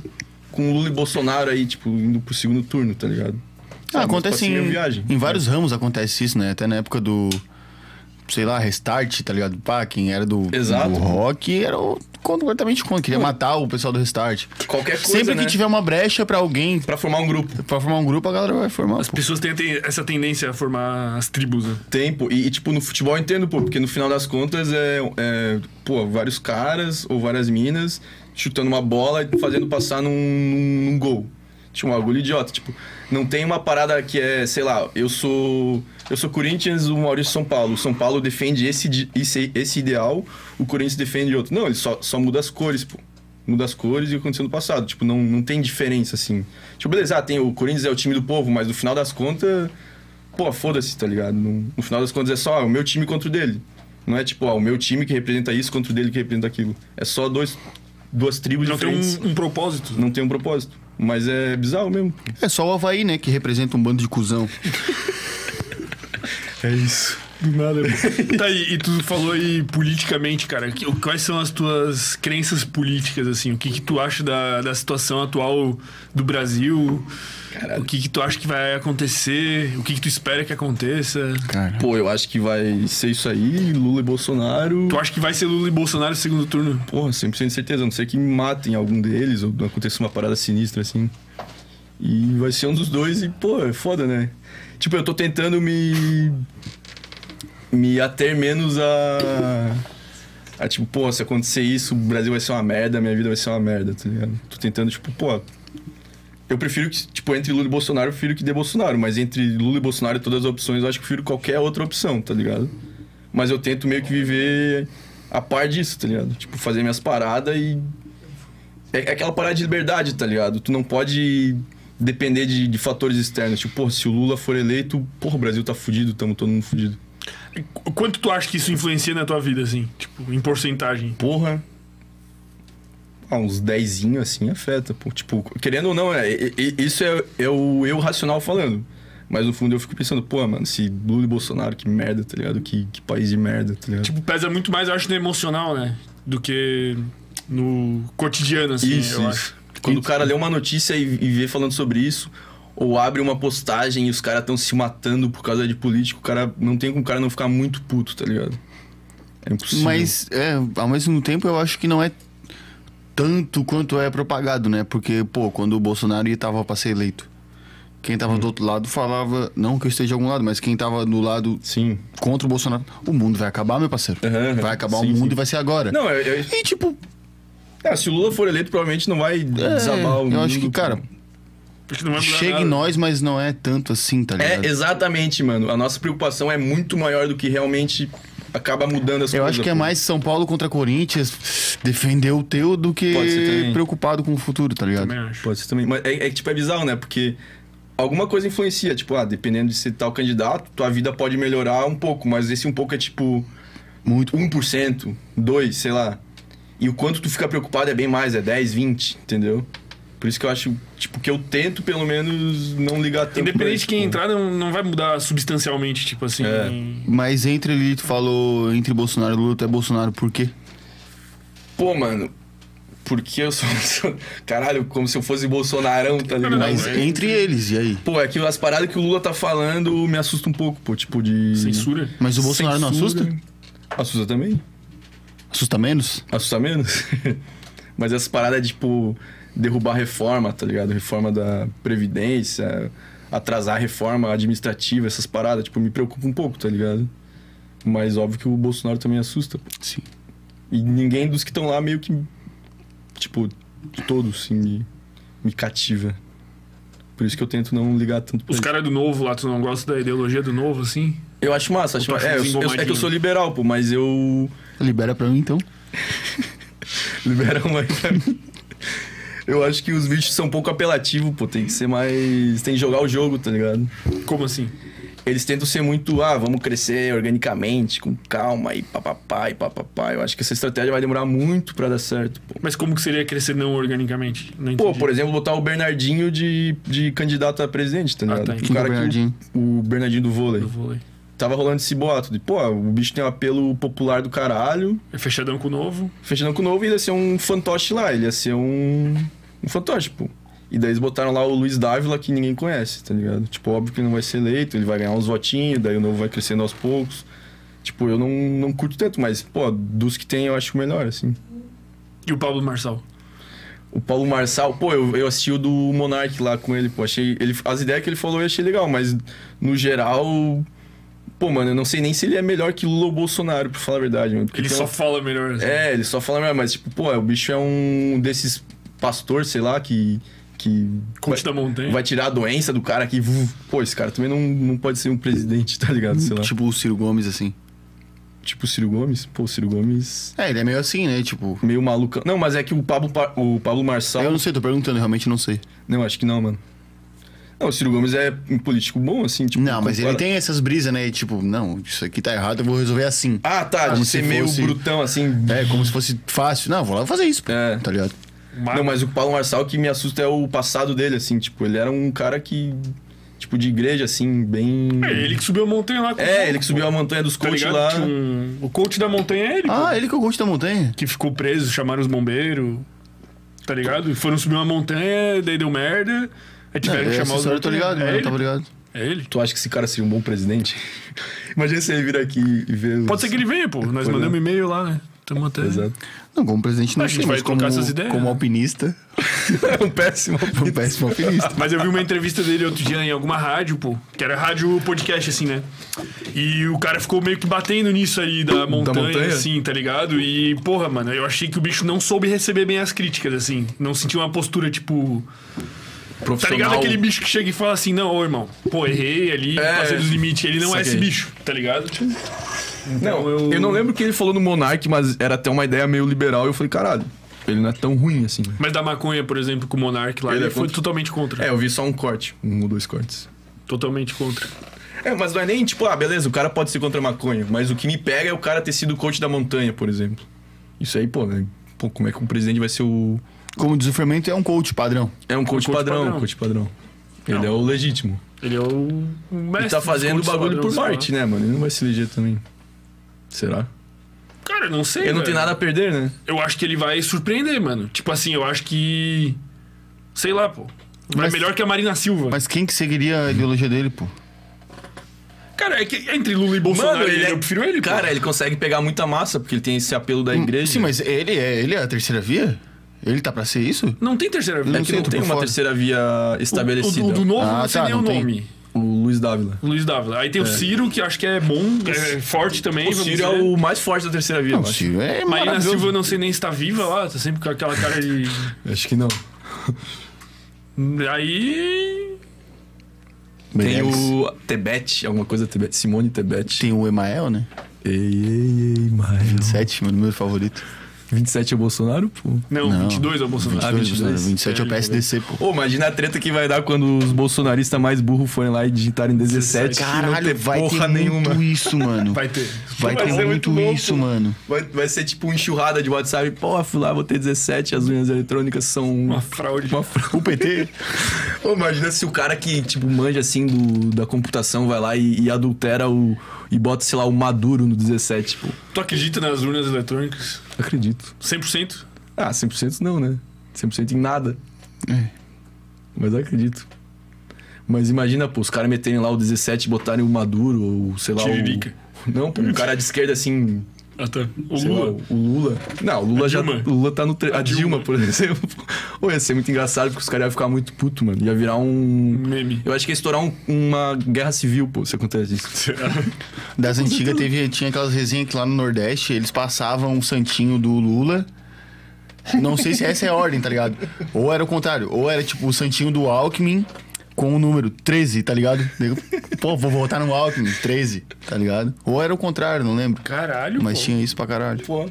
B: com Lula e Bolsonaro aí, tipo, indo pro segundo turno, tá ligado?
C: Ah,
B: mas
C: acontece
B: pode ser
C: em,
B: minha é viagem.
C: em vários ramos acontece isso, né? Até na época do, sei lá, Restart, tá ligado? Pá, quem era do,
B: Exato.
C: do rock era o- completamente contra, queria matar o pessoal do Restart.
B: Qualquer coisa,
C: Sempre
B: né?
C: que tiver uma brecha pra alguém,
B: Pra formar um grupo.
C: pra formar um grupo, a galera vai formar.
A: As
C: pô.
A: pessoas têm têm essa tendência a formar as tribos, né?
B: Tempo. E, e, tipo, no futebol eu entendo, pô, porque no final das contas é, é, pô, vários caras ou várias minas chutando uma bola e fazendo passar num, num, num gol. Tipo, um bagulho idiota. Tipo, não tem uma parada que é, sei lá, eu sou. Eu sou Corinthians, o Maurício São Paulo. O São Paulo defende esse, di- esse, esse ideal, o Corinthians defende outro. Não, ele só, só muda as cores, pô. Muda as cores e o que aconteceu no passado. Tipo, não, não tem diferença, assim. Tipo, beleza, ah, tem, o Corinthians é o time do povo, mas no final das contas, pô, foda-se, tá ligado? No, no final das contas é só ah, o meu time contra o dele. Não é tipo, ah, o meu time que representa isso contra o dele que representa aquilo. É só dois, duas tribos
A: Não tem
B: diferentes.
A: um, um propósito.
B: Não tem um propósito. Mas é bizarro mesmo.
C: É só o Havaí, né? Que representa um bando de cuzão.
B: É isso.
A: Nada. tá aí, e tu falou aí politicamente, cara. que- Quais são as tuas crenças políticas, assim? O que, que tu acha da, da situação atual do Brasil? O que, que tu acha que vai acontecer? O que, que tu espera que aconteça?
C: Cara.
B: Pô, eu acho que vai ser isso aí, Lula e Bolsonaro.
A: Tu acha que vai ser Lula e Bolsonaro no segundo turno?
B: Porra, 100% de certeza. A não ser que matem algum deles ou aconteça uma parada sinistra assim. E vai ser um dos dois e, pô, é foda, né? Tipo, eu tô tentando me. me ater menos a. a tipo, pô, se acontecer isso, o Brasil vai ser uma merda, minha vida vai ser uma merda, tá ligado? Tô tentando, tipo, pô. Eu prefiro que, tipo, entre Lula e Bolsonaro, eu prefiro que dê Bolsonaro, mas entre Lula e Bolsonaro e todas as opções, eu acho que eu prefiro qualquer outra opção, tá ligado? Mas eu tento meio que viver a par disso, tá ligado? Tipo, fazer minhas paradas e. É é aquela parada de liberdade, tá ligado? Tu não pode depender de, de fatores externos. Tipo, pô, se o Lula for eleito, porra, o Brasil tá fudido, tamo todo mundo fudido.
A: Qu- Quanto tu acha que isso influencia na tua vida, assim? Tipo, em porcentagem?
B: Porra. Ah, uns dezinho assim afeta, pô. Tipo, querendo ou não, é, e- e- isso é, é o eu racional falando. Mas no fundo eu fico pensando, pô, mano, se Lula e Bolsonaro, que merda, tá ligado? Que, que país de merda, tá ligado?
A: Tipo, pesa muito mais, eu acho, no emocional, né? Do que no cotidiano, assim,
B: Isso,
A: eu
B: isso.
A: acho.
B: Quando o cara lê uma notícia e, e vê falando sobre isso, ou abre uma postagem e os caras estão se matando por causa de político, o cara não tem como o cara não ficar muito puto, tá ligado? É impossível.
C: Mas, é, ao mesmo tempo, eu acho que não é tanto quanto é propagado, né? Porque, pô, quando o Bolsonaro ia tava pra ser eleito, quem
B: Hum.
C: tava do outro lado falava, não que eu esteja de algum lado, mas quem tava do lado
B: Sim.
C: contra o Bolsonaro, o mundo vai acabar, meu parceiro.
B: Aham, aham.
C: Vai acabar
B: É, Sim,
C: o mundo
B: sim.
C: e vai ser agora.
B: Não, eu, eu-
C: E, tipo,
B: é, se o Lula for eleito, provavelmente não vai
C: é,
B: desabar o
C: eu acho que,
B: mundo.
C: cara,
A: Porque não vai mudar
C: chega
A: nada.
C: em nós, mas não é tanto assim, tá ligado?
B: É, exatamente, mano. A nossa preocupação é muito maior do que realmente acaba mudando as coisas.
C: Eu acho que é
B: pô.
C: mais São Paulo contra Corinthians defender o teu do
B: Pode ser
C: que
B: também.
C: preocupado com o futuro, tá ligado?
A: Também acho.
B: Pode ser também. Mas é, é que, tipo, é bizarro, né? Porque alguma coisa influencia. Tipo, ah, dependendo de ser tal candidato, tua vida pode melhorar um pouco. Mas esse um pouco é, tipo,
C: Muito.
B: 1%, 2%, sei lá. E o quanto tu fica preocupado é bem mais, é 10, 20, entendeu? Por isso que eu acho, tipo, que eu tento, pelo menos, não ligar tanto. pra
A: Independente
B: isso,
A: de
B: né?
A: quem
B: pô.
A: entrar, não, não vai mudar substancialmente, tipo assim.
B: É.
C: Mas entre ele, tu falou entre Bolsonaro e Lula, tu é Bolsonaro por quê?
B: Pô, mano, porque eu sou... Caralho, como se eu fosse Bolsonarão, tá
A: Não,
B: ligado?
A: não, não,
C: Mas
A: é-
C: entre eles, e aí?
B: Pô, é que as paradas que o Lula tá falando me assusta um pouco, pô. Tipo, de...
A: Censura.
C: Mas o Bolsonaro não assusta?
B: Assusta também.
C: Assusta menos?
B: Assusta menos. Mas essas paradas de, tipo, derrubar reforma, tá ligado? Reforma da Previdência, atrasar a reforma administrativa, essas paradas, tipo, me preocupa um pouco, tá ligado? Mas óbvio que o Bolsonaro também assusta. pô.
C: Sim.
B: E ninguém dos que estão lá meio que. Tipo, todos, assim, me, me cativa. Por isso que eu tento não ligar tanto pra
A: Os
B: isso.
A: caras do novo lá, tu não gosta da ideologia do novo, assim?
B: Eu acho massa, acho
A: tu
B: massa.
A: acha
B: É, eu-
A: um
B: eu- é que eu
A: engomadinho?
B: sou liberal, pô, mas eu.
C: Libera pra mim, então.
B: Libera uma pra mim. Eu acho que os vídeos são um pouco apelativos, pô. Tem que ser mais. Tem que jogar o jogo, tá ligado?
A: Como assim?
B: Eles tentam ser muito, ah, vamos crescer organicamente, com calma e papapá e papapá. Eu acho que essa estratégia vai demorar muito pra dar certo, pô.
A: Mas como que seria crescer não organicamente? Não entendi.
B: Pô, por exemplo, botar o Bernardinho de, de candidato a presidente, tá
A: Ah,
B: ligado?
A: tá,
B: o
A: entendi.
B: cara
C: O Bernardinho.
B: Que, o, o Bernardinho do vôlei.
A: Eu vou ler.
B: Tava rolando esse boato de, pô, o bicho tem um apelo popular do caralho,
A: É fechadão com o novo.
B: Fechando com o novo, ele ia ser um fantoche lá, ele ia ser um, um fantoche, pô. E daí eles botaram lá o Luiz Dávila, que ninguém conhece, tá ligado? Tipo, óbvio que ele não vai ser eleito, ele vai ganhar uns votinhos, daí o novo vai crescendo aos poucos. Tipo, eu não, não curto tanto, mas, pô, dos que tem eu acho o melhor, assim.
A: E o Pablo Marçal.
B: O Paulo Marçal, pô, eu, eu assisti o do Monark lá com ele, pô, achei... Ele, as ideias que ele falou eu achei legal, mas no geral... Pô, mano, eu não sei nem se ele é melhor que Lula ou Bolsonaro, pra falar a verdade, mano. porque
A: Ele
B: tem
A: só
B: uma-
A: fala melhor. assim.
B: Então, é, ele só fala merda, mas tipo, pô, o bicho é um desses pastor, sei lá, que. que vai,
A: Coach da montanha.
B: vai tirar a doença do cara que. vu, Pô, esse cara também não, não pode ser um presidente, tá ligado? Sei lá. Tipo,
C: Tipo o Ciro Gomes, assim.
B: tipo o Ciro Gomes. Pô, o Ciro Gomes.
C: É, ele é meio assim, né? Tipo.
B: Meio maluco. Não, mas é que o Pablo, Pa- o Pablo Marçal.
C: Eu não sei, tô perguntando, realmente não sei.
B: Não, acho que não, mano. Não, o Ciro Gomes é um político bom, assim, tipo.
C: Não, mas ele
B: compara-
C: tem essas brisas, né? Tipo, não, isso aqui tá errado, eu vou resolver assim.
B: Ah, tá,
C: Como
B: de
C: se
B: ser meio
C: fosse-
B: brutão, assim.
C: É, como se fosse fácil. Não, vou lá fazer isso, pô.
B: É.
C: Tá ligado?
A: Mar-
B: Não, mas o Paulo Marçal que me assusta é o passado dele, assim, tipo, ele era um cara que. Tipo, de igreja, assim, bem.
A: É ele que subiu a montanha lá com o
B: É,
A: Paulo,
B: ele que subiu a montanha dos
A: Tá
B: coaches
A: ligado?
B: lá.
A: Tinha um- O coach da montanha é ele. pô.
C: Ah, ele que eu gosto da montanha.
A: Que ficou preso, chamaram os bombeiros. Tá ligado? E Foram subir uma montanha, daí deu merda. Aí
C: É,
A: tiveram que
C: essa
A: chamar os
C: história eu
B: tá
C: tô ligado,
A: bombeiros.
C: mano,
B: né?
A: é,
C: eu
A: ele?
C: tava ligado.
A: é ele.
B: Tu acha que esse cara seria um bom presidente? Imagina se ele vir aqui e ver. os-
A: Pode ser que ele venha, pô. Nós
B: Pois é.
A: mandamos e-mail lá, né? Tamo até.
B: Exato.
C: Não, como presidente não
A: A gente
C: sei,
A: vai
C: mas como,
A: trocar essas ideias,
C: como
A: né?
C: alpinista,
B: É um péssimo.
A: Tá
C: um péssimo alpinista.
A: Mas eu vi uma entrevista dele outro dia em alguma rádio, pô. Que era rádio podcast, assim, né? E o cara ficou meio que batendo nisso aí da montanha,
B: montanha?
A: assim, tá ligado? E, porra, mano, eu achei que o bicho não soube receber bem as críticas, assim. Não sentiu uma postura, tipo. Tá
B: Profissional.
A: ligado aquele bicho que chega e fala assim, não, ô irmão, pô, errei ali,
B: É,
A: passei dos limites. Ele não é esse
B: saquei.
A: bicho, tá ligado?
B: Não,
A: Então, eu-
B: eu... não lembro o que ele falou no Monark, mas era até uma ideia meio liberal. E eu falei, caralho, ele não é tão ruim assim.
A: Mas da maconha, por exemplo, com o Monark lá,
B: Ele
A: ele,
B: é
A: foi
B: contra?
A: totalmente contra.
B: É, eu vi só um corte, um ou dois cortes.
A: Totalmente contra.
B: É, mas não é nem tipo, ah, beleza, o cara pode ser contra a maconha, mas o que me pega é o cara ter sido coach da montanha, por exemplo. Isso aí, pô, né? pô como é que um presidente vai ser o.
C: Como diz o Fermento, é um coach padrão.
B: É um coach,
A: coach
B: padrão,
A: padrão.
B: coach padrão. Ele
A: Não. É,
B: é o legítimo.
A: Ele é o o mestre.
B: Ele tá
A: dos
B: fazendo o
A: coaches
B: bagulho
A: padrões,
B: por
A: sei lá.
B: Marte, né, mano? Ele não vai se eleger também. Será?
A: Cara, não sei.
B: Ele não
A: velho.
B: tem nada a perder, né?
A: Eu acho que ele vai surpreender, mano. Tipo assim, eu acho que. Sei lá, pô. Vai
C: Mas-
A: melhor que a Marina Silva.
C: Mas quem que seguiria a ideologia dele, pô?
A: Cara, é que entre Lula e Bolsonaro, ele-
B: é-
A: eu prefiro ele, pô. Hum,
B: Cara, ele consegue pegar muita massa, porque ele tem esse apelo da igreja.
C: Sim, mas ele é, ele é a terceira via? Ele tá pra ser isso?
A: Não tem terceira via.
B: É
C: não
B: que
C: sei,
B: não
C: tô
B: tem
C: por
B: uma
C: fora.
B: terceira via estabelecida.
A: O, o do novo
C: Ah,
A: não sei
C: tá,
A: nem o
C: não tem.
A: nome.
B: O Luiz Dávila.
A: Luiz Dávila. Aí tem o Ciro, que acho que é bom, é forte também.
B: O
A: vamos
B: Ciro é
A: dizer.
B: o mais forte da terceira via,
C: Não,
B: eu acho.
C: Ciro, é
A: Marina
C: maravilhoso.
A: Silva, eu não sei nem se tá viva lá, tá sempre com aquela cara de.
B: Acho que não.
A: Aí.
B: Tem
C: Meirelles.
B: o Tebet, alguma coisa Tebet. Simone Tebet.
C: Tem o Emael, né?
B: Ei, ei, ei, Maio.
C: Sétimo, meu favorito.
B: 27 é o Bolsonaro, pô.
A: Não,
C: Não.
A: 22 é o Bolsonaro.
B: Ah, 22.
C: 27 é o PSDC, pô.
B: Ô, imagina a treta que vai dar quando os bolsonaristas mais burros forem lá e digitarem 17. e não
C: Caralho,
B: ter
C: vai
B: porra
C: ter
B: nenhuma.
C: muito isso, mano.
A: Vai ter.
C: Vai ter muito,
B: ser muito louco.
C: isso, mano.
B: Vai, vai ser tipo uma enxurrada de WhatsApp. Pô, fui lá, botei 17, as unhas eletrônicas são
A: Uma
B: uma,
A: fraude.
B: fraude. O PT. Ô, imagina se o cara que, tipo, manja assim do, da computação vai lá e, e adultera o. e bota, sei lá, o Maduro no 17, tipo.
A: Tu acredita nas urnas eletrônicas?
B: Acredito.
A: 100%?
B: Ah, 100% não, né? 100% em nada.
A: É.
B: Mas eu acredito. Mas imagina, pô, os caras meterem lá o 17 e botarem o Maduro, ou sei lá.
A: Tiririca.
B: O... Não, pô, um cara de esquerda assim,
A: Ah, tá. O
B: Sei lá,
A: Lula.
B: o Lula. Não, o Lula
A: A
B: já.
A: Dilma.
B: O Lula tá no. Tre... A,
A: A
B: Dilma,
A: Dilma.
B: por exemplo. Ou ia ser muito engraçado, porque os caras iam ficar muito puto, mano. Ia virar um.
A: Meme.
B: Eu acho que ia estourar um- uma guerra civil, pô, se acontece isso.
C: Das
A: Uhum.
C: antigas teve, tinha aquelas resenhas que lá no Nordeste eles passavam um santinho do Lula. Não sei se essa é a ordem, tá ligado? Ou era o contrário, ou era tipo o santinho do Alckmin com o número 13, tá ligado? Nego, Pô, vou votar no Alckmin, 13, tá ligado? Ou era o contrário, não lembro.
A: Caralho,
C: Mas
A: pô.
C: tinha isso pra caralho.
B: Pô.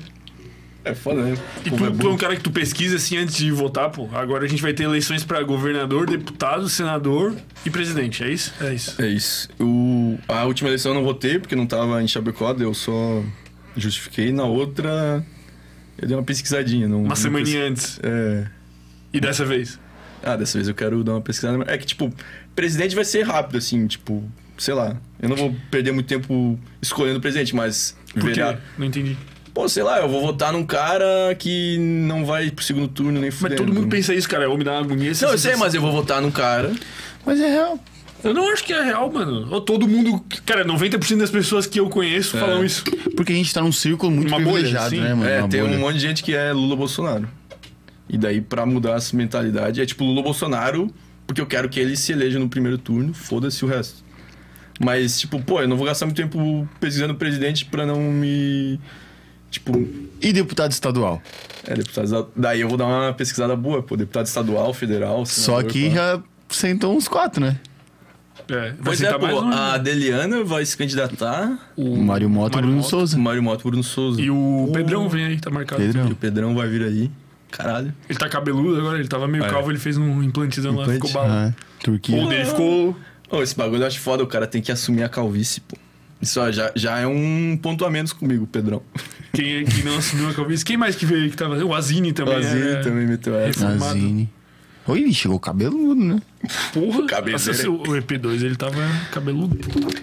B: É foda, né?
A: E
B: Pô,
A: tu, tu
B: é
A: é
B: bom.
A: um cara que tu pesquisa assim antes de votar, pô. Agora a gente vai ter eleições pra governador, deputado, senador e presidente. É isso? É isso.
B: É isso. O- a última eleição eu não votei, porque não tava em Chapecó, daí eu só justifiquei. Na outra, eu dei uma pesquisadinha. Não,
A: Uma
B: não
A: semaninha
B: pesqui-
A: antes.
B: É.
A: E dessa vez.
B: Ah, dessa vez eu quero dar uma pesquisada. É que, tipo, presidente vai ser rápido, assim, tipo, sei lá. Eu não vou perder muito tempo escolhendo presidente, mas.
A: Por quê?
B: vereador-
A: Não entendi.
B: Pô, sei lá, eu vou votar num cara que não vai pro segundo turno nem
A: Mas
B: fudendo.
A: todo mundo pensa isso, cara. É Ou me dá uma agonia. essa
B: Não, eu sei,
A: sensação.
B: mas eu vou votar num cara.
C: Mas é real.
A: Eu não acho que é real, mano. Ou Todo mundo. Cara, 90% das pessoas que eu conheço falam isso.
C: Porque a gente tá num círculo muito
A: Uma bolha,
C: privilegiado,
A: sim.
C: né, mano?
B: é,
C: Uma
B: tem
C: bolha.
B: um monte de gente que é Lula Bolsonaro. E daí, pra mudar essa mentalidade, é tipo Lula Bolsonaro, porque eu quero que ele se eleja no primeiro turno, foda-se o resto. Mas, tipo, pô, eu não vou gastar muito tempo pesquisando o presidente pra não me. Tipo,
C: E deputado estadual.
B: é, deputado estadual. Daí eu vou dar uma pesquisada boa, pô. Deputado estadual, federal.
C: Só
B: senador,
C: que
B: pá.
C: já sentou uns quatro, né?
A: É, vai
B: Pois é,
A: sentar
B: pô,
A: mais um,
B: a Adeliana vai se candidatar.
C: O Mário Mota e o
A: Mário
C: Bruno
A: Mota.
C: Souza.
B: Mário Moto, Bruno Souza.
A: E o Pedrão vem aí, tá marcado.
B: E o
C: Pedrão.
B: Pedrão vai vir aí. Caralho.
A: Ele tá cabeludo agora, ele tava meio
B: É.
A: calvo, ele fez um implantezão lá,
B: Implante?
A: ficou bala.
C: Ah, Turquia.
A: O dele ficou.
B: Ô, esse bagulho eu acho foda, o cara tem que assumir a calvície, pô. Isso ó, já, já é um ponto a menos comigo, Pedrão.
A: Quem, é que não assumiu a cabeça? Quem mais que veio aí que tava. O Azini também.
B: Sozinho
A: é...
B: também meteu essa.
A: formado.
C: Nazini. Oi, ele chegou cabeludo, né?
A: Porra.
B: Cabeleira.
A: Nossa, esse- o EP2 ele tava cabeludo.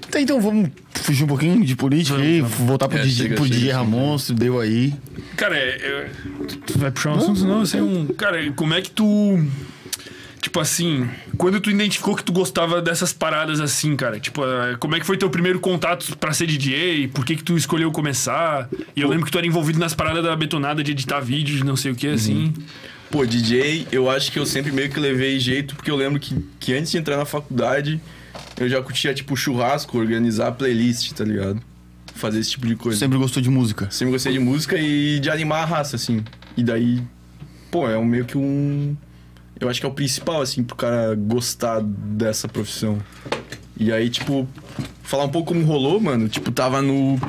C: Tá, então vamos fugir um pouquinho de política aí, voltar pro,
B: É,
C: DJ,
B: chega,
C: pro
B: chega,
C: DJ
B: chega.
C: Ramonstro, deu aí.
A: Cara, é, é- tu vai puxar um assunto, não? Assim, um... Cara, como é que tu. Tipo assim, quando tu identificou que tu gostava dessas paradas assim, cara? Tipo, ah, como é que foi teu primeiro contato pra ser DJ? Por que que tu escolheu começar? E eu lembro que tu era envolvido nas paradas da betonada de editar vídeo, de não sei o que, assim.
B: Pô, DJ, eu acho que eu sempre meio que levei jeito, porque eu lembro que, que antes de entrar na faculdade, eu já curtia, tipo, churrasco, organizar playlist, tá ligado? Fazer esse tipo de coisa.
C: Sempre gostou de música.
B: Sempre gostei de música e de animar a raça, assim. E daí, pô, é um meio que um. Eu acho que é o principal, assim, pro cara gostar dessa profissão. E aí, tipo, falar um pouco como rolou, mano. Tipo, tava no.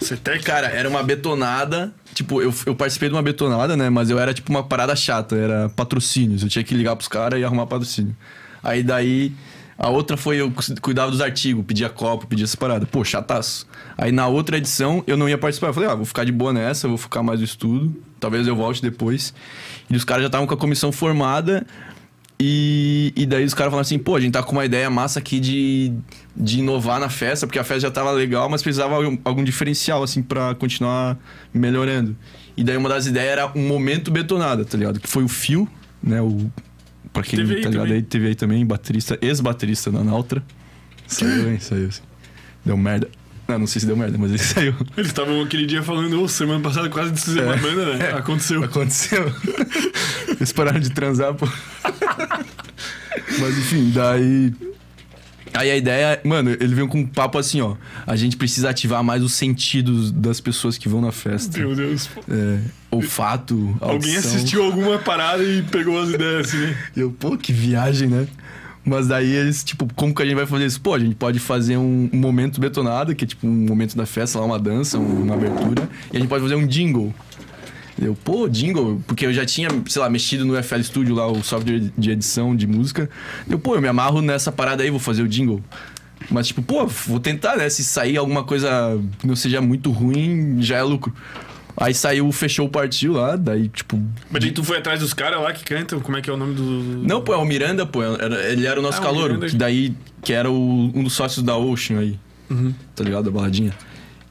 A: Você até
B: Cara, era uma betonada. Tipo, eu, eu participei de uma betonada, né? Mas eu era, tipo, uma parada chata. Era patrocínios. Eu tinha que ligar pros caras e arrumar patrocínio. Aí daí. A outra foi eu cu- cuidava dos artigos, pedia copo, pedia essa parada. Pô, chataço. Aí na outra edição eu não ia participar. Eu falei, ah, vou ficar de boa nessa, vou focar mais no estudo. Talvez eu volte depois. E os caras já estavam com a comissão formada. E, e daí os caras falaram assim, pô, a gente tá com uma ideia massa aqui de, de inovar na festa, porque a festa já tava legal, mas precisava algum, algum diferencial, assim, pra continuar melhorando. E daí uma das ideias era um momento betonada, tá ligado? Que foi o Fio, né? O, pra quem
A: Teve aí
B: tá ligado
A: também.
B: aí, teve aí também, baterista, ex-baterista da Nautra. Saiu, hein? Saiu, assim. Deu merda. Não, não sei se deu merda, mas ele saiu.
A: Eles estavam aquele dia falando, ô, semana passada quase desfizemos a banda, né? Aconteceu.
B: Aconteceu. Eles pararam de transar, pô. Mas enfim, daí. Aí a ideia, mano, ele veio com um papo assim, ó. A gente precisa ativar mais os sentidos das pessoas que vão na festa.
A: Meu Deus. pô.
B: É, olfato, audição.
A: Alguém assistiu alguma parada e pegou as ideias, assim, né?
B: E Eu, pô, que viagem, né? Mas daí eles, tipo, como que a gente vai fazer isso? Pô, a gente pode fazer um, um momento betonado, que é tipo um momento da festa, lá uma dança, um- uma abertura, e a gente pode fazer um jingle. Eu, pô, jingle, porque eu já tinha, sei lá, mexido no FL Studio lá, o software de edição de música. Eu, pô, eu me amarro nessa parada aí, vou fazer o jingle. Mas, tipo, pô, vou tentar, né? Se sair alguma coisa que não seja muito ruim, já é lucro. Aí saiu, o fechou, partiu lá, daí, tipo,
A: Mas aí tu foi atrás dos caras lá que cantam, como é que é o nome do.
B: não, pô, é o Miranda, pô. era- ele era o nosso
A: Ah, o
B: calouro.
A: Miranda.
B: Que daí, que era o- um dos sócios da Ocean aí.
A: Uhum.
B: Tá ligado? A baladinha.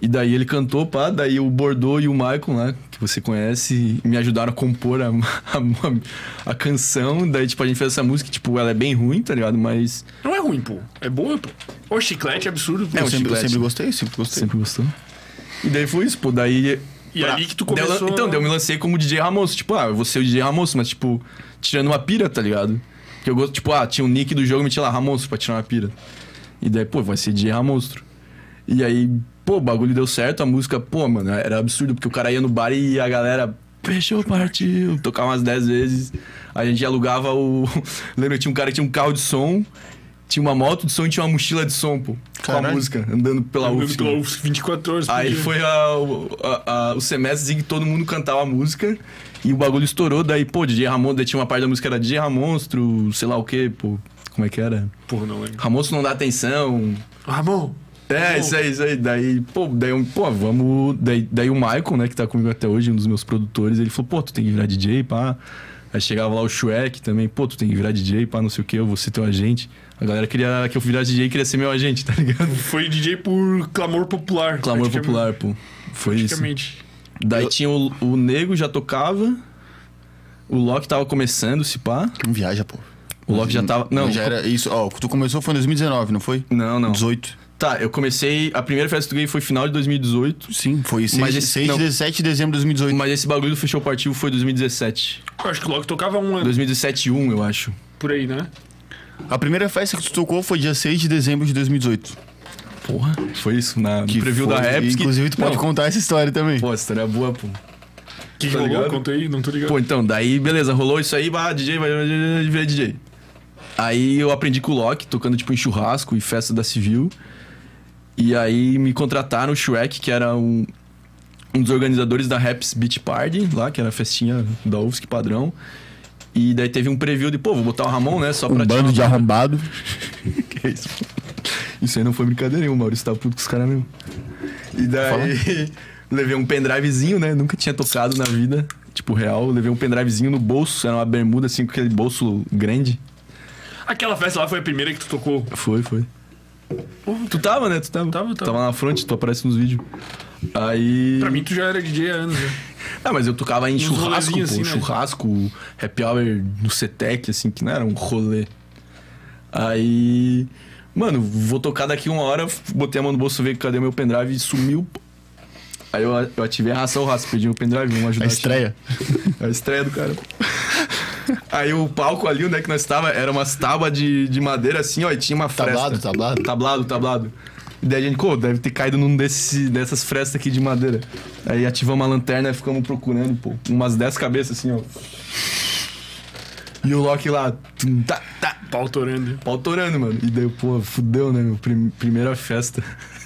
B: E daí ele cantou, pá. Daí o Bordeaux e o Michael, né? Que você conhece, me ajudaram a compor a, a, a canção. Daí, tipo, a gente fez essa música. Tipo, ela é bem ruim, tá ligado? Mas
A: Não é ruim, pô. É boa, pô. Ô, chiclete é absurdo, pô.
B: É,
C: eu,
B: o
C: sempre, eu
B: chiclete.
C: sempre gostei, sempre gostei.
B: sempre gostou. E daí foi isso, pô. Daí.
A: E aí que tu
B: Daí eu lan-
A: começou-
B: então, daí eu me lancei como DJ Ramos. Tipo, ah, eu vou ser o DJ Ramos, mas, tipo, tirando uma pira, tá ligado? Porque eu gosto, tipo, ah, tinha um nick do jogo e me tinha lá Ramos pra tirar uma pira. E daí, pô, vai ser DJ Ramonstro. E aí, pô, o bagulho deu certo, a música, pô, mano, era absurdo, porque o cara ia no bar e a galera. Fechou, partiu. Tocava umas 10 vezes. A gente alugava o. Lembra, tinha um cara que tinha um carro de som, tinha uma moto de som e tinha uma mochila de som, pô. Com a
C: Caralho.
B: música, andando pela
A: Andando
B: UFSC.
A: pela UFSC 24 horas. por
B: Aí
A: dia.
B: foi a- o- a- a- o semestre em que todo mundo cantava a música e o bagulho estourou. Daí, pô, DJ Ramon, daí tinha uma parte da música era DJ Ramonstro, sei lá o quê, pô. Como é que era?
A: Porra, não lembro.
B: Ramonstro não dá atenção.
A: Ramon!
B: É, isso aí, isso aí. Daí, pô, daí, eu- pô vamos. Daí, daí o Michael, né, que tá comigo até hoje, um dos meus produtores, ele falou, pô, tu tem que virar DJ, pá. Aí chegava lá o Shrek também, pô, tu tem que virar DJ, pá, não sei o quê, eu vou ser teu agente. A galera queria que eu virasse DJ e queria ser meu agente, tá ligado?
A: Foi DJ por clamor popular.
B: Clamor
A: praticamente-
B: popular, pô. Foi isso.
A: Praticamente.
B: Daí tinha o, o Nego já tocava. O Loki tava começando, se pá.
C: Não viaja, pô.
B: O Loki já tava. Não,
C: Já era isso. Ó, tu começou foi em 2019, não foi?
B: Não, não.
C: 18.
B: Tá, eu comecei. A primeira festa que eu ganhei foi final de 2018.
C: Sim, foi 6,
B: Mas esse- não.
C: de 7 de dezembro de 2018.
B: Mas esse bagulho do Fechou Partido foi 2017.
A: Eu acho que logo tocava um ano
B: 2017 1, eu acho.
A: por aí, né?
C: A primeira festa que tu tocou foi dia 6 de dezembro de 2018.
B: Porra. Foi isso, na que preview
C: foi-
B: da rap.
C: Inclusive, tu pode
B: não,
C: contar essa história também.
B: Pô, essa história é boa, pô.
A: O que, que
B: Tá
A: rolou?
B: ligado?
A: Conta aí, não tô ligado.
B: Pô, então, daí, beleza, rolou isso aí, bah, DJ, vai, vai, vai, vai, DJ. Aí eu aprendi com o Loki, tocando tipo em churrasco e festa da civil. E aí me contrataram o Shrek, que era um, um dos organizadores da Raps Beach Party, lá, que era a festinha da UFSC padrão. E daí teve um preview de, pô, vou botar o Ramon, né, só pra
C: um
B: tirar
C: bando
B: uma-
C: de arrombado.
B: que é isso? Isso aí não foi brincadeira nenhuma, Maurício tá puto com os caras mesmo. E daí, levei um pendrivezinho, né? Nunca tinha tocado na vida, tipo, real. Levei um pendrivezinho no bolso, era uma bermuda, assim, com aquele bolso grande.
A: Aquela festa lá foi a primeira que tu tocou.
B: Foi, foi. Tu tava, né? Tu tava.
A: Tava, tava.
B: tava na frente, tu aparece nos vídeos. Aí.
A: Pra mim, tu já era DJ há anos, né?
B: Ah, mas eu tocava em
A: Uns
B: churrasco, pô,
A: rolezinhos assim, né?
B: churrasco, happy hour no CETEC, assim, que não era um rolê. Aí, mano, vou tocar daqui uma hora, f- botei a mão no bolso, ver cadê meu pendrive e sumiu. pô. Aí eu, eu ativei a raça ao raça, perdi meu pendrive, vamos ajudar.
C: A estreia.
B: A estreia do cara. Aí o palco ali, onde é que nós estava, era umas tábuas de, de madeira assim, ó, e tinha uma fresta.
C: Tablado, tablado.
B: Tablado, tablado. E daí a gente, pô, deve ter caído num desse, dessas frestas aqui de madeira. Aí ativamos a lanterna e ficamos procurando, pô. Umas 10 cabeças assim, ó. E o Loki lá, tum, tá, tá,
A: Pau torando.
B: pau torando, mano. E daí, eu, pô, fudeu, né, meu? Prim- primeira festa.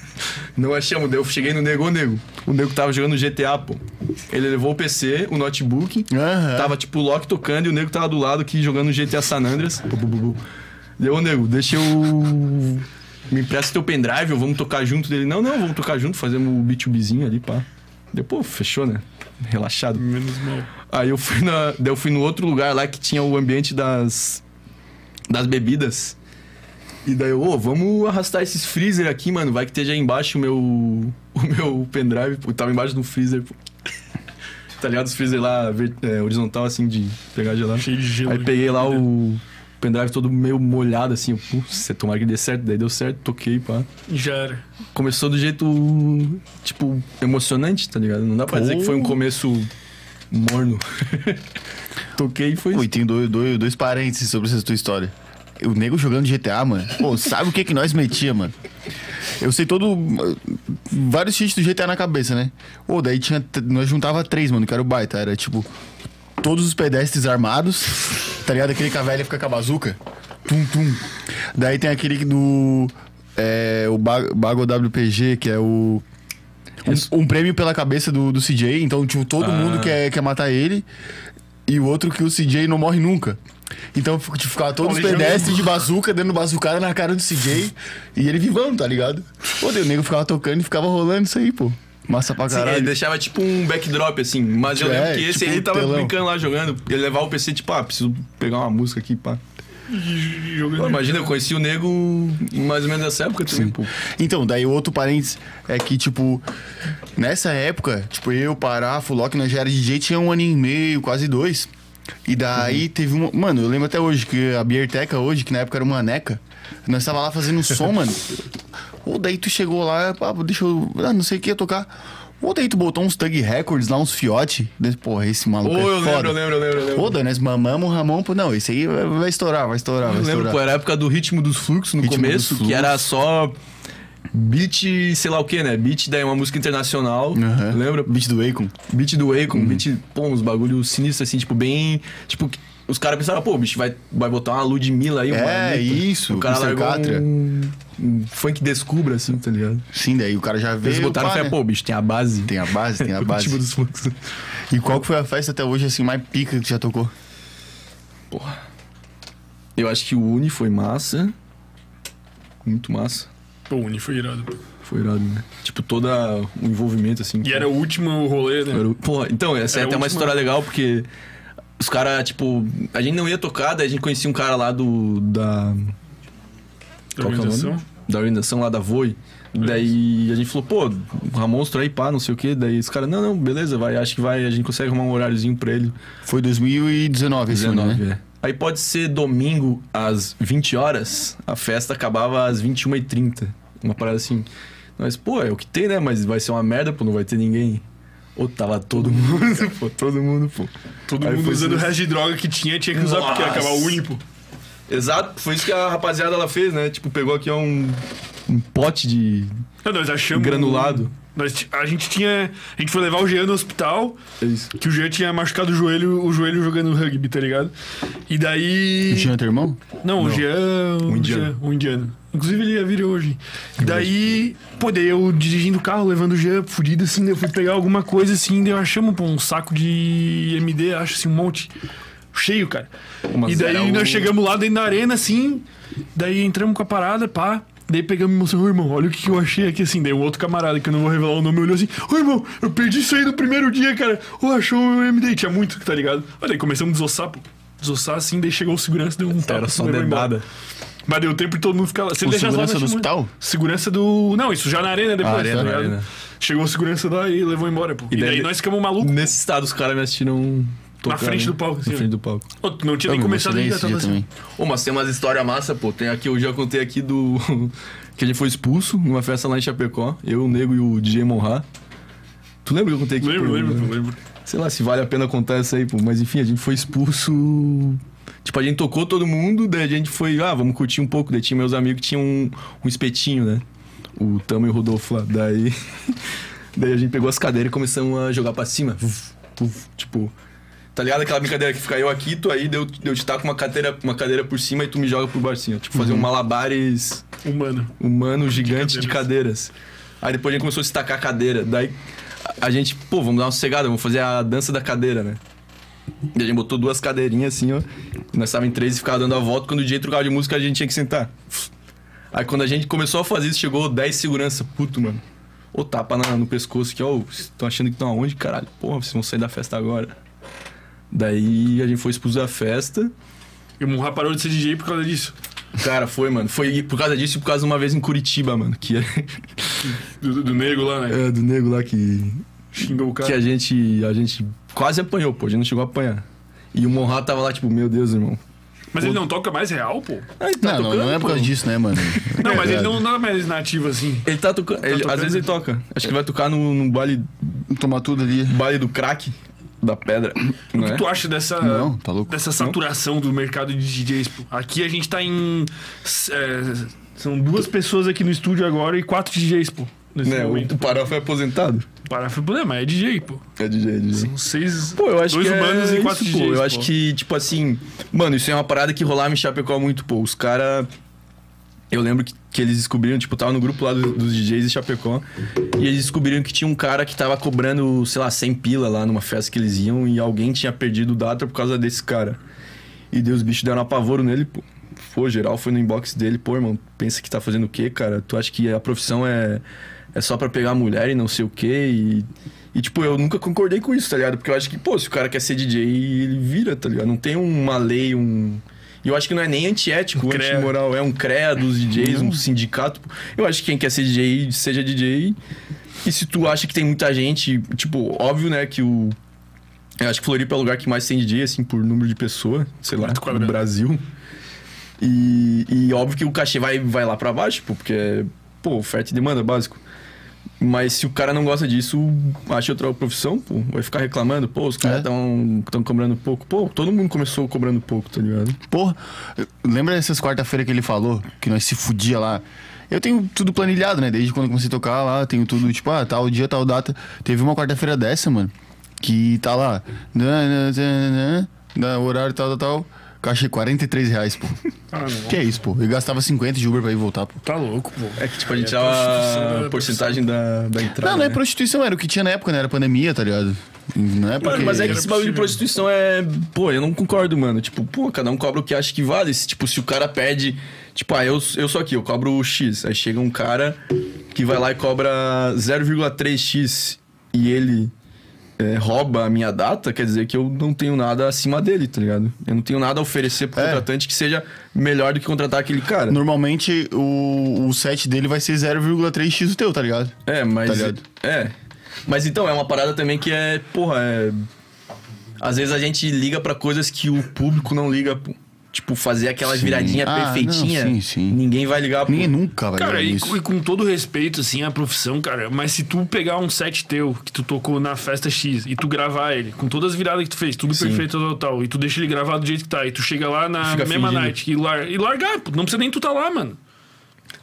B: Não achamos, daí eu cheguei no nego, ô nego. O nego tava jogando GTA, pô. Ele levou o PC, o notebook,
C: Aham.
B: Tava tipo o Loki tocando e o nego tava do lado aqui jogando GTA San Andreas. Bu, bu, bu, bu. Deu, ô nego, deixa eu. Me empresta teu pendrive, ou vamos tocar junto dele. Não, não, vamos tocar junto, fazemos o B2Bzinho ali, pá. Deu, pô, fechou, né? Relaxado.
A: Menos mal.
B: Aí eu fui na. Daí eu fui no outro lugar lá que tinha o ambiente das. das bebidas. E daí eu, ô, vamos arrastar esses freezer aqui, mano. Vai que esteja aí embaixo o meu. o meu pendrive. Pô, tava embaixo de um freezer, pô. tá ligado? Os freezer lá, ver- é, horizontal, assim, de pegar gelado.
A: Cheio de gelo.
B: Aí peguei lá o pendrive todo meio molhado, assim. eu, Putz, você tomara que dê certo. Daí deu certo, toquei, pá.
A: Já era.
B: Começou do jeito, tipo, emocionante, tá ligado? Não dá pra dizer que foi um começo morno. Toquei e foi
C: Pô,
B: isso.
C: e tem dois, dois, dois parênteses sobre essa tua história. O nego jogando GTA, mano. Pô, sabe o que que nós metia, mano? Eu sei todo. Vários cheats do GTA na cabeça, né? Pô, daí tinha. t- Nós juntava três, mano, que era o baita. Era tipo. Todos os pedestres armados. Tá ligado? Aquele que a velha fica com a bazuca. Tum, tum. Daí tem aquele do. É. O Ba- Bago WPG, que é o. Um, um prêmio pela cabeça do, do CJ. Então, tipo, todo mundo quer, quer matar ele. E o outro que o CJ não morre nunca. Então, fico- tipo, ficava todos os
A: Legião
C: pedestres de bazuca, dando bazucada na cara do CJ. e ele vivão, tá ligado? Pô, daí o nego ficava tocando e ficava rolando isso aí, pô. Massa pra
B: Sim, ele
C: caralho.
B: deixava tipo um backdrop, assim. Mas eu
C: É,
B: lembro que esse
C: tipo
B: aí
C: um
B: tava
C: telão.
B: brincando lá jogando. Ele levava o PC, tipo, ah, preciso pegar uma música aqui, pá.
A: E jogando.
B: Pô, imagina, eu conheci o nego mais ou menos nessa época também, pô.
C: Então, daí outro parênteses é que, tipo, nessa época, tipo, eu, Pará, Fulok, nós já era DJ, tinha um ano e meio, quase dois. E
B: Uhum.
C: daí teve uma. Mano, eu lembro até hoje que a Bierteca hoje, que na época era uma neca, nós tava lá fazendo um som, mano. Ou daí tu chegou lá, pá, deixa eu. Ah, não ah, sei o que ia tocar. Ontem tu botou uns Tug Records lá, uns fiote. Desse- Porra, esse maluco
B: Ô, eu
C: é foda.
B: lembro, eu lembro, eu lembro, eu lembro.
C: Foda, né? Mamamos o Ramon. pô, Não, esse aí vai vai estourar, vai estourar, vai
B: Eu lembro,
C: estourar.
B: pô, era a época do ritmo dos fluxos no
C: Ritmo
B: começo,
C: dos Fluxos.
B: que era só beat, sei lá o que, né? Beat daí uma música internacional.
C: Aham.
B: Lembra?
C: Beat do Akon.
B: Beat do Akon,
C: Uhum.
B: beat, pô, uns bagulho sinistro assim, tipo, bem. Tipo, que- os caras pensaram, pô, bicho, vai, vai botar uma Ludmilla aí, uma
C: É,
B: Anitta.
C: isso,
B: O cara
C: Mr.
B: largou
C: Catra.
B: um, um funk descubra, assim, tá ligado?
C: Sim, daí o cara já veio.
B: Eles botaram
C: pá,
B: fé,
C: né?
B: pô, bicho, tem a base.
C: Tem a base, tem a
B: o
C: base.
A: tipo
B: Ritmo dos fluxos.
C: E qual que foi a festa até hoje, assim, mais pica que já tocou?
B: Eu acho que o Uni foi massa. Muito massa.
A: Pô, o Uni foi irado.
B: Foi irado, né? Tipo, todo o envolvimento, assim.
A: E era o último rolê, né?
B: Era o- Porra, então, essa é
A: Era né?
B: até
A: a
B: uma
A: última.
B: história legal, porque os caras, tipo, a gente não ia tocar, daí a gente conhecia um cara lá do. da.
A: Da
B: qual que é o nome?
A: organização.
B: Da organização lá da Voi. Daí a gente falou, pô, Ramonstro aí, pá, não sei o quê. Daí os caras, não, não, beleza, vai, acho que vai, a gente consegue arrumar um horáriozinho pra ele.
C: Foi 2019 esse ano,
B: 19,
C: né?
B: é. Aí pode ser domingo às 20 horas, a festa acabava às 21h30. Uma parada assim. Nós, pô, é o que tem, né? Mas vai ser uma merda, pô, não vai ter ninguém. Ou tava todo mundo, pô, todo mundo, pô.
A: Todo
B: Aí
A: mundo
B: foi
A: usando o
B: isso.
A: resto de droga que tinha, tinha que usar porque ia
B: Nossa.
A: acabar o Uni, pô.
B: Exato, foi isso que a rapaziada ela fez, né? Tipo, pegou aqui ó, um, um pote de
A: Não, nós achamos. um
B: granulado.
A: Nós ti- a gente tinha. A gente foi levar o Jean no hospital,
B: É isso.
A: que o Jean tinha machucado o joelho, o joelho jogando rugby, tá ligado? E daí.
C: O Jean, teu irmão?
A: Não, o Jean.
B: Um
A: o
B: indiano.
A: Jean, um indiano. Inclusive ele ia vir hoje. E daí, pô, daí eu dirigindo o carro, levando o Jean fudido, assim, daí eu fui pegar alguma coisa assim, daí eu achamos, pô, um saco de MD, acho assim, um monte. Cheio, cara.
B: Mas
A: e daí
B: era o-
A: nós chegamos lá dentro da arena, assim, daí entramos com a parada, pá. Daí pegamos e mostramos, ô irmão, olha o que que eu achei aqui, assim. Daí um outro camarada, que eu não vou revelar o nome, olhou assim, ô irmão, eu perdi isso aí no primeiro dia, cara. Ô, achou o meu MD, tinha muito, tá ligado? Olha, daí começamos a desossar, pô. Desossar assim, daí chegou o segurança, deu um tapa,
B: Era só
A: levou embora.
B: dedada.
A: Mas deu tempo de todo mundo ficar lá. Se
C: O
A: ele deixasse lá,
C: segurança do
A: nós tínhamos-
C: hospital?
A: Segurança do. Não, isso já na arena depois,
C: Ah, arena,
A: tá ligado?
B: arena.
A: Chegou o segurança lá e levou embora, pô. E,
B: daí
A: daí,
B: ele-
A: nós ficamos malucos.
B: Nesse estado, os caras me assistiram um tocando. né?
A: frente do palco,
B: Na
A: assim, ó.
B: frente do palco.
A: Ô, tu não tinha
C: Eu
A: nem
C: me
A: começado
C: vacilei um
A: ainda,
C: esse
A: tava
C: dia
A: assim.
C: também.
B: Ô, mas tem umas histórias massa, pô. Tem aqui, eu já contei aqui do. que ele foi expulso numa festa lá em Chapecó. Eu, o nego e o DJ Monra. Tu lembra que eu contei aqui?
A: Lembro,
B: pô?
A: lembro, pô, lembro.
B: Sei lá se vale a pena contar essa aí, pô. Mas enfim, a gente foi expulso. Tipo, a gente tocou todo mundo, daí a gente foi, ah, vamos curtir um pouco. Daí tinha meus amigos que tinham um, um espetinho, né? O Tamo e o Rodolfo lá. Daí. daí a gente pegou as cadeiras e começamos a jogar pra cima. Uf, uf, tipo. Tá ligado aquela brincadeira que fica eu aqui, tu aí, daí eu, daí eu te taco uma cadeira, uma cadeira por cima e tu me joga por baixo, assim, ó. Tipo, fazer um malabares
A: Humano.
B: humano gigante de cadeiras. Aí depois a gente começou a destacar a cadeira. Daí a- a gente, pô, vamos dar uma sossegada, vamos fazer a dança da cadeira, né? E a gente botou duas cadeirinhas assim, ó. Nós estávamos em três e ficava dando a volta. Quando o DJ trocava de música, a gente tinha que sentar. Aí quando a gente começou a fazer isso, chegou 10 segurança, puto, mano. Ô, tapa na- no pescoço aqui, ó. "Ô, Vocês estão achando que estão aonde, caralho? Porra, vocês vão sair da festa agora. Daí a gente foi expulso da festa.
A: E o Munra parou de ser DJ por causa disso.
B: Cara, foi, mano. Foi por causa disso e por causa de uma vez em Curitiba, mano. Que
A: Do, do nego lá, né?
B: É, do nego lá que.
A: Xingou o cara.
B: Que a gente. A gente quase apanhou, pô. A gente não chegou a apanhar. E o Monra tava lá, tipo, meu Deus, irmão. Ah,
A: Mas ele não toca mais real, pô.
B: ele tá
C: não, não, não é por causa disso, né, mano?
A: Tá Não, mas ele não não é mais nativo assim.
B: Ele tá tocando. ele-
A: tocando.
B: às vezes ele toca. Acho que ele vai tocar no, no baile,
C: Tomar tudo ali.
B: baile do crack da pedra. Não
A: O que
B: é?
A: tu acha dessa,
C: Não, tá louco.
A: dessa saturação do mercado de DJs? pô? Aqui a gente tá em. é, são duas pessoas aqui no estúdio agora e quatro DJs, pô. Nesse
B: Né,
A: momento.
B: o Pará foi aposentado.
A: Parar foi problema, mas é DJ, pô.
B: É DJ, DJ.
A: São seis.
B: Pô, eu acho
A: dois
B: que
A: humanos
B: é
A: e quatro
B: isso, pô.
A: DJs.
B: Eu acho que, tipo assim... Mano, isso é uma parada que rolava em Chapecó muito, pô. Os caras... Eu lembro que, que eles descobriram, tipo, tava no grupo lá do- dos DJs de Chapecó. E eles descobriram que tinha um cara que tava cobrando, sei lá, 100 pila lá numa festa que eles iam. E alguém tinha perdido o data por causa desse cara. E Deus, os bichos deram um apavoro nele, pô. Pô, geral foi no inbox dele, pô, irmão, pensa que tá fazendo o quê, cara? Tu acha que a profissão é, é só pra pegar mulher e não sei o quê? E, e, tipo, eu nunca concordei com isso, tá ligado? Porque eu acho que, pô, se o cara quer ser DJ, ele vira, tá ligado? Não tem uma lei, um. E eu acho que não é nem antiético,
A: CREA.
B: antimoral. É um CREA dos DJs, um sindicato. Eu acho que quem quer ser DJ, seja DJ. E se tu acha que tem muita gente, tipo, óbvio, né, que o. Eu acho que Floripa é o lugar que mais tem DJ, assim, por número de pessoa, sei lá,
A: Metro
B: no
A: quadrado.
B: Brasil. E, e óbvio que o cachê vai, vai lá pra baixo, pô, porque, é, pô, oferta e demanda, básico. Mas se o cara não gosta disso, acha outra profissão, pô. Vai ficar reclamando, pô, os caras
C: É.
B: estão tão cobrando pouco. Pô, todo mundo começou cobrando pouco, tá ligado?
C: Porra, eu- lembra essas quarta-feira que ele falou que nós se fudia lá? Eu tenho tudo planilhado, né? Desde quando eu comecei a tocar lá, tenho tudo, tipo, ah, tal dia, tal data. Teve uma quarta-feira dessa, mano, que tá lá, nã, nã, nã, nã, nã, horário tal, tal, tal. Cachei 43 reais, pô.
A: Ah, não.
C: Que é isso, pô? Eu gastava 50 de Uber pra ir voltar, pô.
A: Tá louco, pô.
B: É que, tipo, a
A: Aí
B: gente
A: é prostituição
B: tirava
A: da-
B: a porcentagem da, da entrada.
C: Não, não é
B: né?
C: prostituição, era o que tinha na época, né? Era pandemia, tá ligado? Não é porque...
B: Mano, mas é que
A: Era
B: esse bagulho de
A: possível.
B: prostituição é. Pô, eu não concordo, mano. Tipo, pô, cada um cobra o que acha que vale. Se, tipo, se o cara pede. Tipo, ah, eu, eu sou aqui, eu cobro o X. Aí chega um cara que vai lá e cobra 0,3x e ele é, rouba a minha data, quer dizer que eu não tenho nada acima dele, tá ligado? Eu não tenho nada a oferecer pro
C: É.
B: contratante que seja melhor do que contratar aquele cara.
C: Normalmente o, o set dele vai ser 0,3x o teu, tá ligado?
B: É, mas.
C: Tá ligado?
B: É. Mas então, é uma parada também que é. Porra, é. Às vezes a gente liga pra coisas que o público não liga, pô. Tipo, fazer aquela
C: Sim.
B: viradinha
C: Ah,
B: perfeitinha.
C: não, sim, sim.
B: Ninguém vai ligar, pô.
C: Ninguém nunca vai
A: Cara,
C: ganhar
A: e,
C: isso.
A: e com todo respeito, assim, à profissão, cara, mas se tu pegar um set teu que tu tocou na festa X e tu gravar ele, com todas as viradas que tu fez, tudo perfeito, total, tal, e tu deixa ele gravado do jeito que tá, e tu chega lá na
B: Fica
A: mesma
B: fingindo.
A: night e, lar, e largar, pô, não precisa nem tu tá lá, mano.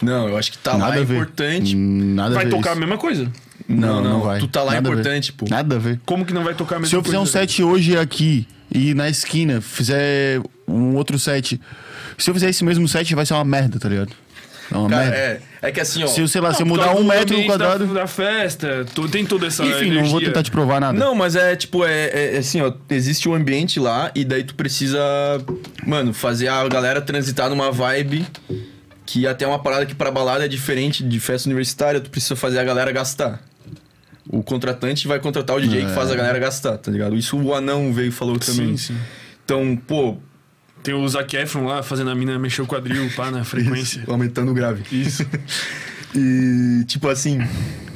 B: Não, eu acho que tá lá
C: Nada
B: é
C: a ver.
B: importante.
C: Hum, Nada
A: Vai
C: a ver
A: tocar
C: isso.
A: a mesma coisa.
B: Não, não.
C: vai.
B: Tu tá lá é
C: Nada a ver.
B: importante, pô.
C: Nada a ver.
A: Como que não vai tocar a mesma
C: Se eu fizer um
A: coisa?
C: set hoje aqui e na esquina fizer um outro set, se eu fizer esse mesmo set, vai ser uma merda, tá ligado? É uma
B: Cara,
C: merda.
B: é. É que assim, ó.
C: Se eu, sei lá, se eu
A: Por
C: mudar
A: causa
C: um
A: do
C: metro
A: ambiente
C: quadrado.
A: Da, da festa, tu- tem toda essa.
C: Enfim, não vou
A: energia.
C: tentar te provar nada.
B: Não, mas é tipo, é, é assim, ó, existe um ambiente lá e daí tu precisa, mano, fazer a galera transitar numa vibe que até é uma parada que pra balada é diferente de festa universitária, tu precisa fazer a galera gastar. O contratante vai contratar o DJ que faz a galera gastar, tá ligado? Isso o anão veio e falou também.
A: É. Sim, sim.
B: Então, pô,
A: Tem o Zac Efron lá fazendo a mina mexer o quadril, pá, na frequência.
B: aumentando o grave.
A: Isso.
B: E, tipo assim,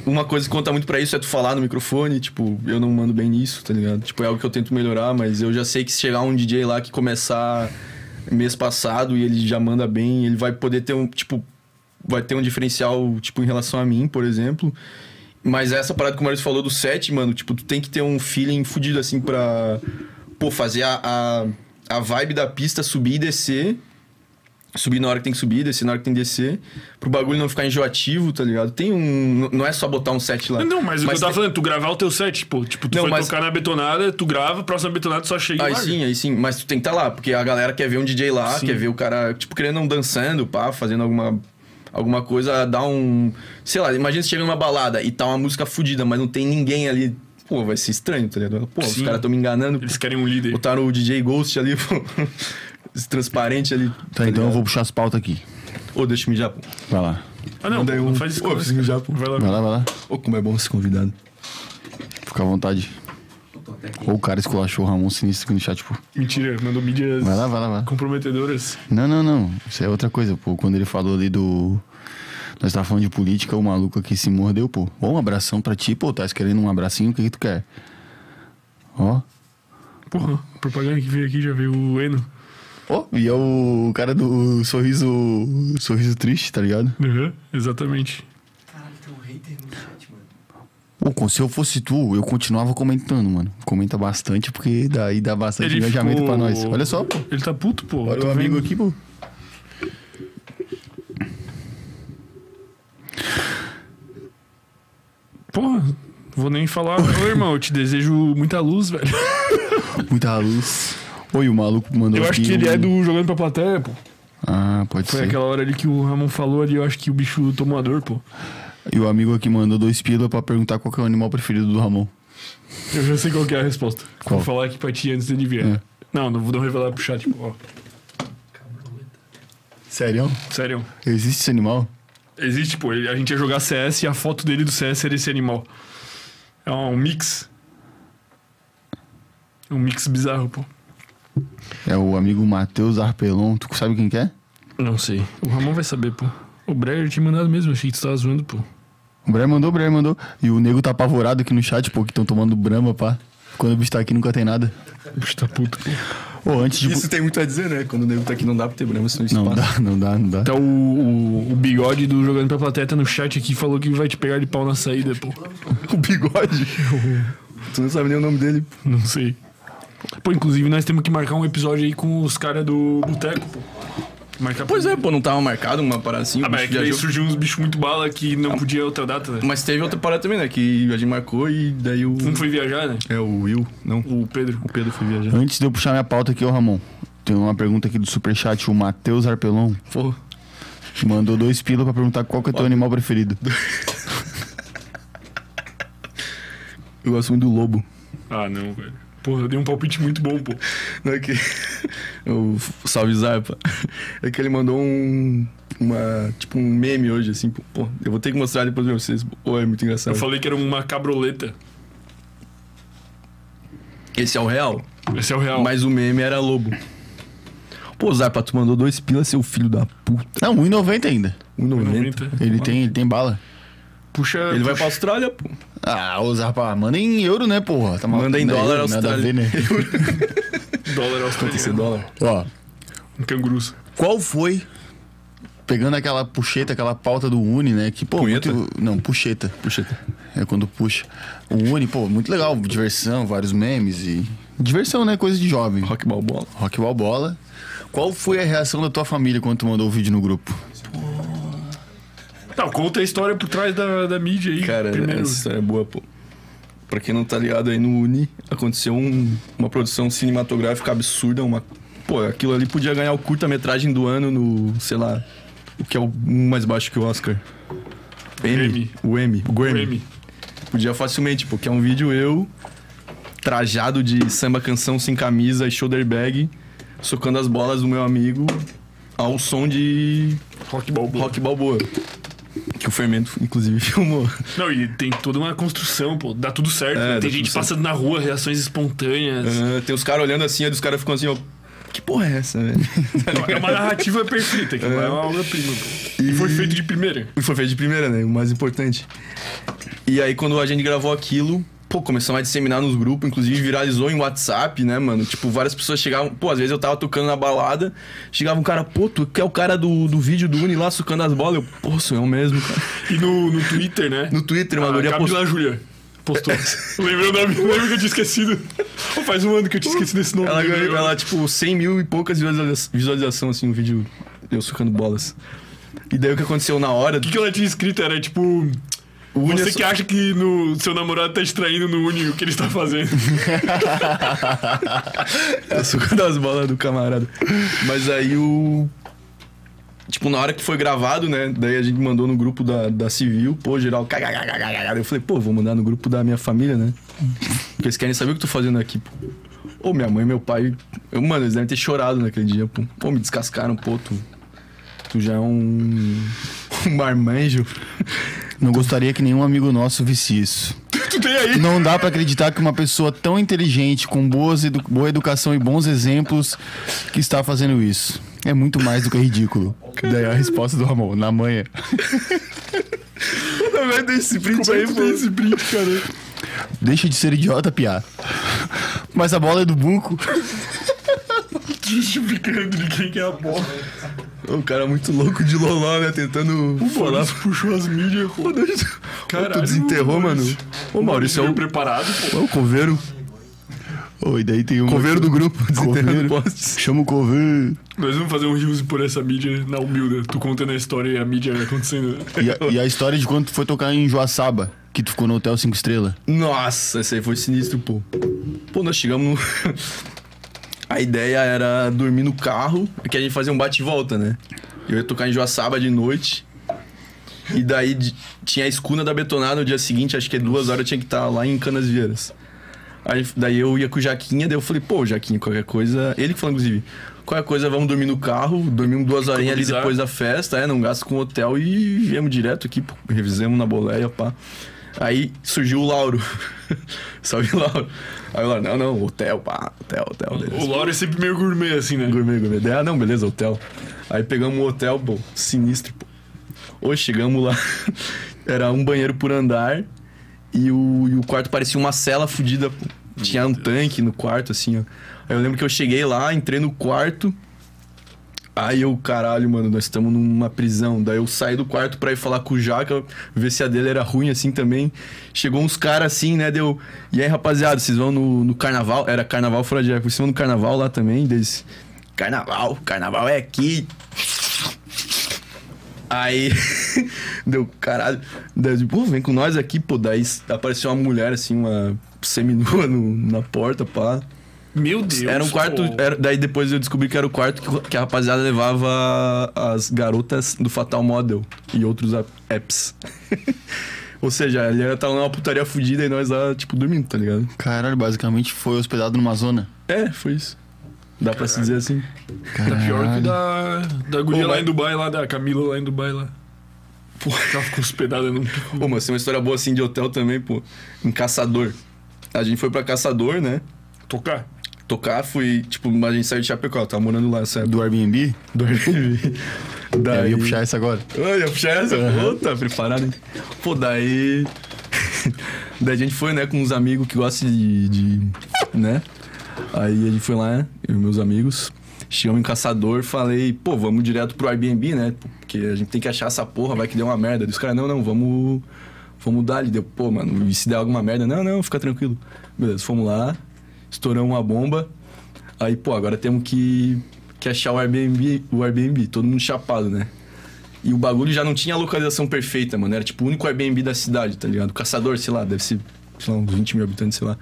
B: uma coisa que conta muito pra isso é tu falar no microfone, tipo, eu não mando bem nisso, tá ligado? Tipo, é algo que eu tento melhorar, mas eu já sei que se chegar um DJ lá que começar mês passado e ele já manda bem, ele vai poder ter um, tipo, vai ter um diferencial, tipo, em relação a mim, por exemplo. Mas essa parada que o Maurício falou do set, mano, tipo, tu tem que ter um feeling fudido, assim, pra, pô, fazer a, a, a vibe da pista subir e descer subir na hora que tem que subir, descer na hora que tem que descer, pro bagulho não ficar enjoativo, tá ligado? Tem um. Não é só botar um set lá.
A: Não, mas o que eu tava
B: tem-
A: falando, tu gravar o teu set, pô. Tipo, tu
B: Não,
A: vai
B: mas-
A: tocar na betonada, tu grava, próxima betonada tu só chega e
B: Aí
A: larga.
B: sim, aí sim, mas tu tem que estar tá lá, porque a galera quer ver um DJ lá,
A: Sim.
B: quer ver o cara, tipo, querendo um dançando, pá, fazendo alguma. Alguma coisa, dá um. Sei lá, imagina se chega numa balada e tá uma música fudida, mas não tem ninguém ali. Pô, vai ser estranho, tá ligado? Pô, os
A: Sim.
B: caras tão me enganando.
A: Eles querem um líder.
B: Botaram o DJ Ghost ali, pô. esse transparente ali.
C: Tá, então eu
B: ligado?
C: vou puxar as pautas aqui.
B: Ô, deixa eu mijar, pô.
C: Vai lá.
A: Ah, não,
B: Manda aí um-
A: não faz isso.
B: Ô, eu preciso mijar, pô.
A: Vai lá.
C: assim, Vai lá, vai lá.
B: Ô, como é bom esse convidado.
C: Fica à vontade.
D: Eu tô até aqui.
C: Ou o cara esculachou o Ramon sinistro aqui no chat, pô.
A: Mentira, mandou mídias
C: Vai lá, vai lá, vai lá.
A: comprometedoras.
C: Não, não, não. Isso é outra coisa, pô. Quando ele falou ali do. Nós tava falando de política, o maluco aqui se mordeu, pô. Ó, um abração pra ti, pô. Tá querendo um abracinho? O que, que tu quer? Ó.
A: Porra, a propaganda que veio aqui já veio o Eno.
C: Ó, e é o cara do sorriso. Sorriso triste, tá ligado?
A: Uhum, exatamente.
D: Caralho, tem um hater no chat, mano.
C: Pô, com- se eu fosse tu, eu continuava comentando, mano. Comenta bastante, porque daí dá bastante
A: Ele
C: Tá engajamento
A: ficou-
C: pra nós. Olha só, pô.
A: Ele tá puto, pô.
C: Olha
A: Tô
C: o amigo
A: vendo.
C: aqui, pô.
A: Porra, vou nem falar. Ô, irmão, eu te desejo muita luz, velho.
C: Muita luz. Oi, o maluco mandou
A: Eu acho
C: aqui
A: que ele
C: um-
A: é do Jogando pra Plateia, pô.
C: Ah, pode
A: Foi
C: ser.
A: aquela hora ali que o Ramon falou ali, eu acho que o bicho tomou a dor, pô.
C: E o amigo aqui mandou dois pila pra perguntar qual que é o animal preferido do Ramon.
A: Eu já sei qual que é a resposta.
C: Qual?
A: Vou falar aqui pra ti antes dele vir.
C: É.
A: Não, não vou não revelar pro chat, pô. Ó,
C: Sério?
A: sério.
C: Existe esse animal?
A: Existe, pô. ele- A gente ia jogar CS e a foto dele do CS era esse animal. É um mix. É um mix bizarro, pô.
C: É o amigo Matheus Arpelon. Tu sabe quem que é?
A: Não sei. O Ramon vai saber, pô. O Breyer tinha mandado mesmo, achei que tu tava zoando, pô.
C: O Bré mandou, o Bré mandou. E o nego tá apavorado aqui no chat, pô, que estão tomando brama, pá. Quando o bicho tá aqui nunca tem nada.
A: O bicho tá puto, pô.
C: Ô, antes de.
B: Isso tem muito a dizer, né? Quando o nego tá aqui não dá pra ter problema, senão
C: Não
B: espaço.
C: dá, não dá, não dá.
A: Então o, o, o bigode do Jogando pra Plateia tá no chat aqui falou que vai te pegar de pau na saída, pô.
B: O bigode. tu não sabe nem o nome dele.
A: Não sei. Pô, inclusive nós temos que marcar um episódio aí com os caras do Boteco, pô. Marcar
B: Pois é, pô, não tava marcado uma parada assim. o
A: Ah, mas é
B: bicho
A: que daí
B: viajou.
A: surgiu uns bichos muito bala que não podia outra data, né?
B: Mas teve outra parada também, né? Que a gente marcou e daí o.
A: Um foi viajar, né?
B: É o Will, não.
A: O Pedro.
B: O Pedro foi
A: Então-
B: viajar.
C: Antes de eu puxar minha pauta aqui, ô Ramon. Tem uma pergunta aqui do Superchat, o Matheus Arpelon.
B: Porra.
C: Mandou dois pila pra perguntar qual que é o teu animal preferido.
B: Eu gosto muito do lobo.
A: Ah, não, velho. Porra, eu dei um palpite muito bom, pô.
B: Não é que. O Salve Zarpa. É que ele mandou um. Uma. Tipo um meme hoje, assim. Pô, pô, eu vou ter que mostrar depois pra vocês. Pô, é muito engraçado.
A: Eu falei que era uma cabroleta.
B: Esse é o real?
A: Esse é o real.
B: Mas o meme era lobo. Pô, Zarpa, tu mandou dois pilas, seu filho da puta.
C: Não, 1,90 ainda.
B: 1,90.
A: 90.
C: Ele tem, ele tem bala.
A: Puxa.
B: Ele vai
A: puxa-
B: pra Austrália, pô.
C: Ah, ô Zarpa, manda em euro, né, porra? Tá maluco,
B: Manda em
C: né?
B: dólar
C: Euro, nada a ver, né?
A: Dólar
B: Esse
A: australiano.
B: dólar.
C: Ó,
A: Um cangurus.
C: qual foi... Pegando aquela puxeta, aquela pauta do Uni, né? Que, pô,
B: Punheta?
C: muito- Não, puxeta.
B: Puxa.
C: É quando puxa. O Uni, pô, muito legal. Diversão, vários memes e... Diversão, né? Coisa de jovem.
B: Rock Balbola.
C: Rock Balbola. Qual foi a reação da tua família quando tu mandou o vídeo no grupo?
B: Então-
A: Não, Tá, conta a história por trás da, da mídia aí.
B: Cara,
A: primeiro.
B: essa história é boa, pô. Pra quem não tá ligado aí no Uni, aconteceu um- uma produção cinematográfica absurda, uma. Pô, aquilo ali podia ganhar o curta-metragem do ano no, sei lá, o que é o um mais baixo que o Oscar.
A: Grammy.
B: O M. O Grammy.
A: Grammy.
B: Podia facilmente, porque é um vídeo eu, trajado de samba canção sem camisa e shoulder bag, socando as bolas do meu amigo ao som de
A: Rock Balboa.
B: rock balboa. Que o Fermento, inclusive, filmou.
A: Não, e tem toda uma construção, pô. Dá tudo certo.
B: É,
A: né?
B: dá
A: tem
B: tudo
A: gente
B: certo.
A: passando na rua, reações espontâneas.
B: Ah, tem os caras olhando assim, aí os caras ficam assim, ó. Que porra é essa, velho?
A: Não, É uma narrativa perfeita, que é uma obra-prima, pô. E foi feito de primeira.
B: E foi feito de primeira, né? O mais importante. E aí, quando a gente gravou aquilo, pô, começamos a disseminar nos grupos, inclusive viralizou em WhatsApp, né, mano? Tipo, várias pessoas chegavam. Pô, às vezes eu tava tocando na balada, chegava um cara, pô, tu que é o cara do, do vídeo do Uni lá sucando as bolas? Eu, pô, sou eu mesmo, cara.
A: E no, no Twitter, né?
B: No Twitter, uma
A: a
B: guria postou.
A: Gabriela Júlia postou. Lembrei o nome, lembro que eu tinha esquecido. Pô, Faz um ano que eu tinha esquecido desse nome.
B: Ela
A: né?
B: ganhou, ela, tipo, 100 mil e poucas visualiza- visualização, assim, o vídeo, eu sucando bolas. E daí o que aconteceu na hora.
A: O que, que ela tinha escrito? Era tipo.
B: O Uni é
A: Você
B: só-
A: que acha que no, seu namorado tá extraindo no Uni o que ele está fazendo.
B: Tá sucando as bolas do camarada. Mas aí o. Tipo, na hora que foi gravado, né? Daí a gente mandou no grupo da, da Civil, pô, geral. cagagagagaga. Eu falei, pô, vou mandar no grupo da minha família, né? Porque eles querem saber o que eu tô fazendo aqui, pô. Ô, minha mãe e meu pai. eu- mano, eles devem ter chorado naquele dia, pô. Pô, me descascaram, pô, tu. Tu já é um. Um marmanjo.
C: Não gostaria que nenhum amigo nosso visse isso.
A: tu tem aí?
C: Não dá pra acreditar que uma pessoa tão inteligente, com boas edu- boa educação e bons exemplos, que está fazendo isso. É muito mais do que ridículo. Daí a resposta do Ramon, na manhã.
B: tá Esse print
A: aí, pô.
B: Esse print, cara.
C: Deixa de ser idiota, piá. Mas a bola é do buco.
A: Justificando de quem que é a bola.
B: O Um cara muito louco de loló, né? Tentando falar.
A: Maurício puxou as mídias, pô.
B: Caralho,
A: Caralho,
B: tu desenterrou,
A: Maurício.
B: mano. Ô, Maurício, é
A: Veio
B: o,
A: preparado, pô.
B: é o coveiro.
C: Oi, daí tem um.
B: Coveiro do grupo, desenterrando
C: Coveiro.
B: postes.
C: Chama o cover.
A: Nós vamos fazer um rios por essa mídia na humilda. Tu contando a história e a mídia acontecendo.
C: E a, e a história de quando tu foi tocar em Joaçaba, que tu ficou no Hotel 5 Estrelas.
B: Nossa, esse aí foi sinistro, pô. Pô, nós chegamos no... A ideia era dormir no carro, que a gente fazia um bate e volta, né? Eu ia tocar em Joaçaba de noite. E daí de- tinha a escuna da betonada no dia seguinte, acho que é duas horas, eu tinha que estar lá em Canas Vieiras. Aí, daí eu ia com o Jaquinha, daí eu falei, pô, Jaquinha, qualquer coisa. Ele que falou, inclusive, qualquer coisa, vamos dormir no carro, dormimos duas horinhas ali
A: Economizar.
B: depois da festa, é, não gasto com hotel e viemos direto aqui, pô, revisamos na boleia, pá. Aí surgiu o Lauro. Salve, Lauro. Aí o Lauro, não, não, hotel, pá, hotel, hotel. beleza.
A: O Lauro é sempre meio gourmet, assim, né?
B: Gourmet, gourmet. Daí, Ah, não, beleza, hotel. Aí pegamos um hotel, pô, sinistro, pô. Hoje chegamos lá, era um banheiro por andar e o, e o quarto parecia uma cela fodida, pô. Tinha um tanque no quarto, assim, ó. Aí eu lembro que eu cheguei lá, entrei no quarto. Aí eu, caralho, mano, nós estamos numa prisão. Daí eu saí do quarto pra ir falar com o Jaca, ver se a dele era ruim assim também. Chegou uns caras assim, né? Deu. E aí, rapaziada, vocês vão no, no carnaval? Era carnaval fora de época. Vocês vão no carnaval lá também? Deles. Carnaval, carnaval é aqui. Aí. deu, caralho. Daí eu disse, pô, vem com nós aqui, pô. Daí apareceu uma mulher assim, uma seminua no- na porta, pá.
A: Meu Deus. Oh.
B: Era um quarto.
A: pô.
B: era- daí depois eu descobri que era o quarto que, que a rapaziada levava as garotas do Fatal Model e outros a- apps. Ou seja, ele era tava numa putaria fudida e nós lá, tipo, dormindo, tá ligado?
C: Caralho, basicamente foi hospedado numa zona.
B: É, foi isso. Dá pra se dizer assim.
A: Tá pior que o da, da guria
B: Pô,
A: lá
B: mas-
A: em Dubai, lá da Camila lá em Dubai lá. Pô, ela ficou hospedada num.
B: Pô, mas tem uma história boa assim de hotel também, pô. Em Caçador. A gente foi pra Caçador, né?
A: Tocar.
B: Tocar, fui, tipo, a gente saiu de Chapecó, tava morando lá, sabe?
C: Do Airbnb? É,
B: Do Airbnb. Daí...
C: Eu ia puxar essa agora.
B: Ai, ia puxar essa? Pô, tá preparado, hein? Pô, daí. daí a gente foi, né, com uns amigos que gostam de. de- né? Aí a gente foi lá, eu e meus amigos. Chegamos em caçador, falei, pô, vamos direto pro Airbnb, né? Porque a gente tem que achar essa porra, vai que deu uma merda. Daí os caras, não, não, vamos. Vamos dar ali. Deu, pô, mano, e se der alguma merda? Não, não, fica tranquilo. Beleza, fomos lá, estouramos uma bomba. Aí, pô, agora temos que, que achar o Airbnb, o Airbnb, todo mundo chapado, né? E o bagulho já não tinha a localização perfeita, mano. Era tipo o único Airbnb da cidade, tá ligado? Caçador, sei lá, deve ser, sei lá, uns 20 mil habitantes, sei lá.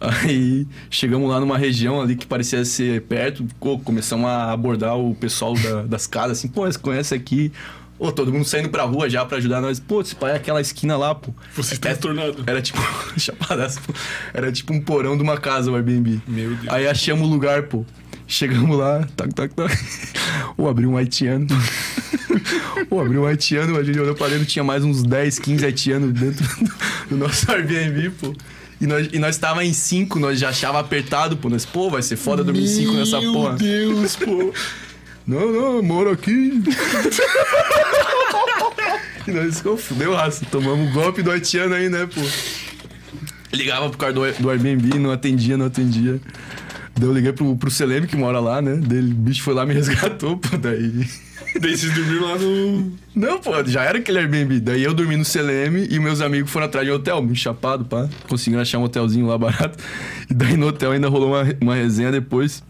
B: Aí chegamos lá numa região ali que parecia ser perto, pô, começamos a abordar o pessoal da- das casas, assim, pô, você conhece aqui? Ô, todo mundo saindo pra rua já pra ajudar nós. Pô, esse pai é aquela esquina lá, pô.
A: Vocês estão
B: É-
A: tornado.
B: era tipo. Chapadaço, pô. Era tipo um porão de uma casa, o Airbnb.
A: Meu Deus.
B: Aí achamos o lugar, pô. Chegamos lá, tac, tac, tac. Ou abriu um haitiano. Ou abriu um haitiano, a gente olhou pra dentro, tinha mais uns 10, 15 haitianos dentro do, do nosso Airbnb, pô. E nós, e nós tava em 5, nós já achava apertado, pô. Nós, pô, vai ser foda dormir em 5 nessa porra.
A: Deus, pô.
B: Não, não, eu moro aqui. e nós ficamos, fudeu raça, tomamos um golpe do haitiano aí, né, pô. Ligava pro cara do, Air- do Airbnb, não atendia, não atendia. Daí eu liguei pro, pro Seleme, que mora lá, né? Daí o bicho foi lá e me resgatou, pô, daí...
A: Daí vocês dormiram lá no.
B: Não, pô, já era aquele Airbnb. Daí eu dormi no CLM e meus amigos foram atrás de um hotel, me chapado, pá. Conseguiram achar um hotelzinho lá barato. E daí no hotel ainda rolou uma, uma resenha depois.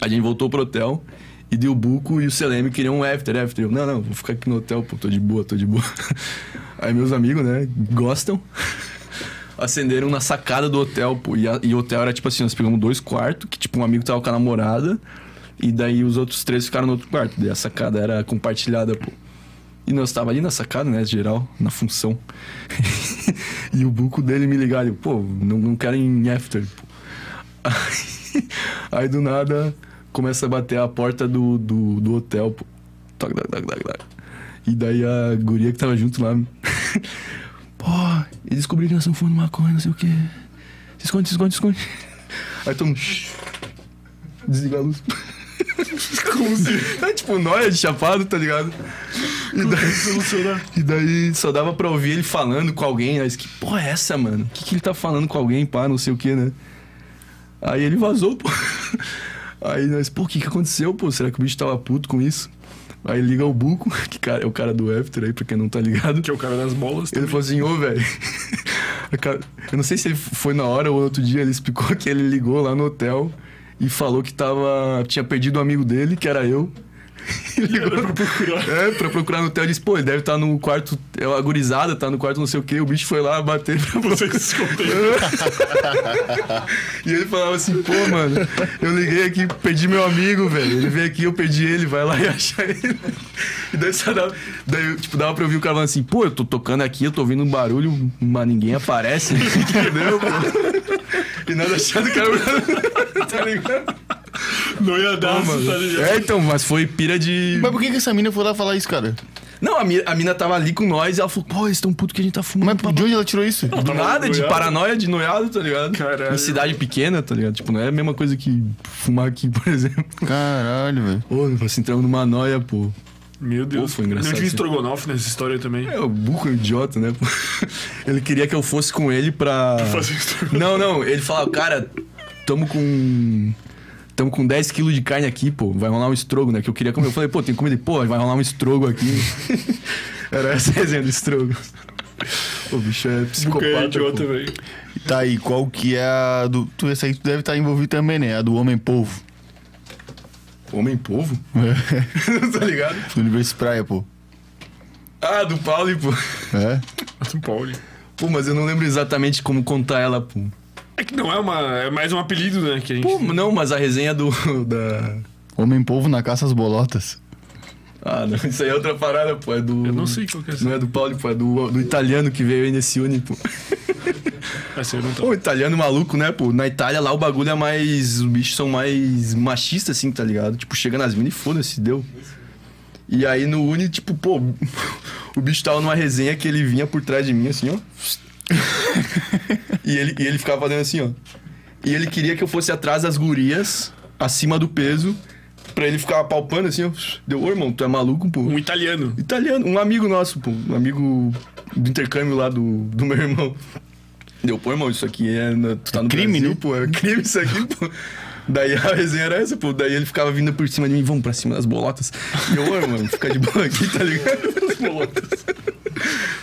B: A gente voltou pro hotel e deu o buco e o CLM queriam um after, after. Eu, não, não, vou ficar aqui no hotel, pô, tô de boa, tô de boa. Aí meus amigos, né, gostam. Acenderam na sacada do hotel, pô. E, a- e o hotel era tipo assim, nós pegamos dois quartos, que tipo um amigo tava com a namorada. E daí os outros três ficaram no outro quarto. Daí a sacada era compartilhada, pô. E nós tava ali na sacada, né, geral, na função. e o buco dele me ligar, ele, pô, não, não quero ir em after. pô. Aí, aí, do nada começa a bater a porta do, do, do hotel, pô. Toc, toc, toc, toc, toc. E daí a guria que tava junto lá. pô, eles descobriram que nós estamos fumando maconha, não sei o quê. Se esconde, se esconde, se esconde. Aí todo mundo. "Shh." Desliga a luz. Como se. É tipo nóia de chapado, tá ligado? E daí, e daí só dava pra ouvir ele falando com alguém. Aí, eu disse, que porra é essa, mano? O que, que ele tá falando com alguém, pá, não sei o que, né? Aí ele vazou, pô. Aí nós, pô, o que, que aconteceu, pô? Será que o bicho tava puto com isso? Aí liga o Buco, que cara, é o cara do After aí, pra quem não tá ligado.
A: Que é o cara das bolas. também.
B: Ele falou assim, ô, velho. A cara- Eu não sei se ele foi na hora ou outro dia, ele explicou que ele ligou lá no hotel e falou que tava. tinha perdido um amigo dele, que era eu. E ligou pra procurar. É, pra procurar no hotel. Ele disse, pô, ele deve estar no quarto. É uma gurizada, tá no quarto não sei o quê. O bicho foi lá bater pra
A: Vocês se esconderam.
B: E ele falava assim, pô, mano, eu liguei aqui, perdi meu amigo, velho. Ele veio aqui, eu perdi ele, vai lá e achar ele. E daí só dava, daí, tipo, dava pra ouvir o cara falando assim, pô, eu tô tocando aqui, eu tô ouvindo um barulho, mas ninguém aparece, entendeu, pô? E nada achando que era... tá ligado?
A: Não ia dar,
B: Mano.
A: mano. Tá ligado?
B: É, então, mas foi pira de...
C: Mas por que, que essa mina foi lá falar isso, cara?
B: Não, a mina, a mina tava ali com nós e ela falou, pô, eles tão puto que a gente tá
C: Mas
B: fumando.
C: de onde ela tirou isso?
B: Do
A: Tava
B: nada, de
A: noiado.
B: paranoia, de noiado, tá ligado?
A: Caralho.
B: Em cidade pequena, tá ligado? Tipo, não é a mesma coisa que fumar aqui, por exemplo.
C: Caralho, velho.
B: Ô, nós entramos numa assim, noia, pô.
A: Meu Deus.
B: foi engraçado,
A: Não tinha
B: sim.
A: estrogonofe nessa história também.
B: É, o burro é um idiota, né? pô? Ele queria que eu fosse com ele pra.
A: fazer estrogonofe.
B: Não, não. Ele falava, cara, tamo com. Tamo com 10 quilos de carne aqui, pô. Vai rolar um estrogo, né? Que eu queria comer. Eu falei, pô, tem comida. Ele, Pô, vai rolar um estrogo aqui. Era essa a resenha do estrogo. O bicho é
A: Porque é
B: psicopata.
A: idiota,
B: pô.
A: velho.
C: Tá aí, qual que é a do. Tu, essa aí tu deve estar envolvido também, né? A do Homem-Polvo.
B: Homem-povo? tá ligado?
C: do Universo Praia, pô.
B: Ah, do Pauli, pô.
C: É?
A: um Pauli.
B: Pô, mas eu não lembro exatamente como contar ela, pô.
A: É que não é uma. É mais um apelido, né? Que a gente.
B: Pô, não, mas a resenha do. Da...
C: Homem-Polvo na caça às bolotas.
B: Ah, não, isso aí é outra parada, pô. É do.
A: eu não sei qual que é essa.
B: Não é do Pauli, pô, é do, do italiano que veio aí nesse Uni, pô.
A: Essa eu não tô.
B: Pô, italiano maluco, né, pô? Na Itália lá o bagulho é mais. Os bichos são mais machistas, assim, tá ligado? Tipo, chega nas minas e foda-se, deu. E aí no Uni, tipo, pô, o bicho tava numa resenha que ele vinha por trás de mim, assim, ó. e, ele, e ele ficava fazendo assim, ó. E ele queria que eu fosse atrás das gurias, acima do peso, pra ele ficar palpando assim, ó. Deu, ô irmão, tu é maluco, pô?
A: Um italiano.
B: Italiano, um amigo nosso, pô, um amigo do intercâmbio lá do, do meu irmão. Deu, pô, irmão, isso aqui é. na- tu tá no
C: Crime,
B: Brasil,
C: né?
B: pô, é crime isso aqui, pô. Daí a resenha era essa, pô. Daí ele ficava vindo por cima de mim, vamos pra cima das bolotas. E eu, ô, mano, fica de boa aqui, tá ligado?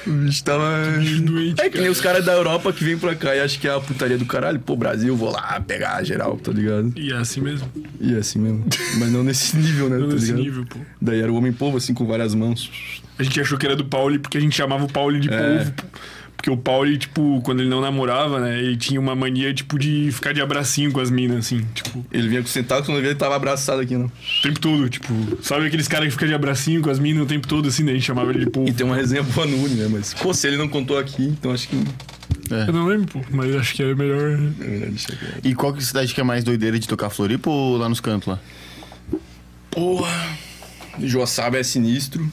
B: O bicho tava.
A: doente,
B: é que nem os caras da Europa que vêm pra cá e acham que é a putaria do caralho. Pô, Brasil, vou lá pegar geral, tá ligado?
A: E é assim mesmo.
B: E é assim mesmo. Mas não nesse nível, né?
A: Não
B: tá
A: nesse
B: ligado?
A: nível, pô.
B: Daí era o homem-povo, assim, com várias mãos.
A: A gente achou que era do Pauli porque a gente chamava o Pauli de
B: É.
A: polvo. Porque o Pauli, tipo, quando ele não namorava, né? Ele tinha uma mania, tipo, de ficar de abracinho com as minas, assim. Tipo,
B: Ele vinha com sentado, quando eu vi ele tava abraçado aqui, né? não.
A: o tempo todo. Tipo, sabe aqueles caras que ficam de abracinho com as minas o tempo todo, assim, né? A gente chamava ele de polvo.
B: E tem uma resenha boa no Uni, né? Mas, pô, se ele não contou aqui, então acho que
A: Eu não lembro, pô. Mas acho que é melhor.
B: é melhor deixar aqui.
C: E qual que cidade que é mais doideira de tocar Floripa ou lá nos cantos lá?
B: Porra! Joaçaba é sinistro.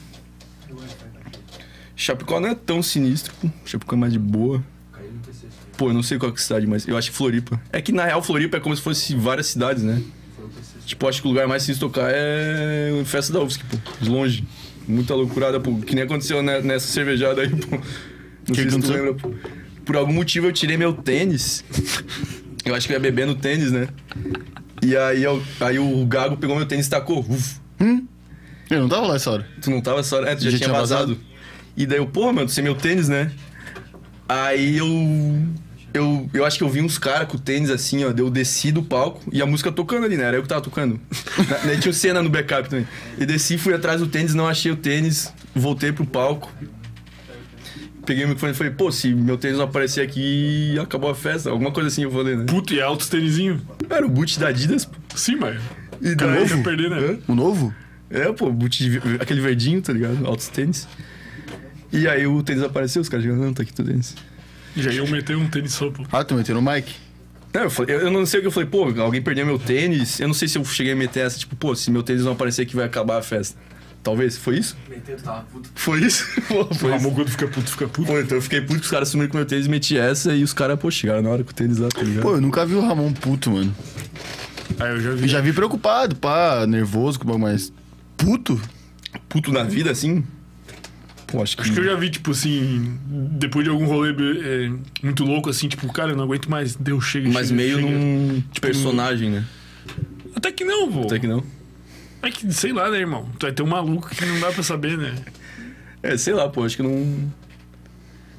B: Chapecó não é tão sinistro, pô. Chapecó é mais de boa.
D: Caiu no PC.
B: Pô, eu não sei qual que é a cidade, mas eu acho que Floripa. É que, na real, Floripa é como se fosse várias cidades, né? Tipo, acho que o lugar mais sinistro tocar é o Festa da UFSC, pô. De longe. Muita loucurada, pô. Que nem aconteceu ne- nessa cervejada aí, pô. Não sei se tu
C: aconteceu?
B: lembra, pô. Por algum motivo eu tirei meu tênis. Eu acho que eu ia beber no tênis, né? E aí, eu- aí o Gago pegou meu tênis e tacou. Uf.
C: Eu não tava lá essa hora.
B: Tu não tava essa hora? É, tu já, tinha vazado. E daí eu, pô, mano, tu sem meu tênis, né? Aí eu. Eu, eu acho que eu vi uns caras com tênis assim, ó. daí Eu desci do palco e a música tocando ali, né? Era eu que tava tocando. Na- Daí tinha o cena no backup também. E desci, fui atrás do tênis, não achei o tênis, voltei pro palco. Peguei o microfone e falei, pô, se meu tênis não aparecer aqui, acabou a festa. Alguma coisa assim eu falei, né?
A: Puto e alto tênisinho.
B: Era o boot da Adidas, pô.
A: Sim, mas.
B: E
A: Cara,
B: daí-
A: ia perder, né?
C: O novo?
B: é, pô, boot de ver- aquele verdinho, tá ligado? Altos tênis. E aí o tênis apareceu, os caras digam, não, tá aqui teu tênis.
A: Já iam meter um tênis só, pô.
C: Ah, tu meteu no Mike?
B: Não, eu, falei- eu- eu não sei o que eu falei, pô, alguém perdeu meu tênis. Eu não sei se eu cheguei a meter essa, tipo, pô, se meu tênis não aparecer aqui vai acabar a festa. Talvez, foi isso?
D: Meteu, tava puto.
B: Foi isso? pô,
A: O
B: foi isso.
A: Ramon quando fica puto, fica puto.
B: Pô, então eu fiquei puto que os caras sumiram com meu tênis, meti essa e os caras, pô, chegaram na hora com o tênis lá, tá ligado?
C: Pô, eu nunca vi o Ramon puto, mano.
A: Aí Ah, eu já vi.
C: Eu já vi preocupado, pá, nervoso, mas. Puto?
B: puto na vida, assim? Pô, acho que...
A: Acho que eu já vi, tipo assim, depois de algum rolê é, muito louco, assim, tipo, cara, eu não aguento mais, Deus, chega,
B: Mas
A: chega,
B: meio
A: chega.
B: num personagem, né?
A: Até que não, pô.
B: Até que não.
A: É que, sei lá, né, irmão? Tu vai ter um maluco que não dá pra saber, né?
B: É, sei lá, pô, acho que não.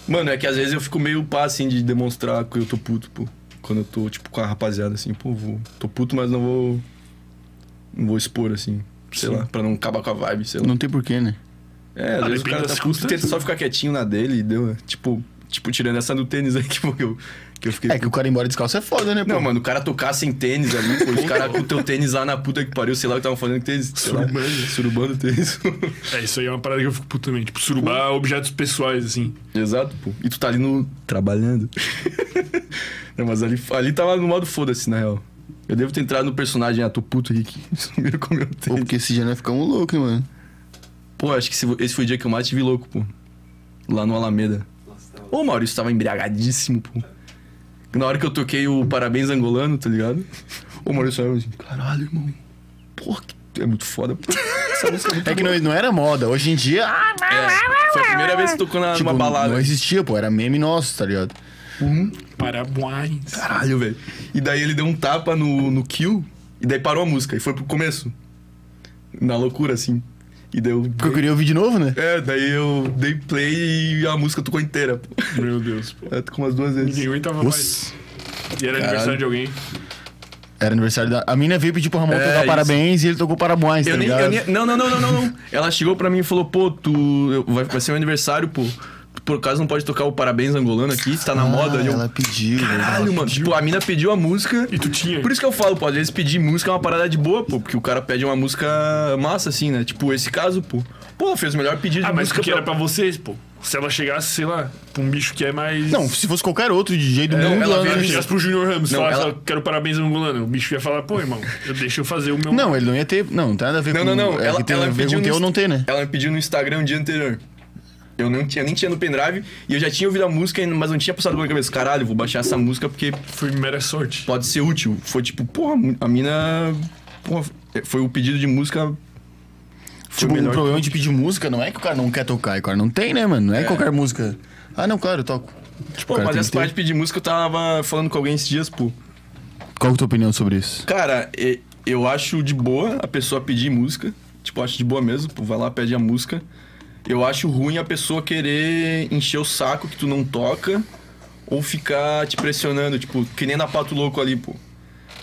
B: Mano, é que às vezes eu fico meio pá, assim, de demonstrar que eu tô puto, pô. Quando eu tô, tipo, com a rapaziada, assim, pô, vou. Tô puto, mas não vou. Não vou expor, assim. Sei lá, pra não acabar com a vibe, sei lá.
C: Não tem porquê, né?
B: É, às
A: Ah,
B: vezes o
A: depende
B: cara
A: das
B: tá puto, tenta
A: circunstâncias.
B: só ficar quietinho na dele e deu, né? Tipo, tipo, tirando essa do tênis aí que, que, eu, que eu fiquei.
C: É que o cara ir embora descalço é foda, né, pô?
B: Não, mano, o cara tocar sem tênis ali, pô, os caras com o teu tênis lá na puta que pariu, sei lá o que tava fazendo com tênis. sei lá,
A: Surubando.
B: Surubando o tênis.
A: É, isso aí é uma parada que eu fico puto também. Tipo, surubar objetos pessoais, assim.
B: Exato, pô. E tu tá ali no. trabalhando. Não, mas ali, ali tava no modo foda-se, na real. Eu devo ter entrado no personagem, ah, tô puto aqui que sumiram com o meu
C: Pô,
B: tênis.
C: porque esse dia nós ficamos loucos, hein, mano.
B: Pô, acho que esse, esse foi o dia que eu mais tive louco, pô. Lá no Alameda. Ô, Maurício tava embriagadíssimo, pô. Na hora que eu toquei o Parabéns Angolano, tá ligado? Ô, Maurício saiu assim, caralho, irmão. Porra, que é muito foda. pô. Essa música é muito
C: É que
B: boa.
C: não, não era moda. Hoje em dia. ah,
B: É, foi a primeira vez que tocou na,
C: tipo,
B: numa balada.
C: Não existia, pô. Era meme nosso, tá ligado?
A: Parabéns.
B: Caralho, velho. E daí ele deu um tapa no, no kill, e daí parou a música, e foi pro começo. Na loucura, assim. E daí eu.
C: Porque eu queria ouvir de novo, né?
B: É, daí eu dei play e a música tocou inteira. pô.
A: Meu Deus, pô.
B: Ela tocou umas duas
A: Ninguém
B: vezes.
A: aguentava mais.
C: Nossa.
A: E era aniversário de alguém.
C: Era aniversário da. A mina veio pedir pro Ramon
B: É,
C: tocar
B: isso.
C: parabéns e ele tocou parabéns,
B: Eu
C: tá
B: nem,
C: ligado?
B: eu nem- Não, não, não, não, não, não. Ela chegou pra mim e falou, pô, tu. eu- Vai, vai ser meu aniversário, pô. Por acaso não pode tocar o parabéns angolano aqui, tá na
C: Ah,
B: moda. E eu,
C: Ela pediu, velho.
B: Caralho, mano. Tipo, a mina pediu a música.
A: E tu tinha.
B: Por isso que eu falo, pô, às vezes pedir música é uma parada de boa, pô, porque o cara pede uma música massa, assim, né? Tipo, esse caso, pô. Pô, ela fez o melhor pedido
A: Ah,
B: de
A: mas
B: música
A: porque era pra vocês, pô. Se ela chegasse, sei lá, pra um bicho que é mais.
C: Não, se fosse qualquer outro DJ do
B: não,
C: mundo.
B: É, ela
C: ela
A: Se
B: veio
C: não
A: ela
C: ia-
A: chegasse pro Júnior Ramos e
B: Não,
A: falasse,
B: ela-
A: "Ah, quero parabéns ao angolano, o bicho ia falar, pô, irmão, eu, deixa eu fazer o meu.
C: Não, ele não ia ter. Não, não tem nada a ver
B: Não,
C: com
B: não, não.
C: É,
B: ela,
C: que tem
B: ela
C: a
B: me
C: ver
B: pediu um
C: com ter
B: no
C: ou não
B: Inst-
C: tem, né?
B: Ela me pediu no Instagram o dia anterior. Eu não tinha, nem tinha no pendrive e eu já tinha ouvido a música, mas não tinha passado pela minha cabeça. Caralho, vou baixar essa música porque
A: Foi mera sorte.
B: pode ser útil. Foi tipo, porra, a mina. Porra, foi o pedido de música. Foi
C: Tipo,
B: o
C: o
B: melhor.
C: problema de pedir música não é que o cara não quer tocar, o cara não tem, né, mano? Não é, qualquer música. Ah, não, claro, eu toco. Tipo,
B: Pô,
C: cara,
B: mas
C: tem
B: essa
C: que ter.
B: parte de pedir música eu tava falando com alguém esses dias, pô.
C: Qual que é a tua opinião sobre isso?
B: Cara, e- eu acho de boa a pessoa pedir música. Tipo, eu acho de boa mesmo. Pô, vai lá, pede a música. Eu acho ruim a pessoa querer encher o saco que tu não toca ou ficar te pressionando, tipo, que nem na Pato Louco ali, pô.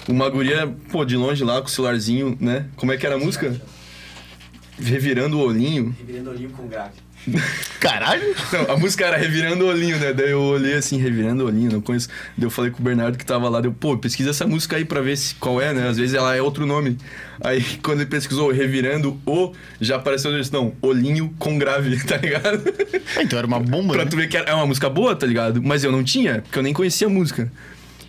B: Uma guria, pô, de longe lá com o celularzinho, né? Como é que era a música? Revirando o olhinho.
D: Reverendo Olímpio com grave.
C: Caralho!
B: Não, a música era Revirando o Olhinho, né? Daí eu olhei assim, Revirando o Olhinho, não conheço. Daí eu falei com o Bernardo que tava lá, deu, pô, pesquisa essa música aí pra ver se, qual é, né? Às vezes ela é outro nome. Aí quando ele pesquisou Revirando o, já apareceu a não, Olhinho com grave, tá ligado?
C: Então era uma bomba.
B: pra
C: né?
B: tu ver que era- é uma música boa, tá ligado? Mas eu não tinha, porque eu nem conhecia a música.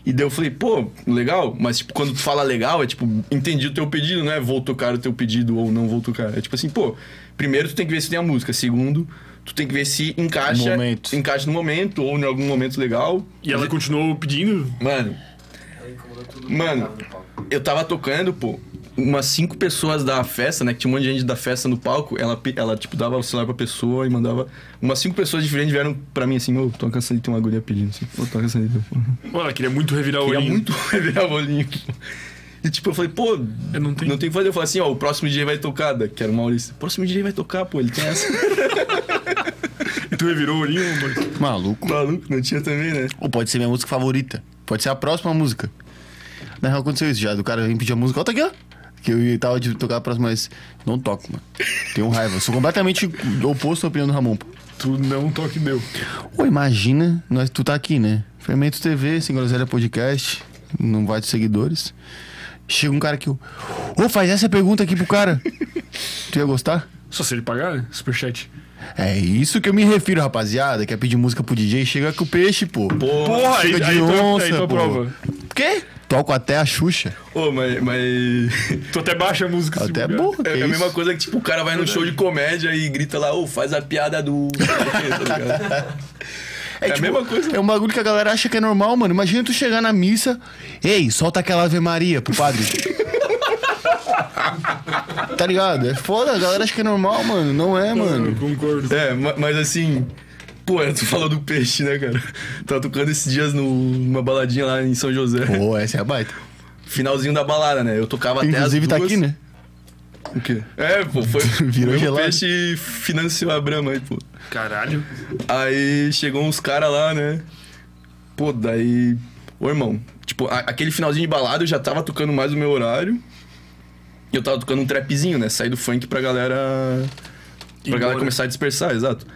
B: E daí eu falei, pô, legal, mas tipo, quando tu fala legal, é tipo, entendi o teu pedido, não é vou tocar o teu pedido ou não vou tocar. É tipo assim, pô, primeiro tu tem que ver se tem a música, segundo, tu tem que ver se encaixa,
C: Momento.
B: encaixa no momento ou em algum momento legal.
A: E ela continuou pedindo.
B: Mano,
D: Ela incomodou tudo
B: Mano.
D: que tava no palco.
B: eu tava tocando, pô, umas cinco pessoas da festa, né? Que tinha um monte de gente da festa no palco. Ela, pe- ela tipo, dava o celular pra pessoa e mandava. Umas cinco pessoas diferentes vieram pra mim assim, ô, toca essa ali, tem uma agulha pedindo assim. Ô, toca essa ali.
A: Pô, ela queria muito revirar o
B: Eu ia
A: olhinho.
B: É muito revirar o olhinho. E tipo, eu falei, pô,
A: Eu não tenho.
B: não tem o que fazer. Eu falei assim, ó, o próximo DJ vai tocar, da- que era o Maurício. O próximo DJ vai tocar, pô, ele tem essa.
A: Tu revirou o olhinho, mano.
C: Maluco.
B: Maluco, não tinha também, né?
C: Ou pode ser minha música favorita. Pode ser a próxima música. Na real, aconteceu isso já. Do cara vem pedir a música. Ó, tá aqui, ó. Que eu ia- tava de tocar a próxima, mas não toco, mano. Tenho raiva. Eu Sou completamente oposto à opinião do Ramon. pô.
A: Tu não toque meu.
C: Ô, imagina, nós, tu tá aqui, né? Fermento TV, Sem Groselha Podcast, não vai de seguidores. Chega um cara que. Ô, faz essa pergunta aqui pro cara. tu ia gostar?
A: Só se ele pagar, né? Superchat.
C: É isso que eu me refiro, rapaziada. Quer pedir música pro DJ? Chega com o peixe, pô.
A: Porra, aí,
C: Chega
A: aí,
C: de
A: tu-
C: onça,
A: aí tua
C: pô.
A: prova.
C: Quê? Toco até a Xuxa.
B: Ô, mas. mas...
A: Tu até baixa a música. se
C: Até
A: bobear.
C: burro. que
B: É, a
C: isso?
B: mesma coisa que, tipo, o cara vai no show de comédia e grita lá, ô, faz a piada do. Tá ligado?
C: É,
B: a mesma coisa.
C: É um bagulho que a galera acha que é normal, mano. Imagina tu chegar na missa. Ei, solta aquela Ave Maria pro padre. tá ligado? É foda, a galera acha que é normal, mano. Não é,
A: Eu
C: mano.
A: concordo.
B: É, ma- mas assim. Pô, tu falou do peixe, né, cara? Tava tocando esses dias no- numa baladinha lá em São José.
C: Pô, essa é a baita.
B: Finalzinho da balada, né? Eu tocava
C: Inclusive tá
B: até as duas.
C: aqui, né?
B: O quê? É, pô, foi.
C: Virou
B: o mesmo
C: gelado.
B: peixe financiou a Brahma aí, pô.
A: Caralho.
B: Aí chegou uns caras lá, né? Pô, daí. Ô, irmão, tipo, a- aquele finalzinho de balada eu já tava tocando mais o meu horário. E eu tava tocando um trapzinho, né? Saí do funk pra galera. Pra galera
A: Embora.
B: começar a dispersar, exato.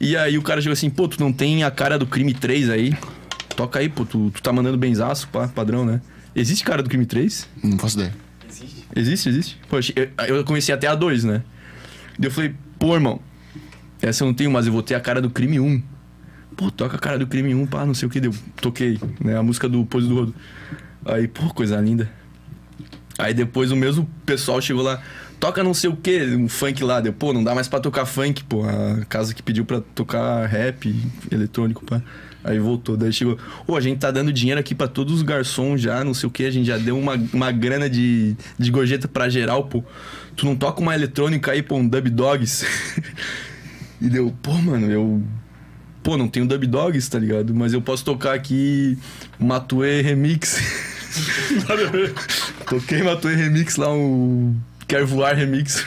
B: E aí o cara chegou assim, pô, tu não tem a cara do crime 3 aí? Toca aí, pô, tu, tu tá mandando benzaço, pá, padrão, né? Existe cara do crime 3?
C: Não faço ideia.
D: Existe?
B: Existe, existe. Poxa, eu, eu conheci até a 2, né? Daí eu falei, pô, irmão, essa eu não tenho, mas eu vou ter a cara do crime 1. Pô, toca a cara do crime 1, pá, não sei o que. Deu. Toquei, né? A música do Pose do Rodo. Aí, pô, coisa linda. Aí depois o mesmo pessoal chegou lá, toca não sei o que, um funk lá. Deu, pô, não dá mais pra tocar funk, pô. A casa que pediu pra tocar rap, eletrônico, pá. Aí voltou, daí chegou. Ô, a gente tá dando dinheiro aqui pra todos os garçons já, não sei o que. A gente já deu uma, uma grana de, de gorjeta pra geral, pô. Tu não toca uma eletrônica aí, pô, um Dub Dogs? e deu, pô, mano, eu pô, não tenho Dub Dogs, tá ligado? Mas eu posso tocar aqui Matue Remix. Toquei Matue Remix lá, um Quer Voar Remix.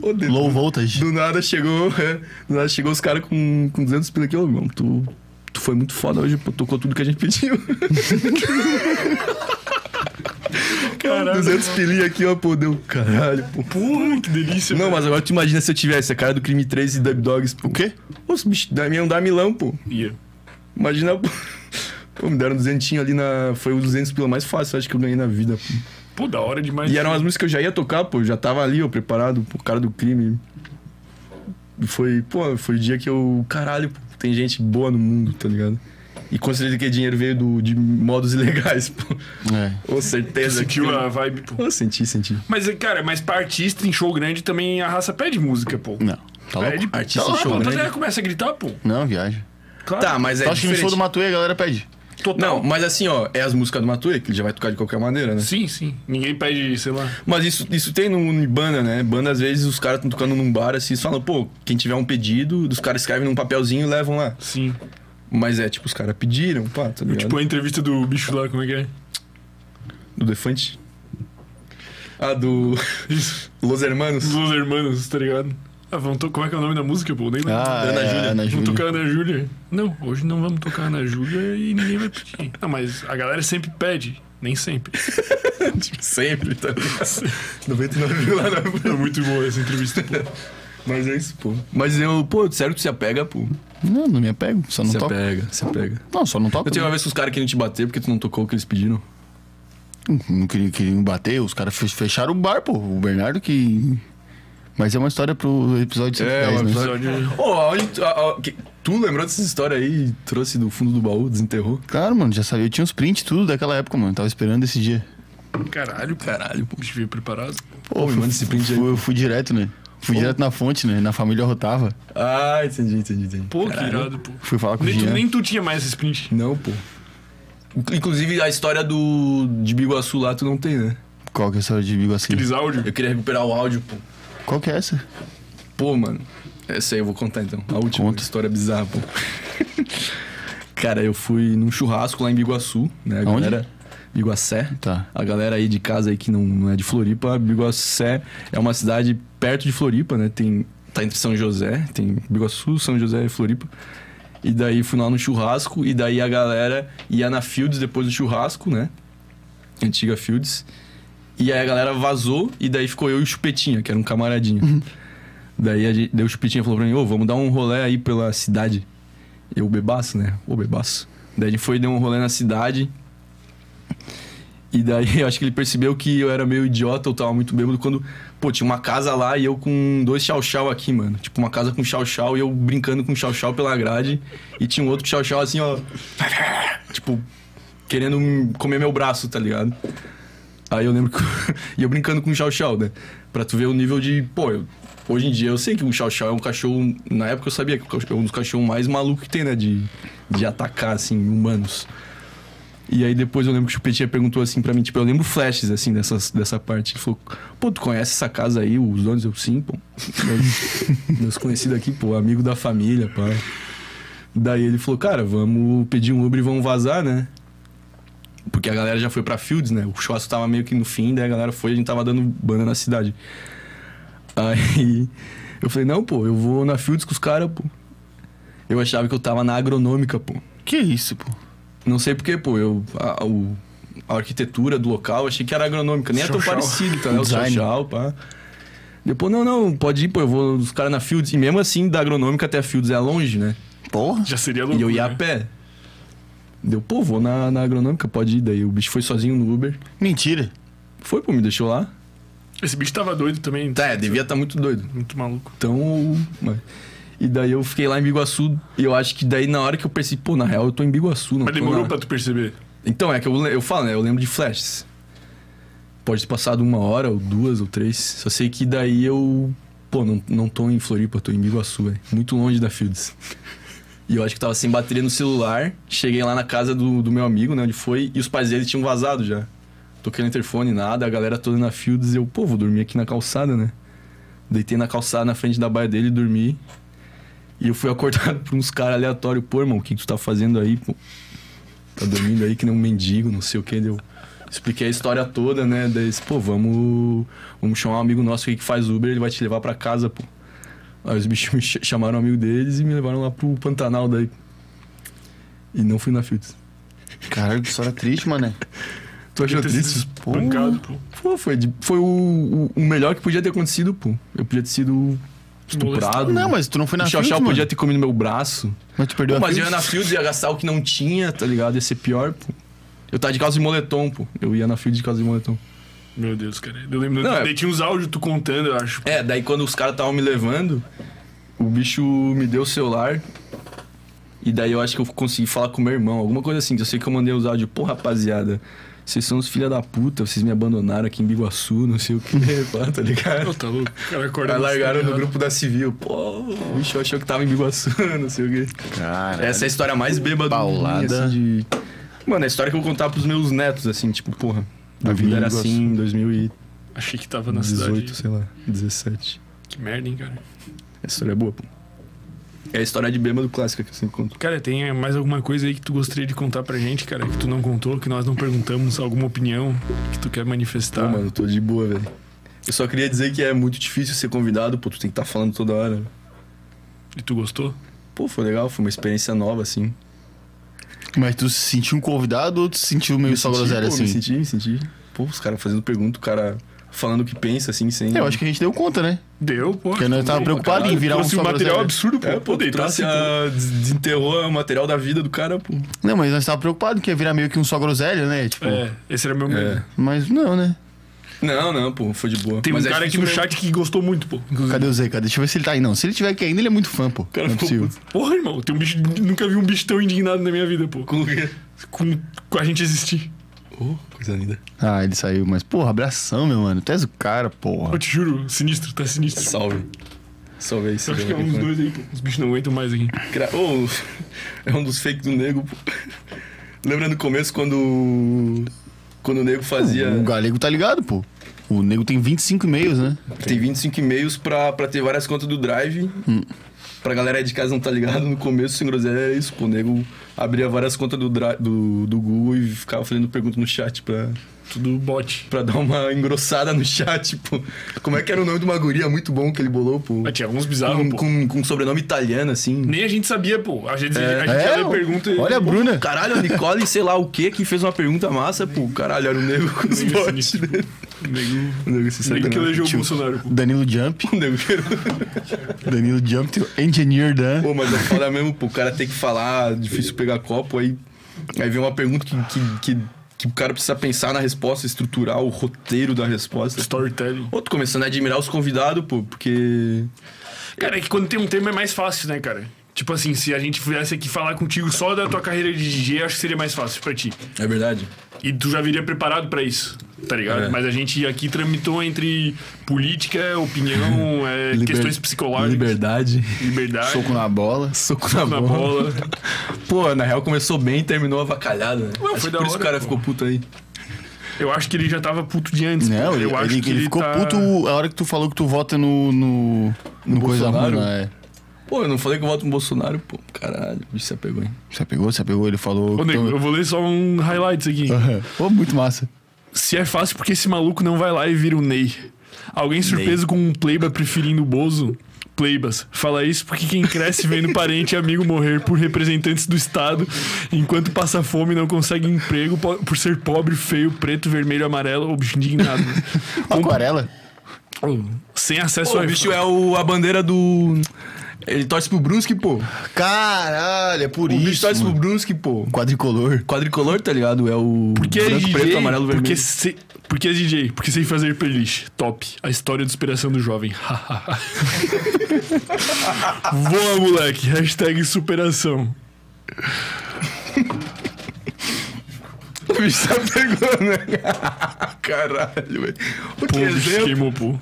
B: Ô, Deus,
C: Low voltage.
B: do nada chegou, é, do nada chegou os caras com, com 200 pila aqui, ô, irmão, tu, tu foi muito foda hoje, pô, tocou tudo que a gente pediu. Caralho. 200 pilinha aqui, ó, pô, deu caralho, pô.
A: Porra, que delícia.
B: Não, mas agora tu imagina se eu tivesse a cara do Crime 3 e Dub Dogs. O quê? Os bichos da minha não dá milão, pô.
A: Ia.
B: Imagina, pô. Pô, me deram 200 ali na. Foi os 200 pila mais fácil, acho que eu ganhei na vida. pô.
A: Pô, da hora demais.
B: E eram as músicas que eu já ia tocar, pô. Já tava ali, ó, preparado, pô, cara do crime. E Foi, pô, foi o dia que eu. Caralho, pô, tem gente boa no mundo, tá ligado? E com certeza que o dinheiro veio do, de modos ilegais, pô.
C: É.
B: Com certeza. que
A: Sentiu a vibe, pô.
B: Pô, senti, senti.
A: Mas, cara, mas pra artista em show grande também a raça pede música, pô.
C: Não. Tá louco?
A: Pede,
B: Artista
A: tá lá,
B: em show
A: pô,
B: grande.
A: A galera começa a gritar, pô.
C: Não, viagem.
A: Claro.
B: Tá, mas é.
C: Tu acha que no show
B: diferente.
C: do Matuê a galera pede?
A: Total.
B: Não, mas assim, ó, é as músicas do Matuê, que ele já vai tocar de qualquer maneira, né?
A: Sim, sim. Ninguém pede, sei lá.
B: Mas isso, isso tem no, em banda, né? Banda, às vezes, os caras estão tocando num bar assim, eles falam, pô, quem tiver um pedido, os caras escrevem num papelzinho e levam lá.
A: Sim.
B: Mas é, tipo, os caras pediram, pá, tá ligado?
A: Tipo a entrevista do bicho lá, como é que é?
B: Do Defante. Ah, do
A: Isso.
B: Los Hermanos.
A: Os Hermanos, tá ligado? Ah, vamos to... Como é que é o nome da música, pô? Nem lembro.
C: Ah,
B: Ana
C: é,
B: Júlia.
C: Ana
A: Vamos
C: Júlia.
A: tocar Ana Júlia. Não, hoje não vamos tocar Ana Júlia e ninguém vai pedir. Ah, mas a galera sempre pede. Nem sempre.
B: Tipo, sempre, tá ligado? 99,9.
A: É muito boa essa entrevista, pô.
B: Mas é isso, pô. Mas eu, pô, sério que tu se apega, pô.
C: Não, não me apego. Só não
B: se
C: toco.
B: apega, se apega.
C: Não, só não toco.
B: Eu tenho uma vez que os caras queriam te bater porque tu não tocou o que eles pediram.
C: Não queriam, queriam bater, os caras fe- fecharam o bar, pô. O Bernardo que. Mas é uma história pro episódio 110,
B: um
C: né?
A: Episódio...
B: Ô, aonde tu- a- a- que- tu lembrou dessa história aí e trouxe do fundo do baú, desenterrou?
C: Claro, mano, já sabia. Eu tinha uns prints tudo daquela época, mano. Tava esperando esse dia.
A: Caralho, pô.
B: Caralho, pô.
A: O bicho veio preparado.
B: Pô, me manda esse print aí.
C: Fui, eu fui direto, né? Fui direto na fonte, né? Na família Rotava.
B: Ah, entendi, entendi, entendi.
A: Pô, que irado, pô.
C: Fui falar com o
A: Nem tu,
C: Jean.
A: nem tu tinha mais esse sprint.
B: Não, pô. Inc- Inclusive, a história do de Biguaçu lá tu não tem, né?
C: Qual que é a história de Biguaçu?
A: Aqueles áudios.
B: Eu queria recuperar o áudio, pô.
C: Qual que é essa?
B: Pô, mano. Essa aí eu vou contar então. A última
C: Conta.
B: história bizarra, pô. Cara, eu fui num churrasco lá em Biguaçu, né? A
C: Aonde?
B: galera. Biguaçé.
C: Tá.
B: A galera aí de casa aí que não, não é de Floripa, Biguaçé é uma cidade perto de Floripa, né? Tem, tá entre São José, tem Biguaçu, São José e Floripa. E daí fui lá no churrasco, e daí a galera ia na Fields depois do churrasco, né? Antiga Fields. E aí a galera vazou, e daí ficou eu e o Chupetinha, que era um camaradinho. Daí, a gente, daí o Chupetinha falou pra mim, ô, vamos dar um rolê aí pela cidade. Eu bebaço, né? Ô, bebaço. Daí ele foi e deu um rolê na cidade. E daí eu acho que ele percebeu que eu era meio idiota, eu tava muito bêbado quando, pô, tinha uma casa lá e eu com dois chau-chau aqui, mano. Tipo, uma casa com chau-chau e eu brincando com chau-chau pela grade. E tinha um outro chau-chau assim, ó. Tipo, querendo hum, comer meu braço, tá ligado? Aí eu lembro que. e eu brincando com o Chau Chau, né? Pra tu ver o nível de. Pô, eu- hoje em dia eu sei que o Chau Chau é um cachorro. Na época eu sabia que é um dos cachorros mais malucos que tem, né? De, de atacar, assim, humanos. E aí depois eu lembro que o Chupetinha perguntou assim pra mim, tipo, eu lembro flashes, assim, dessas, dessa parte. Ele falou, pô, tu conhece essa casa aí, os donos? Eu, sim, pô. Meus- Meus conhecidos aqui, pô, amigo da família, pá. Daí ele falou, cara, vamos pedir um Uber e vamos vazar, né? Porque a galera já foi pra Fields, né? O churrasco tava meio que no fim, daí a galera foi e a gente tava dando banda na cidade. Aí eu falei, não, pô, eu vou na Fields com os caras, pô. Eu achava que eu tava na agronômica, pô.
C: Que isso, pô?
B: Não sei porquê, pô, eu. A, o- a arquitetura do local, achei que era agronômica, nem era tão
A: Social.
B: parecido, tá? né? O
C: Design.
B: social, pá. Depois, não, não, pode ir, pô, eu vou os caras na Fields. E mesmo assim, da agronômica até a Fields é longe, né?
C: Porra.
A: Já seria
B: E
A: louco. né?
B: eu ia a pé. Deu, pô, vou na, na agronômica, pode ir. Daí o bicho foi sozinho no Uber.
C: Mentira.
B: Foi, pô, me deixou lá.
A: Esse bicho tava doido também.
B: Tá, é, devia estar muito doido.
A: Muito maluco.
B: Então. mas- E daí eu fiquei lá em Biguaçu. E eu acho que daí na hora que eu percebi, pô, na real eu tô em Biguaçu, não
A: Mas
B: tô
A: demorou
B: na-
A: pra tu perceber.
B: Então, é que eu, le- eu falo, né? Eu lembro de flashes. Pode ter passado uma hora, ou duas, ou três. Só sei que daí eu. Pô, não, não tô em Floripa, tô em Biguaçu, velho. Muito longe da Fields. E eu acho que tava sem bateria no celular. Cheguei lá na casa do, do meu amigo, né? Onde foi. E os pais dele tinham vazado já. Toquei no interfone, nada. A galera toda na Fields. E eu, pô, vou dormir aqui na calçada, né? Deitei na calçada na frente da baia dele, dormi. E eu fui acordado por uns caras aleatórios. Pô, irmão, o que, que tu tá fazendo aí? Pô? Tá dormindo aí que nem um mendigo, não sei o que. Eu expliquei a história toda, né? Daí, eles, pô, vamos, vamos chamar um amigo nosso aí que faz Uber, ele vai te levar pra casa, pô. Aí os bichos me ch- chamaram um amigo deles e me levaram lá pro Pantanal daí. E não fui na Fields.
C: Caralho, que história triste, mano.
B: Tu achou
A: Ter sido
B: triste?
A: espancado, pô.
B: Pô, foi, de- foi o, o- o melhor que podia ter acontecido, pô. Eu podia ter sido estuprado.
C: Não, mas tu não foi na
B: o Chau
C: Fields,
B: Chau
C: mano.
B: podia ter comido meu braço.
C: Mas tu perdeu
B: Pô,
C: a
B: mas eu ia
C: Fields?
B: na Fields, ia gastar o que não tinha, tá ligado? Ia ser pior, pô. Eu tava de calça de moletom, pô. Eu ia na Fields de calça de moletom.
A: Meu Deus, cara. Eu lembro.
B: Não, é-
A: daí tinha uns áudios tu contando, eu acho.
B: É, daí quando os caras estavam me levando, o bicho me deu o celular. E daí eu acho que eu consegui falar com meu irmão, alguma coisa assim. que Eu sei que eu mandei os áudios, pô, rapaziada, vocês são os filha da puta, vocês me abandonaram aqui em Biguaçu, não sei o que, pá, tá ligado?
A: Pô, tá louco. O cara acorda.
B: Aí
A: na
B: largaram
A: cidade
B: no
A: errada.
B: grupo da Civil. Pô, o bicho achou que tava em Biguaçu, não sei o quê.
C: Caralho.
B: Essa é a história mais bêbada
C: Paulada.
B: do mundo, assim, de... Mano, é a história que eu vou contar pros meus netos, assim, tipo, porra, a vida era assim em 2018,
A: Achei que tava na cidade.
B: sei lá, 17.
A: Que merda, hein, cara.
B: Essa história é boa, pô. É a história de bêbado clássica que eu sempre conto.
A: Cara, tem mais alguma coisa aí que tu gostaria de contar pra gente, cara? Que tu não contou, que nós não perguntamos, alguma opinião que tu quer manifestar?
B: Pô, mano, eu tô de boa, velho. Eu só queria dizer que é muito difícil ser convidado, pô, tu tem que estar falando toda hora.
A: E tu gostou?
B: Pô, foi legal, foi uma experiência nova, assim.
C: Mas tu se sentiu um convidado ou tu se sentiu meio só
B: senti,
C: groselha,
B: pô,
C: assim?
B: é- Me senti, me senti. Pô, os caras fazendo pergunta, o cara falando o que pensa, assim, sem...
C: É, Eu acho que a gente deu conta, né?
A: Deu, pô.
C: Porque nós tava preocupado em virar um
A: trouxe
C: só
A: um material
C: groselha.
A: absurdo, pô. assim,
B: É, pô, tu trouxe
C: assim,
B: a... desenterrou o material da vida do cara, pô.
C: Não, mas nós tava preocupado que ia virar meio que um só groselha, né? Tipo,
A: É, esse era meu medo.
B: É.
C: mas não, né?
B: Não, não, pô, foi de boa.
A: Tem
B: Mas
A: um
B: é
A: cara aqui
B: difícil
A: no
B: mesmo.
A: chat que gostou muito, pô. Inclusive.
C: Cadê o Zé, cara? Deixa eu ver se ele tá aí, não. Se ele tiver aqui ainda, ele é muito fã, pô.
B: cara
C: não é
B: ficou
C: possível.
A: Porra, irmão, tem um bicho, nunca vi um bicho tão indignado na minha vida, pô.
B: Com o quê?
A: Com, com a gente existir.
B: Oh, coisa linda.
C: Ah, ele saiu, mas, porra, abração, meu mano. Tu és o cara, porra.
A: Eu te juro, sinistro, tá sinistro.
B: Salve. Salve aí,
A: Eu
B: Silvio.
A: acho que é uns dois aí, pô. Os bichos não aguentam mais aqui.
B: Cra- Ô, é um dos fakes do nego. pô. Lembra no começo quando. Quando o nego fazia.
C: O galego tá ligado, pô. O nego tem 25 e-mails, né?
B: Tem 25 e-mails pra, pra ter várias contas do Drive.
A: Hum.
B: Pra galera aí de casa não tá ligado, no começo, sem groselha, era isso. pô. O nego abria várias contas do, Drive- do, do Google e ficava fazendo pergunta no chat pra,
A: Tudo bot.
B: pra dar uma engrossada no chat. Pô. Como é que era o nome de uma guria muito bom que ele bolou, pô?
A: Mas tinha uns
B: Com,
A: bizarros, Tá, pô.
B: com, com sobrenome italiano, assim.
A: Nem a gente sabia, pô. A gente, a gente ia ler pergunta e...
C: é, olha a Bruna.
B: Caralho, a Nicole, sei lá o que, que fez uma pergunta massa, pô. Caralho, era um nego com os
A: Nego
B: botes.
A: sinistro, pô. Nego,
B: O nego se
A: nego que um
B: sacanagem. tipo,
A: elegeu o
B: é Tio.
A: Bolsonaro, pô.
C: Danilo Jump.
B: O nego que-
C: Danilo Jump, teu engineer né? Dan.
B: Pô, mas é foda mesmo, pô. O cara tem que falar, é difícil pegar copo, aí. Aí vem uma pergunta que, que, que, que o cara precisa pensar na resposta, estruturar o roteiro da resposta.
A: Storytelling.
B: Ô, tô começando a admirar os convidados, pô, porque.
A: Cara, é que quando tem um tema é mais fácil, né, cara? Tipo assim, se a gente viesse aqui falar contigo só da tua carreira de DJ, acho que seria mais fácil pra ti.
B: É verdade.
A: E tu já viria preparado pra isso, tá ligado?
B: É.
A: Mas a gente aqui tramitou entre política, opinião, é, questões psicológicas,
B: Liberdade.
A: liberdade,
C: Soco na bola.
B: Soco na,
A: na
B: bola.
A: bola.
B: Pô, na real começou bem e terminou avacalhado, né?
A: Ué,
B: Acho
A: foi
B: que
A: da
B: por isso que
A: hora,
B: o cara
A: pô.
B: ficou puto aí.
A: Eu acho que ele já tava puto de antes.
C: Não,
A: pô.
C: ele,
A: eu acho
C: ele-
A: que
C: ele ficou
A: tá-
C: puto a hora que tu falou que tu vota no. No, no coisa ruim,
B: Bolsonaro?
C: né?
B: Pô, eu não falei que eu voto no Bolsonaro, pô. Caralho, o bicho se apegou, hein?
C: Você pegou, você pegou, ele falou. que
A: Ô, nego,
C: tu-
A: eu vou ler só um highlights aqui.
C: Aham. Pô, muito massa.
A: Se é fácil, porque esse maluco não vai lá e vira o Ney. Alguém surpreso com um pleiba preferindo o Bozo? Pleibas, fala isso porque quem cresce vendo parente e amigo morrer por representantes do Estado, enquanto passa fome e não consegue emprego po- por ser pobre, feio, preto, vermelho, amarelo ou bicho indignado.
C: Aquarela.
A: Oh, Sem acesso
B: Pô,
A: ao
B: o bicho é o, a bandeira do. Ele torce pro Brunski, pô.
C: Caralho, é por
B: O bicho tá
C: isso.
B: torce pro
C: mano.
B: Brunski, pô.
C: Quadricolor.
B: Quadricolor, tá ligado? É o
A: Porque é
B: branco,
A: DJ,
B: preto, amarelo, vermelho.
A: porque, se, porque é DJ, porque sem fazer playlist. Top. A história de inspiração do jovem. Voa, moleque. Hashtag superação.
B: O bicho tá pegando, né? Caralho, velho. O
A: Pô,
B: que
A: bicho,
B: exemplo?
A: queimou, pô.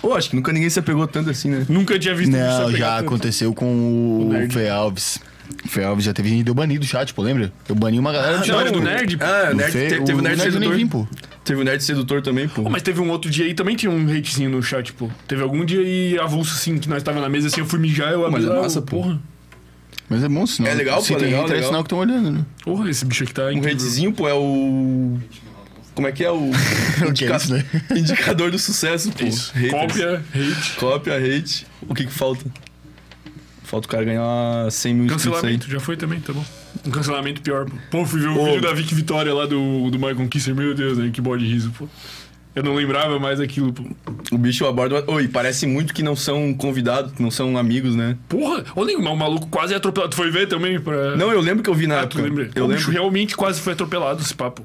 B: Pô, acho que nunca ninguém se apegou tanto assim, né?
A: Nunca tinha visto bicho
C: Não,
A: apegar
C: já
A: tanto.
C: aconteceu com o
A: nerd.
C: Fê Alves. O Fê Alves já teve gente deu banido do chat, pô, lembra? Eu bani uma galera do
A: Não,
C: chat.
A: era
C: pô.
A: do é um nerd, pô.
B: Ah,
C: Do
B: nerd,
C: Fê-
B: te- teve o Nerd
C: eu nem
B: Sedutor.
C: vim, pô.
B: Teve o Nerd Sedutor também, pô.
A: Pô, mas teve um outro dia aí, também tinha um hatezinho no chat, pô. Teve algum dia aí avulso, assim, que nós tava na mesa, assim, eu fui mijar, eu abri
B: Mas é
A: lá,
B: massa,
A: eu,
B: pô.
A: porra.
C: Mas é bom sinal.
B: É legal,
C: Se
B: pô,
C: tem
B: legal,
C: hater, é
B: legal.
C: sinal que estão olhando, né?
A: Porra, esse bicho aqui tá
B: Um
A: incrível.
B: hatezinho, pô, é o. Como é que é o. Indica-
C: isso, né?
B: Indicador do sucesso, pô.
A: Isso.
B: Haters.
A: Cópia, hate,
B: Cópia, hate. O que que falta? Falta o cara ganhar 100 mil inscritos aí.
A: cancelamento, já foi também, tá bom. Um cancelamento pior, pô. Pô, eu fui ver o
B: Ô.
A: vídeo da Vic Vitória lá do, do Michael Kisser, meu Deus, né? Que bode riso, pô. Eu não lembrava mais aquilo, pô.
B: O bicho aborda. Oi, parece muito que não são convidados, que não são amigos, né?
A: Porra, olha, o maluco quase é atropelado. Tu foi ver também? Pra...
B: Não, eu lembro que eu vi na
A: Ah, tu
B: época.
A: lembra?
B: Eu
A: o bicho
B: lembro.
A: realmente quase foi atropelado, esse papo.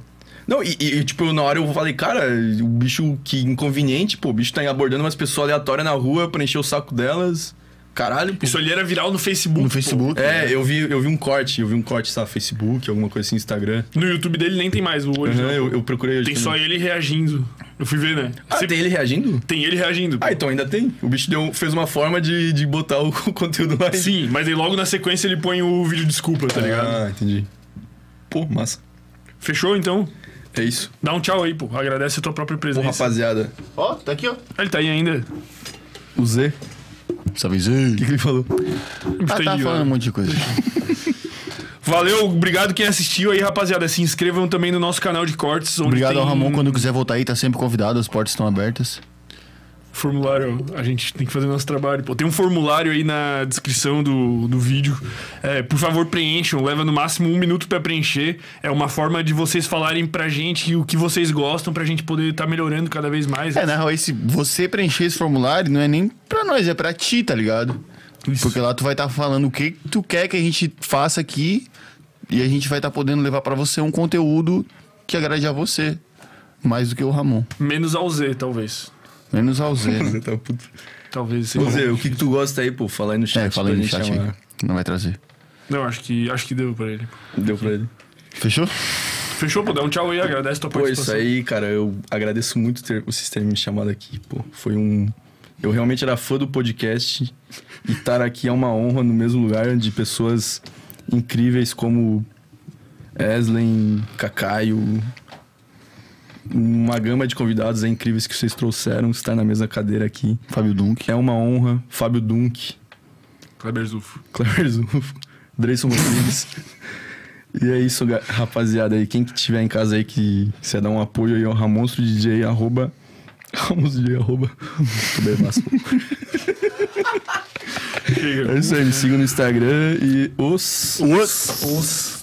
B: Não, e, e, tipo, eu, na hora eu falei, cara, o bicho que inconveniente, pô, o bicho tá abordando umas pessoas aleatórias na rua, preencheu o saco delas. Caralho, pô.
A: Isso ali era viral no Facebook,
C: No
A: pô.
C: Facebook. né?
B: É, eu vi, eu vi um corte, eu vi um corte, sabe, Facebook, alguma coisa assim, Instagram.
A: No YouTube dele nem tem mais o
B: Aham,
A: original. pô.
B: eu, eu procurei hoje
A: Uhum. Tem
B: também.
A: só ele reagindo. Eu fui ver, né?
B: Ah,
A: Sempre
B: tem ele reagindo?
A: tem ele reagindo. pô.
B: Ah, então ainda tem. O bicho deu, fez uma forma de, de botar o conteúdo lá.
A: Sim, mas aí logo na sequência ele põe o vídeo desculpa, tá ligado?
B: Ah, entendi. Pô, massa.
A: Fechou então?
B: É isso. É
A: Dá um tchau aí, pô. Agradece a tua própria
B: Pô,
A: presença.
B: rapaziada.
C: Ó, tá aqui, ó.
A: Ah, Ele tá aí ainda.
B: O Z, o
C: Só avisei.
B: que, que ele falou?
A: Ele tá
C: Ah,
A: aí,
C: tá
A: né?
C: falando um monte de coisa.
A: Valeu, obrigado quem assistiu aí, rapaziada. Se inscrevam também no nosso canal de cortes. Onde
C: Obrigado ao
A: tem um
C: Ramon. Quando quiser voltar aí, tá sempre convidado. As portas estão abertas.
A: Formulário, a gente tem que fazer nosso trabalho. Pô, tem um formulário aí na descrição do, do vídeo. É, por favor, preencham. Leva no máximo um minuto pra preencher. É uma forma de vocês falarem pra gente o que vocês gostam, pra gente poder estar melhorando cada vez mais.
C: É, na real, esse, você preencher esse formulário não é nem pra nós, é pra ti, tá ligado? Porque lá tu vai estar falando o que tu quer que a gente faça aqui e a gente vai estar podendo levar pra você um conteúdo que agrade a você. Mais do que o Ramon.
A: Menos ao Z, talvez.
C: Menos ao Zé.
B: O
C: né?
B: Z tá puto.
A: Talvez seja.
B: Ô, Zé, o que, que tu gosta aí, pô? Fala aí no chat.
C: É, fala aí
B: pra
C: no
B: gente
C: chat
B: chamar.
C: aí. Não vai trazer.
A: Não, acho que, acho que deu pra ele.
B: Deu pra ele.
C: Fechou?
A: Fechou, pô? Dá um tchau aí, agradece tua
B: Pô, isso
A: participação.
B: aí, cara, eu agradeço muito ter, vocês terem me chamado aqui, pô. Foi um. Eu realmente era fã do podcast e estar aqui é uma honra no mesmo lugar de pessoas incríveis como Eslen, Cacaio, uma gama de convidados é, incríveis que vocês trouxeram, estar na mesma cadeira aqui.
C: Fábio Dunk.
B: É uma honra. Fábio Dunk,
A: Kleber Zufo.
B: Cleber Zufo, Dreyson Rodrigues. e é isso, ga- rapaziada. aí quem que tiver em casa aí que você dar um apoio aí ao Ramonstro DJ, arroba. Ramonstro DJ, arroba. Tô bem massa.
A: Chega.
B: É isso aí, me sigam no Instagram e os.
C: Os.
A: Nossa.